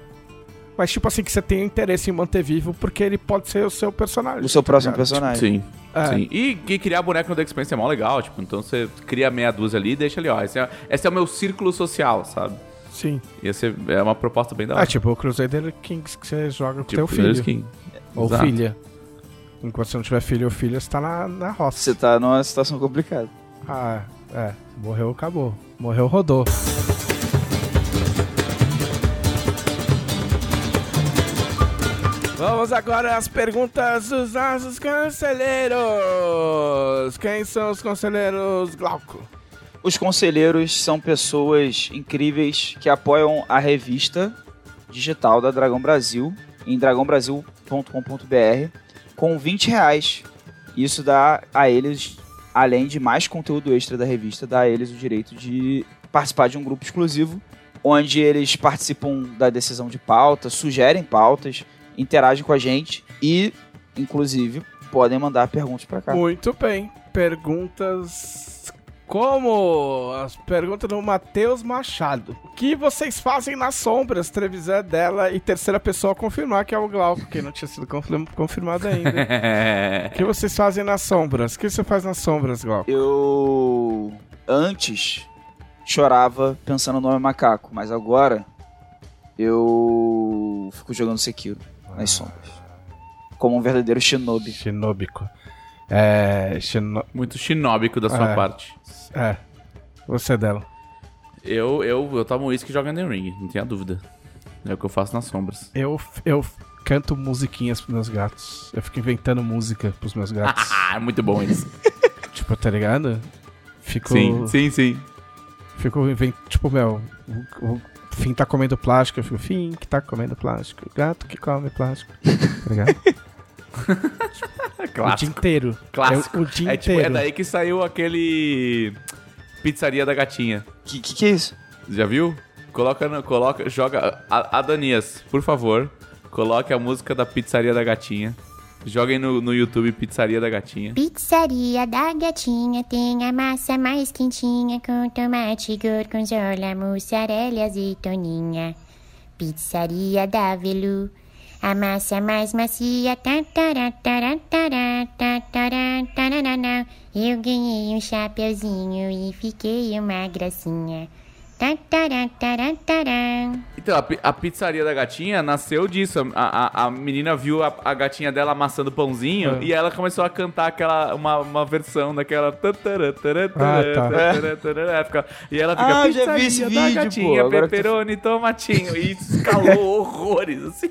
A: Mas, tipo assim, que você tem interesse em manter vivo, porque ele pode ser o seu
C: É.
A: personagem.
B: O seu
A: tá
B: próximo
A: ligado?
B: personagem.
C: Sim.
A: É.
C: Sim. E, e criar boneco no The Expanse é mó legal, tipo, então você cria meia dúzia ali e deixa ali, ó. Esse é, esse é o meu círculo social, sabe?
A: Sim.
C: Ia ser, é uma proposta bem da
A: Ah,
C: hora.
A: tipo o Crusader Kings que você joga com teu filho.
C: Tipo, Crusader King.
A: Ou
C: Exato.
A: filha. Enquanto você não tiver filho ou filha, você tá na, na roça.
B: Você tá numa situação complicada.
A: Ah, é. Morreu, acabou. Morreu, rodou. Vamos agora às perguntas dos nossos conselheiros. Quem são os conselheiros, Glauco?
B: Os conselheiros são pessoas incríveis que apoiam a revista digital da Dragão Brasil em dragãobrasil.com.br com 20 reais. Isso dá a eles, além de mais conteúdo extra da revista, dá a eles o direito de participar de um grupo exclusivo, onde eles participam da decisão de pauta, sugerem pautas, interagem com a gente e, inclusive, podem mandar perguntas para cá.
A: Muito bem. Perguntas como as perguntas do Matheus Machado. O que vocês fazem nas sombras? Trevisan dela e terceira pessoa a confirmar que é o Glauco, que não tinha sido confirm- confirmado ainda. O que vocês fazem nas sombras? O que você faz nas sombras, Glauco?
B: Eu antes chorava pensando no nome macaco, mas agora eu fico jogando Sekiro nas sombras. Como um verdadeiro shinobi.
A: Shinóbico. É. Shino...
C: Muito xinóbico da sua
A: É.
C: parte.
A: É. Você dela.
C: Eu, eu, eu tomo uísque e jogo Elden Ring, não tenha dúvida. É o que eu faço nas sombras.
A: Eu, eu canto musiquinhas pros meus gatos. Eu fico inventando música pros meus gatos.
C: Ah, é muito bom isso.
A: tipo, tá ligado? Fico.
C: sim, sim, sim.
A: Fico invent... Tipo, meu, o, o Fim tá comendo plástico, eu fico, Fim que tá comendo plástico, gato que come plástico. Tá ligado?
C: É
A: o dia
C: clássico.
A: inteiro.
C: Clássico.
A: É, o dia
C: É, tipo, é
A: inteiro.
C: daí que saiu aquele. Pizzaria da gatinha.
B: Que, que que é isso?
C: Já viu? Coloca, no- coloca, joga. A- Adonias, por favor, coloque a música da Pizzaria da Gatinha. Joguem no, no YouTube Pizzaria da Gatinha.
E: Pizzaria da gatinha tem a massa mais quentinha com tomate, gorgonzola, mussarela, azeitoninha. Pizzaria da Velu, a massa mais macia. tá, Tatará, tará, tará, tatará, tarará. tá, Eu ganhei um chapeuzinho e fiquei uma gracinha. Tá, Tatará, tará, tará.
C: Então, a, pi- a Pizzaria da Gatinha nasceu disso. A, a, a menina viu a, a gatinha dela amassando pãozinho
A: É.
C: e ela começou a cantar aquela, uma, uma versão daquela. tatará, tará,
A: Ah, tá.
C: tará, tará, ela fica- E ela fica.
B: Ah, eu já vi esse
C: "Pizzaria
B: vídeo,
C: da
B: pô,
C: gatinha,
B: agora que tu-
C: pepperoni, tomatinho. E escalou horrores, assim.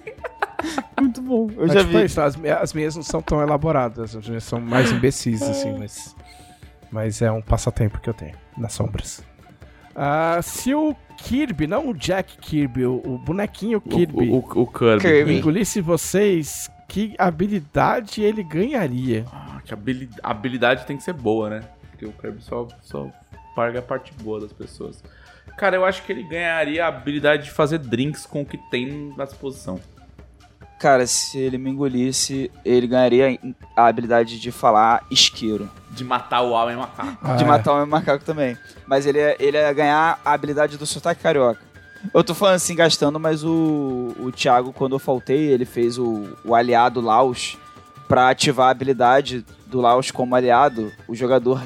B: Muito bom. Eu
A: Mas,
B: já
A: tipo, é
B: vi.
A: isso, as, mi- as minhas não são tão elaboradas, as minhas são mais imbecis, assim, mas. Mas é um passatempo que eu tenho, nas sombras. Ah, se o Kirby, não o Jack Kirby, o, o bonequinho Kirby,
C: O, o, o Kirby.
B: Kirby.
A: engolisse vocês, que habilidade ele ganharia?
C: Ah, que habili- habilidade, tem que ser boa, né? Porque o Kirby só, só paga a parte boa das pessoas. Cara, eu acho que ele ganharia a habilidade de fazer drinks com o que tem à disposição.
B: Cara, se ele me engolisse, ele ganharia a habilidade de falar isqueiro.
C: De matar o homem macaco.
A: Ah,
B: de
A: é.
B: matar o meu macaco também. Mas ele ia, ele ia ganhar a habilidade do sotaque carioca. Eu tô falando assim, gastando, mas o, o Thiago, quando eu faltei, ele fez o, o aliado Laos pra ativar a habilidade do Laos como aliado, o jogador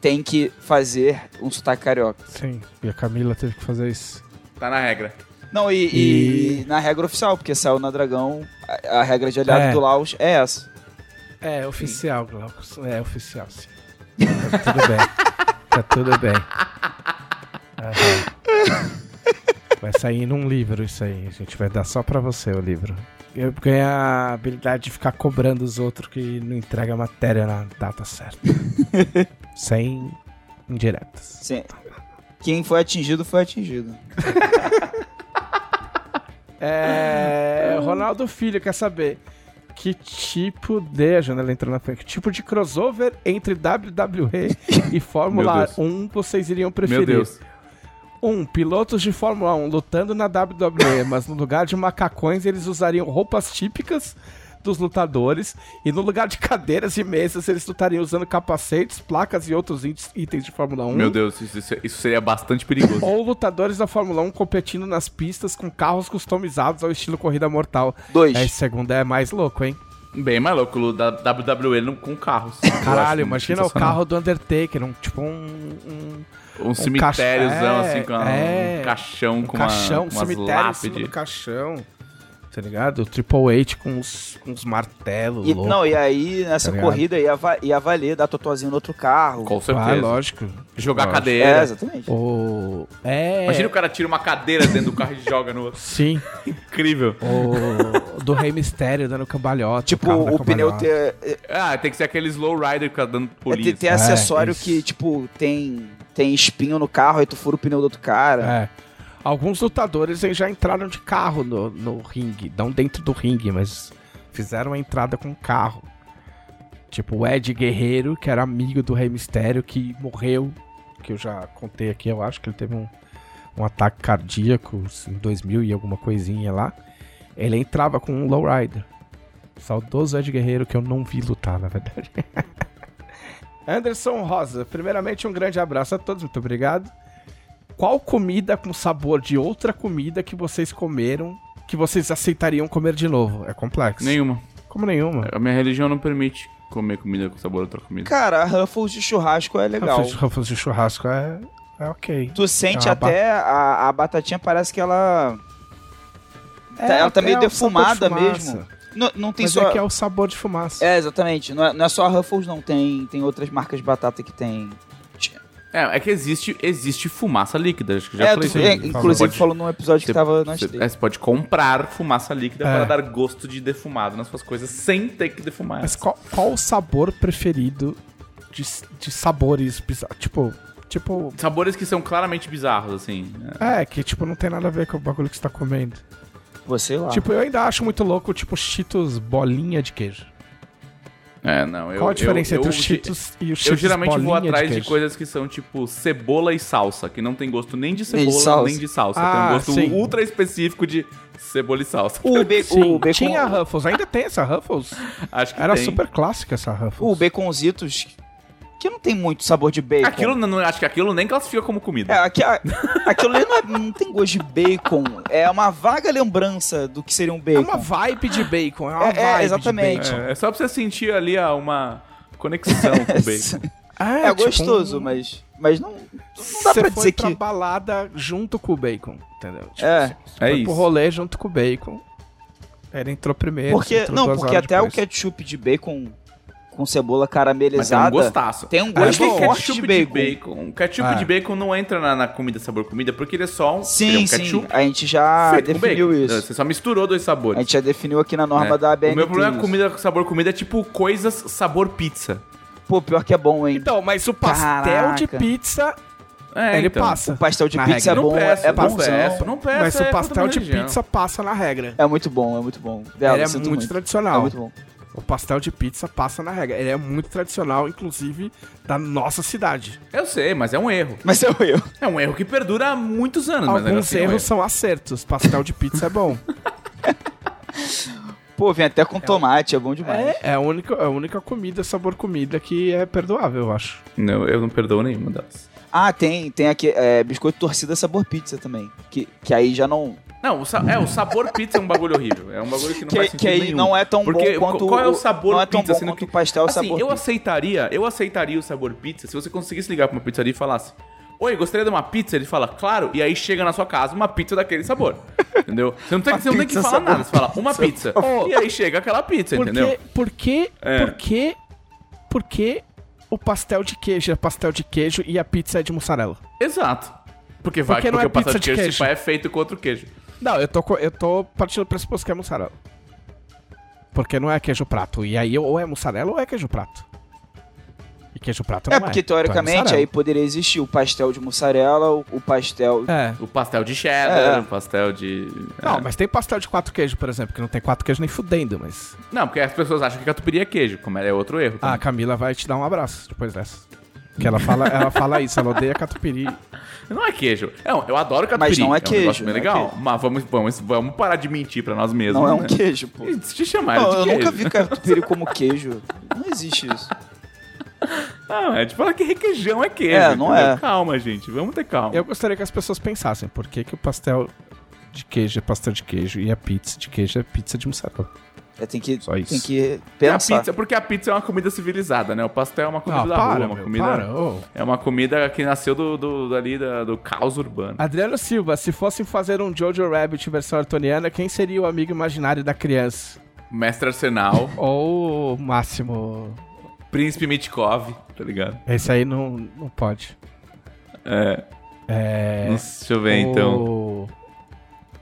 B: tem que fazer um sotaque carioca.
A: Sim, e a Camila teve que fazer isso.
C: Tá na regra.
B: Não, e, e na regra oficial, porque saiu na Dragão, a, a regra de aliado
A: É.
B: do Laos é essa.
A: É oficial, Glaucus. É oficial, sim. Tá tudo bem. Tá tudo bem. Aham. Vai sair num livro isso aí. A gente vai dar só pra você o livro. Eu ganhei a habilidade de ficar cobrando os outros que não entregam a matéria na data certa. Sem indiretas.
B: Sim. Quem foi atingido, foi atingido.
A: É. Ronaldo Filho quer saber. Que tipo de. A janela entrou na frente. Que tipo de crossover entre WWE e
C: Meu
A: Fórmula
C: Deus.
A: 1 vocês iriam
C: Meu
A: preferir?
C: Deus.
A: Um, pilotos de Fórmula 1 lutando na WWE, mas no lugar de macacões eles usariam roupas típicas dos lutadores e no lugar de cadeiras e mesas eles lutariam usando capacetes, placas e outros it- itens de Fórmula 1.
C: Meu Deus, isso, isso- isso seria bastante perigoso.
A: Ou lutadores da Fórmula 1 competindo nas pistas com carros customizados ao estilo corrida mortal.
B: Dois.
A: Esse segundo é mais louco, hein?
C: Bem mais louco o da WWE não- com carros.
A: Caralho,
C: Eu acho
A: imagina o
C: sensacional.
A: carro do Undertaker, um, tipo um- um
C: Um cemitériozão,
A: caixa-
C: assim, com
A: é,
C: um caixão, com
A: caixão, um
C: uma, umas
A: cemitério em cima do
C: lápides.
A: caixão. Tá ligado? O Triple H com os, com os martelos.
B: E,
A: louco.
B: não, e aí nessa
A: Tá ligado?
B: corrida ia, va- ia valer dar totozinho no outro carro.
C: Com
A: Ah,
C: certeza.
A: lógico.
C: Jogar
A: Lógico.
B: É,
C: cadeira.
B: exatamente.
A: O... É.
C: Imagina o cara tira uma cadeira dentro do carro e joga no outro.
A: Sim.
C: Incrível.
A: O do Rei Mistério dando cambalhota.
B: Tipo,
A: carro da
B: o, pneu
A: cambalhota.
B: ter,
C: Ah, tem que ser aquele slow rider que tá dando
B: é, tem,
C: polícia.
B: tem
A: É,
B: acessório
A: isso.
B: que, tipo, tem, tem espinho no carro, aí tu fura o pneu do outro cara.
A: É. Alguns lutadores eles já entraram de carro no, no ringue. Não dentro do ringue, mas fizeram a entrada com carro. Tipo o Ed Guerreiro, que era amigo do Rei Mistério, que morreu. Que eu já contei aqui, eu acho que ele teve um, um ataque cardíaco assim, em 2000 e alguma coisinha lá. Ele entrava com um lowrider. Saudoso Ed Guerreiro, que eu não vi lutar, na verdade. Anderson Rosa, primeiramente um grande abraço a todos, muito obrigado. Qual comida com sabor de outra comida que vocês comeram que vocês aceitariam comer de novo? É complexo.
C: Nenhuma.
A: Como nenhuma.
C: A minha religião não permite comer comida com sabor a outra comida.
B: Cara, a Ruffles de churrasco é legal.
A: Ruffles, ruffles de churrasco é, é ok.
B: Tu sente
A: É uma
B: até a, a batatinha parece que ela. tá-
A: É,
B: ela tá meio
A: é o sabor de
B: defumada
A: fumaça.
B: mesmo. Não, não tem
A: Mas
B: só.
A: é que é o sabor de fumaça.
B: É, exatamente. Não é, não é só a Ruffles, não. Tem, tem outras marcas de batata que tem.
C: É, é que existe, existe fumaça líquida. Acho que já
B: é,
C: falei
B: tu,
C: isso.
B: é,
C: aí.
B: inclusive
C: Pode-
B: falou num episódio que
C: Você-
B: tava nós
C: você-
B: três.
C: é, você pode comprar fumaça líquida
A: É.
C: para dar gosto de defumado nas suas coisas sem ter que defumar.
A: Mas
C: elas.
A: qual, qual o sabor preferido de, de sabores bizarros? Tipo, tipo.
C: Sabores que são claramente bizarros, assim.
A: É, que tipo, não tem nada a ver com o bagulho que você tá comendo.
B: Você
C: Tá.
B: lá.
A: Tipo, eu ainda acho muito louco, tipo, Cheetos bolinha de queijo.
C: É, não. Eu,
A: Qual a diferença
C: eu,
A: entre
C: eu,
A: os Cheetos e os Cheetos
C: Eu geralmente vou
A: bolinha
C: atrás de,
A: queijo?
C: coisas que são tipo cebola e salsa, que não tem gosto nem de
B: Nem de
C: cebola,
B: salsa.
C: nem de salsa.
A: Ah,
C: tem um gosto
A: sim.
C: ultra específico de cebola e salsa.
B: o, be
A: Sim,
B: o bacon.
A: tinha Ruffles, ainda tem essa Ruffles.
C: Acho que
A: Era
C: assim. tem.
A: super clássica essa Ruffles.
B: O baconzitos. Que não tem muito sabor de bacon.
C: Aquilo, não- não, acho que aquilo nem classifica como comida.
B: É, aqui, a- aquilo ali não, é- não tem gosto de bacon. É uma vaga lembrança do que seria um
A: É
B: bacon.
A: uma vibe de bacon, é uma
B: É, é,
A: vibe
B: exatamente.
A: de bacon.
C: É, é só pra você sentir ali ah, uma conexão com o bacon.
A: Ah,
B: É,
A: tipo
B: gostoso,
A: um-
B: mas, mas não, não dá
A: Você
B: pra
A: foi
B: dizer
A: pra
B: que.
A: balada junto com o bacon, entendeu? Tipo,
B: É,
A: você
C: É
A: foi pro
C: isso.
A: rolê junto com o bacon. Ele entrou primeiro.
B: porque,
A: entrou
B: não,
A: duas
B: porque
A: horas
B: até o
A: depois.
B: ketchup de bacon com
C: Mas
B: cebola
C: é um
B: caramelizada
C: gostaço.
B: tem um
C: Acho
B: gosto
C: que
A: bom.
B: forte de
C: ketchup de
B: bacon.
C: bacon. Um Ketchup
A: Ah.
C: de bacon não entra na, na comida sabor comida, porque ele é só um, ele é
B: Sim,
C: um
B: sim.
C: ketchup
B: A gente
A: Ah,
B: já
C: feito com
B: definiu
C: bacon.
B: isso.
C: Você só misturou dois
B: A
C: sabores.
B: gente já definiu aqui na norma
C: É.
B: da ABN.
C: O meu problema com comida sabor comida é tipo coisas sabor pizza.
B: Pô, pior que é bom, hein?
A: Então, mas o pastel de
B: Caraca.
A: pizza,
C: É,
A: ele
C: então.
A: passa.
B: O pastel de
A: Na
B: pizza é
A: regra.
B: bom,
C: não
B: é-
C: peço,
B: é
C: não
B: bonzão.
C: peço, não peço.
A: mas o
C: é contra a
A: pastel
C: minha
A: de
C: religião.
A: pizza passa na regra.
B: É muito bom, é muito bom. Dela,
A: ele é
B: sinto
A: muito,
B: É
A: tradicional.
B: muito bom.
A: O pastel de pizza passa na regra. Ele é muito tradicional, inclusive, da nossa cidade.
C: Eu sei, mas é um erro.
B: Mas é o eu.
C: É um erro que perdura há muitos anos. mas ainda
A: Alguns
C: assim é um
A: erros
C: erro.
A: são acertos. Pastel de pizza é bom.
B: Pô, vem até com tomate, é bom demais.
A: É, é a única, é a única comida, sabor comida que é perdoável, eu acho.
C: Não, eu não perdoo nenhuma delas.
B: Ah, tem, tem aqui é, biscoito torcida sabor pizza também. Que, que aí já não.
C: Não, o sa- é, o sabor pizza é um bagulho horrível. É um bagulho que não
B: Que,
C: faz
B: que
C: sentido
B: aí
C: nenhum.
B: não é tão
C: Porque
B: bom quanto.
C: qual é o
B: o-
C: sabor
B: não é tão
C: pizza,
B: bom
C: sendo
B: quanto
C: que-
B: o pastel
C: assim,
B: sabor
C: eu
B: pizza.
C: aceitaria, eu aceitaria o sabor pizza se você conseguisse ligar pra uma pizzaria e falasse: "Oi, gostaria de uma pizza?" Ele fala: "Claro", e aí chega na sua casa uma pizza daquele sabor. Entendeu? Você não tem, que- você não tem que
B: pizza
C: falar
B: sabor
C: nada, você fala: "Uma pizza". E aí chega aquela pizza, entendeu?
A: Porque, porque,
C: É.
A: porque, porque o pastel de queijo é pastel de queijo e a pizza é de mussarela?
C: Exato. Porque vai
A: Porque
C: porque,
A: não é
C: o pastel
A: pizza
C: de
A: de
C: queijo,
A: queijo.
C: se pá, é feito com outro queijo.
A: Não, eu tô, co- eu tô partindo do pressuposto que é mussarela. Porque não é queijo prato. E aí ou é mussarela ou é queijo prato. E queijo prato não
B: É,
A: é.
C: tá,
B: porque
A: Então é
B: teoricamente
A: mussarela.
B: aí poderia existir o pastel de mussarela, o o pastel.
A: É.
C: O pastel de cheddar,
B: É.
C: o pastel de
A: Não,
C: é.
A: mas tem pastel de quatro queijos, por exemplo, que não tem quatro queijos nem fudendo, mas.
C: Não, porque as pessoas acham que catupiry é queijo, como é outro erro.
A: Ah, a
C: também.
A: Camila vai te dar um abraço depois dessa. Porque ela fala, ela fala isso, ela odeia catupiry.
C: Não é queijo. Não, eu adoro catupiry.
B: Ah. Mas não é
C: um negócio bem
B: queijo, não é
C: legal.
B: queijo.
C: Mas vamos, vamos, vamos parar de mentir pra nós mesmos.
B: Não é um
C: né?
B: queijo, pô.
C: Se te chamar
B: Não,
C: de
B: eu
C: queijo.
B: nunca vi catupiry como queijo. Não existe isso.
C: Não, é de falar que requeijão é queijo.
B: É, não
C: entendeu?
B: é.
C: Calma, gente. Vamos ter calma.
A: Eu gostaria que as pessoas pensassem por que, que o pastel de queijo é pastel de queijo e a pizza de queijo é pizza de mussarela.
B: É, tem que,
A: Só isso.
B: tem que
C: E a
B: pensar.
C: pizza- porque a pizza é uma comida civilizada, né? O pastel é uma comida
A: Não,
C: da rua,
A: para,
C: uma
A: meu,
C: comida.
A: para. ô.
C: É uma comida que nasceu do, do, dali, da- do caos urbano.
A: Adriano Silva, se fosse fazer um Jojo Rabbit versão artoniana, quem seria o amigo imaginário da criança?
B: Ah.
C: Mestre Arsenal,
A: Ou o Máximo?
C: Príncipe Mitkov, tá ligado?
A: Esse aí não, não pode.
C: É.
A: É.
C: Não- Deixa eu ver, então.
A: o-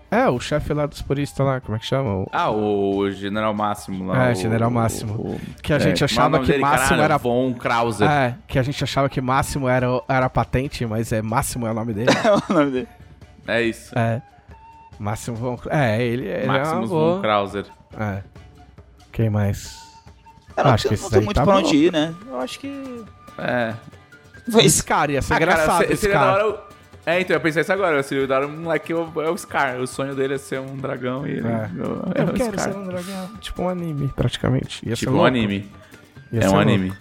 A: É, o chefe lá dos puristas lá, como é que chama? O-
C: Ah, o General Máximo lá.
A: É,
C: Ah, o-
A: General Máximo.
C: o-
A: Que a gente
C: é, mas o
A: achava
C: nome
A: que
C: dele,
A: Máximo
C: caralho,
A: era
C: Von Krauser.
A: É, que a gente achava que Máximo era, era a patente, mas é Máximo é o nome dele.
B: o nome dele.
C: É isso.
A: é. Máximo von É, ele, ele é uma
C: Maximus
A: boa.
C: von Krauser.
A: É. Quem mais?
C: Ah,
B: Eu não,
A: Acho que
B: eu
A: esse
B: não tem
A: aí
B: muito
A: tá
B: pra
A: bom.
B: onde ir, né? Eu acho que.
C: É.
B: Vai
A: Esse cara ia ser
C: Ah,
A: engraçado,
C: se-
A: esse
C: seria
A: cara.
C: da hora. o- É, então eu pensei isso agora. Seria da hora um moleque é o, é o Scar. O sonho dele é ser um dragão e ele.
A: É.
C: É,
A: Eu
C: o
A: quero
C: Scar.
A: ser um dragão. Tipo um anime, praticamente. Ia ser
C: Tipo um
A: louco.
C: anime.
A: Ia
C: é
A: ser
C: um
A: louco.
C: anime.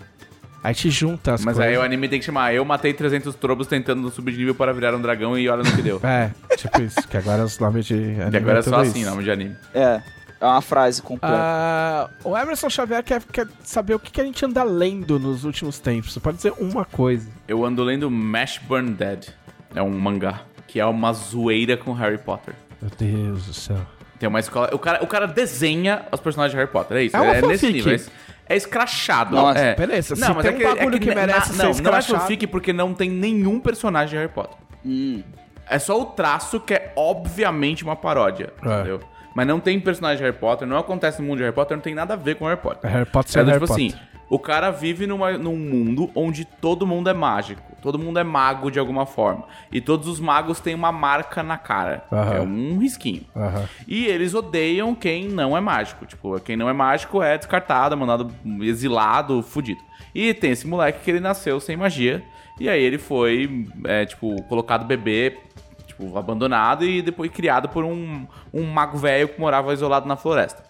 A: Aí te junta as
C: Mas
A: coisas.
C: aí é um o anime tem que chamar Eu matei 300 trobos tentando no subnível para virar um dragão e olha no que deu.
A: É, tipo isso, que agora os nomes de anime.
C: e agora é
A: tudo
C: só assim,
A: isso.
C: nome de anime.
B: É. É uma frase completa.
A: Ah, o Emerson Xavier quer, quer saber o que, que a gente anda lendo nos últimos tempos. Você pode dizer uma coisa.
C: Eu ando lendo Mash Burn Dead. É um mangá. Que é uma zoeira com Harry Potter.
A: Meu Deus do céu.
C: Tem uma escola. O cara, o cara desenha os personagens de Harry Potter. É isso.
A: É uma
C: nesse
A: fanfic.
C: nível. É, es- é escrachado.
B: Nossa,
C: é.
A: beleza, se tem um bagulho que
C: na-
A: merece ser
C: não, não é
A: escrachado-
C: fanfic porque não tem nenhum personagem de Harry Potter.
B: Hum.
C: É só o traço que é obviamente uma paródia.
A: É.
C: Entendeu? Mas não tem personagem de Harry Potter, não acontece no mundo de Harry Potter, não tem nada a ver com Harry Potter.
A: Harry Potter
C: É
A: sendo
C: do
A: Harry
C: tipo assim,
A: Potter.
C: o cara vive numa- num mundo onde todo mundo é mágico, todo mundo é mago de alguma forma. E todos os magos têm uma marca na cara.
A: Aham.
C: É um risquinho.
A: Aham.
C: E eles odeiam quem não é mágico. Tipo, quem não é mágico é descartado, mandado exilado, fudido. E tem esse moleque que ele nasceu sem magia. E aí ele foi, é, tipo, colocado bebê, tipo, abandonado e depois criado por um, um mago velho que morava isolado na floresta.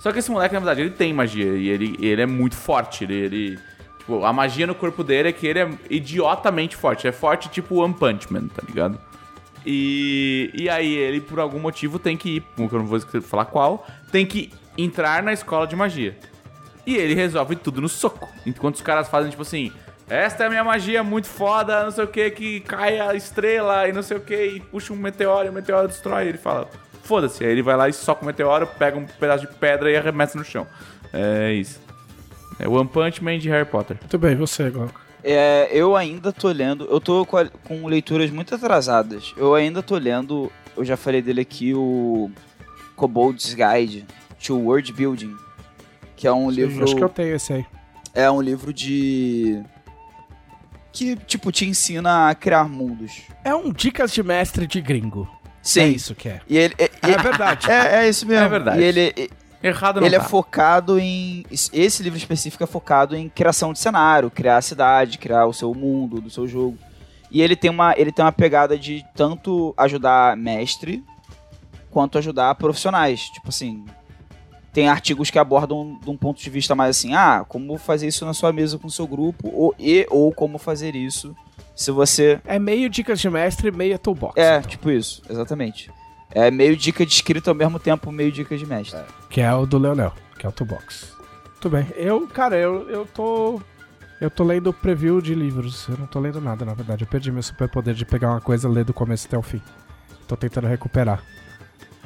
C: Só que esse moleque, na verdade, ele tem magia e ele, ele é muito forte. Ele, ele- tipo, a magia no corpo dele é que ele é idiotamente forte. É forte tipo One Punch Man, tá ligado? E, e aí ele, por algum motivo, tem que ir, que eu não vou falar qual, tem que entrar na escola de magia. E ele resolve tudo no soco. Enquanto os caras fazem tipo assim: Esta é a minha magia muito foda, não sei o que, que cai a estrela e não sei o que, e puxa um meteoro, e o meteoro destrói. Ele fala: Foda-se. Aí ele vai lá e soca o meteoro, pega um pedaço de pedra e arremessa no chão. É isso. É One Punch Man de Harry Potter.
A: Muito bem, você, Glauco.
B: É, eu ainda tô lendo. Eu tô com, a- com leituras muito atrasadas. Eu ainda tô lendo. Eu já falei dele aqui, o Kobold's Guide to World Building. Que é um livro.
A: Acho que eu tenho esse aí.
B: É um livro de. Que, tipo, te ensina a criar mundos.
A: É um Dicas de Mestre de Gringo.
B: Sim.
A: É isso que é.
B: E ele. É,
A: É verdade.
B: é, é isso mesmo.
C: É verdade.
B: E ele,
C: Errado não
B: ele
C: tá.
B: é focado em. Esse livro específico é focado em criação de cenário, criar a cidade, criar o seu mundo, do seu jogo. E ele tem uma, ele tem uma pegada de tanto ajudar mestre quanto ajudar profissionais. Tipo assim. Tem artigos que abordam de um ponto de vista mais assim, ah, como fazer isso na sua mesa com o seu grupo, ou, e ou como fazer isso se você
A: É meio Dicas de Mestre, meio Toolbox.
B: é, tipo isso, exatamente. É meio dica de escrita ao mesmo tempo, meio dica de mestre.
A: Que é o do Leonel, que é o Toolbox. Tudo bem. Eu, cara, eu, eu tô. Eu tô lendo preview de livros. Eu não tô lendo nada, na verdade. Eu perdi meu superpoder de pegar uma coisa e ler do começo até o fim. Tô tentando recuperar.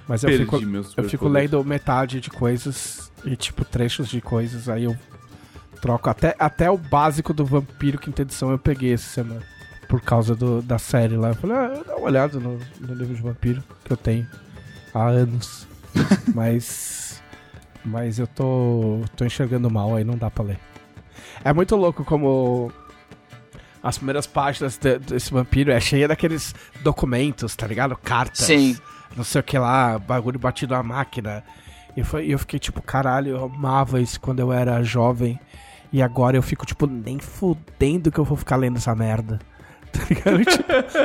A: Mas eu
C: Perdi
A: fico,
C: meu
A: eu fico
C: superpoder.
A: lendo metade de coisas e, tipo, trechos de coisas. Aí eu troco. Até, até o básico do Vampiro Quinta Edição eu peguei essa semana. Por causa do- da série lá. Eu falei, ah, dá uma olhada no, no livro de vampiro que eu tenho há anos. mas. Mas eu tô. tô enxergando mal, aí não dá pra ler. É muito louco como. As primeiras páginas de- desse vampiro é cheia daqueles documentos, tá ligado? Cartas
B: Sim.
A: não sei o que lá, bagulho batido na máquina. E foi- e eu fiquei tipo, caralho, eu amava isso quando eu era jovem. E agora eu fico, tipo, nem fudendo que eu vou ficar lendo essa merda. Tá ligado? Eu,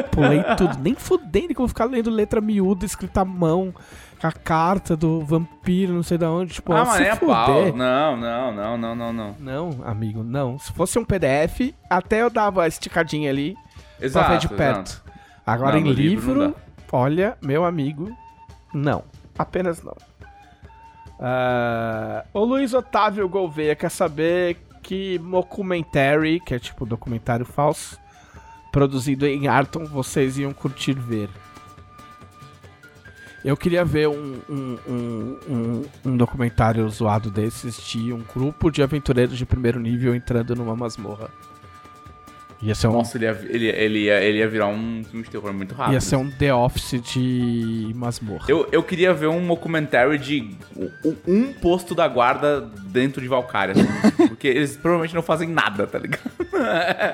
A: tipo, pulei tudo. Nem fudendo que eu vou ficar lendo letra miúda, escrita à mão, com a carta do vampiro, não sei da onde. Tipo,
C: ah,
A: se
C: mas nem a
A: fuder.
C: pau. Não, não, não, não, não, não.
A: Não, amigo, não. Se fosse um PDF, até eu dava a esticadinha ali
C: Exato.
A: pra ver de
C: exato.
A: perto. Agora
C: Não,
A: em
C: no livro
A: livro,
C: não dá.
A: olha, meu amigo, não. Apenas não. Ah, o Luiz Otávio Gouveia quer saber que Mockumentary, que é tipo documentário falso, produzido em Arton, vocês iam curtir ver. Eu queria ver um, um, um, um- um documentário zoado desses de um grupo de aventureiros de primeiro nível entrando numa masmorra. Ia ser um
C: Nossa, ele ia, ele, ele, ia, ele ia virar um filme de terror muito rápido.
A: Ia ser um The Office de masmorra.
C: Eu, eu queria ver um documentário de um, um posto da guarda dentro de Valkyria. assim, porque eles provavelmente não fazem nada, tá ligado?
A: Ah.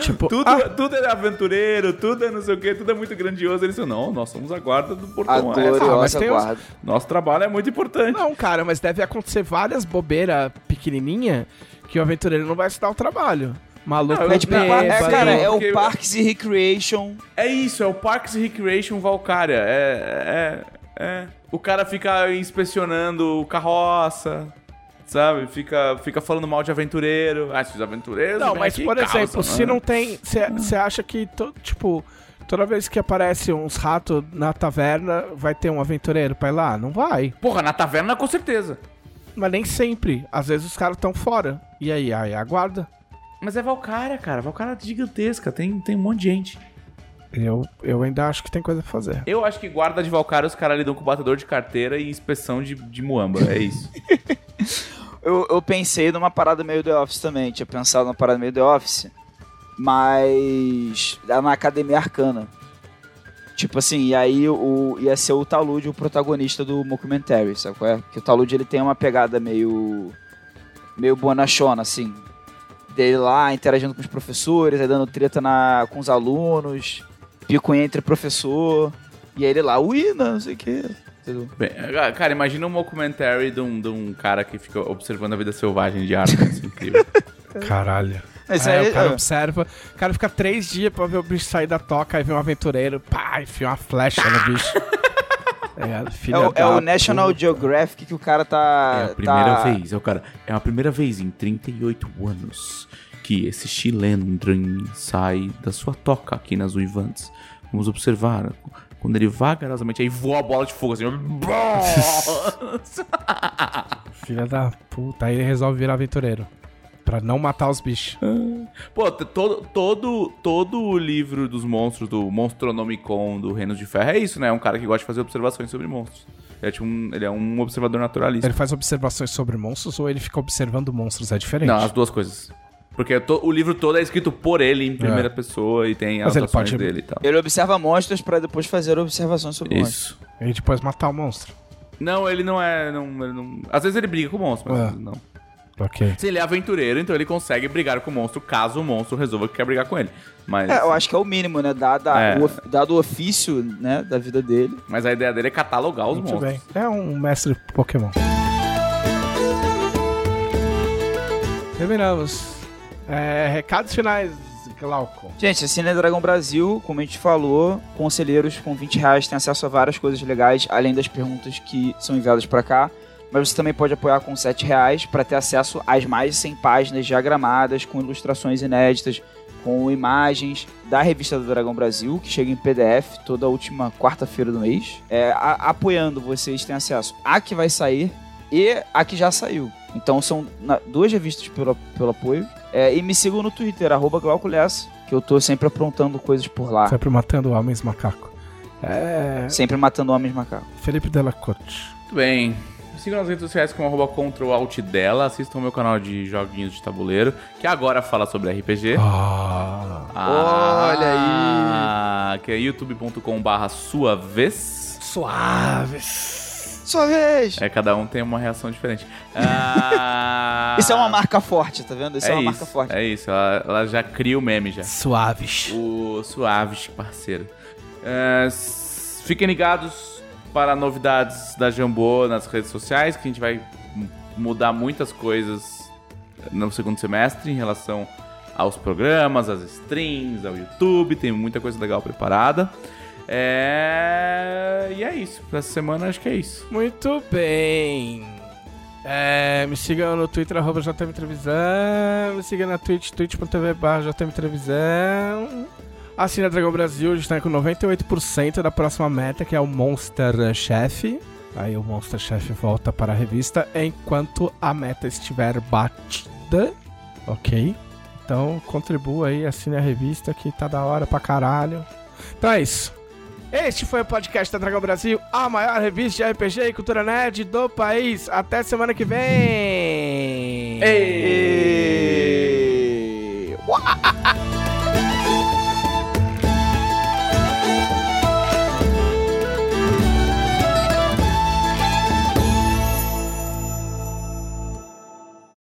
A: Tipo,
C: Tudo,
A: ah,
C: tudo é aventureiro, tudo é não sei o quê, tudo é muito grandioso. Eles falam, não, nós somos a guarda do
B: A
C: portão. é,
A: Ah, mas
B: gloriosa
A: tem os-
B: guarda.
C: nosso trabalho é muito importante.
A: não, cara, mas deve acontecer várias bobeiras pequenininha que o aventureiro não vai se dar o trabalho. Maluco,
C: Não,
B: É tipo,
C: Não,
B: é,
A: bêbado.
B: cara, é
C: porque-
B: o Parks e Recreation.
C: É isso, é o Parks and Recreation Valkyria. É, é, é. O cara fica inspecionando carroça, sabe? Fica, fica falando mal de aventureiro. Ah, esses aventureiros.
A: Não,
C: vêm
A: mas
C: aqui e
A: por
C: causam,
A: exemplo, se
C: né?
A: não tem. Você acha que, to- tipo, toda vez que aparece uns ratos na taverna, vai ter um aventureiro pra ir lá? Não vai.
C: Porra, na taverna com certeza.
A: Mas nem sempre. Às vezes os caras estão fora. E aí, aí aguarda.
C: Mas é Valkyria, cara. Valkyria é gigantesca, tem, tem um monte de gente.
A: Eu, eu ainda acho que tem coisa pra fazer.
C: Eu acho que guarda de Valkyria os caras lidam com batedor de carteira e inspeção de, de muamba. É isso.
B: Eu, eu pensei numa parada meio The Office também. Tinha pensado numa parada meio The Office. Mas. Era na Academia Arcana. Tipo assim, e aí o, ia ser o Talude o protagonista do documentary, sabe qual é? Porque o Talude ele tem uma pegada meio. meio bonachona, assim. Dele lá interagindo com os professores, aí dando treta na, com os alunos, pico entre professor. E aí ele lá, uína, não sei o quê. Entendeu?
C: Bem, cara, imagina um documentary de um, de um cara que fica observando a vida selvagem de árvore. Assim, incrível.
A: Caralho.
C: Ah,
B: Isso
A: Aí
B: aí,
A: Ah, o cara
B: é.
A: observa. O cara fica três dias pra ver o bicho sair da toca, aí vem um aventureiro, pá, enfia uma flecha no bicho. É, filha
B: É o, é
A: da
B: o National
A: puta.
B: Geographic que o cara tá.
C: É a primeira
B: tá-
C: vez, é o cara. É a primeira vez em 38 anos que esse chilendrin sai da sua toca aqui nas Uivantes. Vamos observar. Quando ele vagarosamente aí voa a bola de fogo assim.
A: Filha da puta. Aí ele resolve virar aventureiro. Pra não matar os bichos.
C: Pô, t- todo, todo, todo o livro dos monstros, do Monstronomicon, do Reino de Ferro, é isso, né? É um cara que gosta de fazer observações sobre monstros. Ele é, tipo um, ele é um observador naturalista.
A: Ele faz observações sobre monstros ou ele fica observando monstros? É diferente.
C: Não, as duas coisas. Porque to- o livro todo é escrito por ele em primeira pessoa e tem
A: É. Mas ele
C: anotações
A: pode-
C: dele e tal.
B: Ele observa monstros pra depois fazer observações sobre
C: Isso.
B: monstros.
A: E depois matar o monstro.
C: Não, ele não é. Não, ele não- Às vezes ele briga com o monstro, mas
A: É.
C: às vezes não.
A: Ok.
C: Se ele é aventureiro, então ele consegue brigar com o monstro caso o monstro resolva que quer brigar com ele. Mas,
B: É, eu acho que é o mínimo, né? Dado, a-
C: É.
B: o of- dado o ofício, né? Da vida dele.
C: mas a ideia dele é catalogar os
A: Muito
C: monstros.
A: bem. É um mestre Pokémon. Terminamos. É, recados finais, Glauco.
B: Gente, assina Dragon Brasil, como a gente falou, conselheiros com 20 reais têm acesso a várias coisas legais, além das perguntas que são enviadas pra cá. mas você também pode apoiar com R$ 7 reais para ter acesso às mais de 100 páginas diagramadas com ilustrações inéditas, com imagens da revista do Dragão Brasil, que chega em PDF toda última quarta-feira do mês. É, a- apoiando, vocês têm acesso à que vai sair e a que já saiu. Então são na- duas revistas pelo, pelo apoio. É, e me sigam no Twitter, arroba Glauco Lessa, que eu tô sempre aprontando coisas por lá.
A: Sempre matando homens macaco. É.
B: Sempre matando homens macaco.
A: Felipe Delacorte.
C: Muito bem. Me Sigam nas redes sociais como arroba ControlAltDela. Assistam o meu canal de joguinhos de tabuleiro, que agora fala sobre RPG.
A: Ah.
C: Ah, Que é youtube.com/barra sua vez.
A: Suaves.
B: Sua vez!
C: É, cada um tem uma reação diferente. Ah,
B: Isso é uma marca forte, tá vendo? Isso é, uma marca
C: isso,
B: forte.
C: É isso, ela, ela já cria o meme já.
A: Suaves.
C: O Suaves, parceiro. É, s- fiquem ligados para novidades da Jambô nas redes sociais, que a gente vai m- mudar muitas coisas no segundo semestre em relação aos programas, às streams, ao YouTube. Tem muita coisa legal preparada. É, E é isso. Pra essa semana acho que é isso.
A: Muito bem. É, me sigam no Twitter, arroba JMTelevisão. Me sigam na Twitch, twitch.tv barra JMTelevisão. Assina Dragão Brasil, a gente tá com 98% da próxima meta, que é o Monster Chef. Aí o Monster Chef volta para a revista enquanto a meta estiver batida. Ok? Então contribua aí, assine a revista que tá da hora pra caralho. Então é isso. Este foi o podcast da Dragão Brasil, a maior revista de RPG e cultura nerd do país. Até semana que vem!
C: Ei!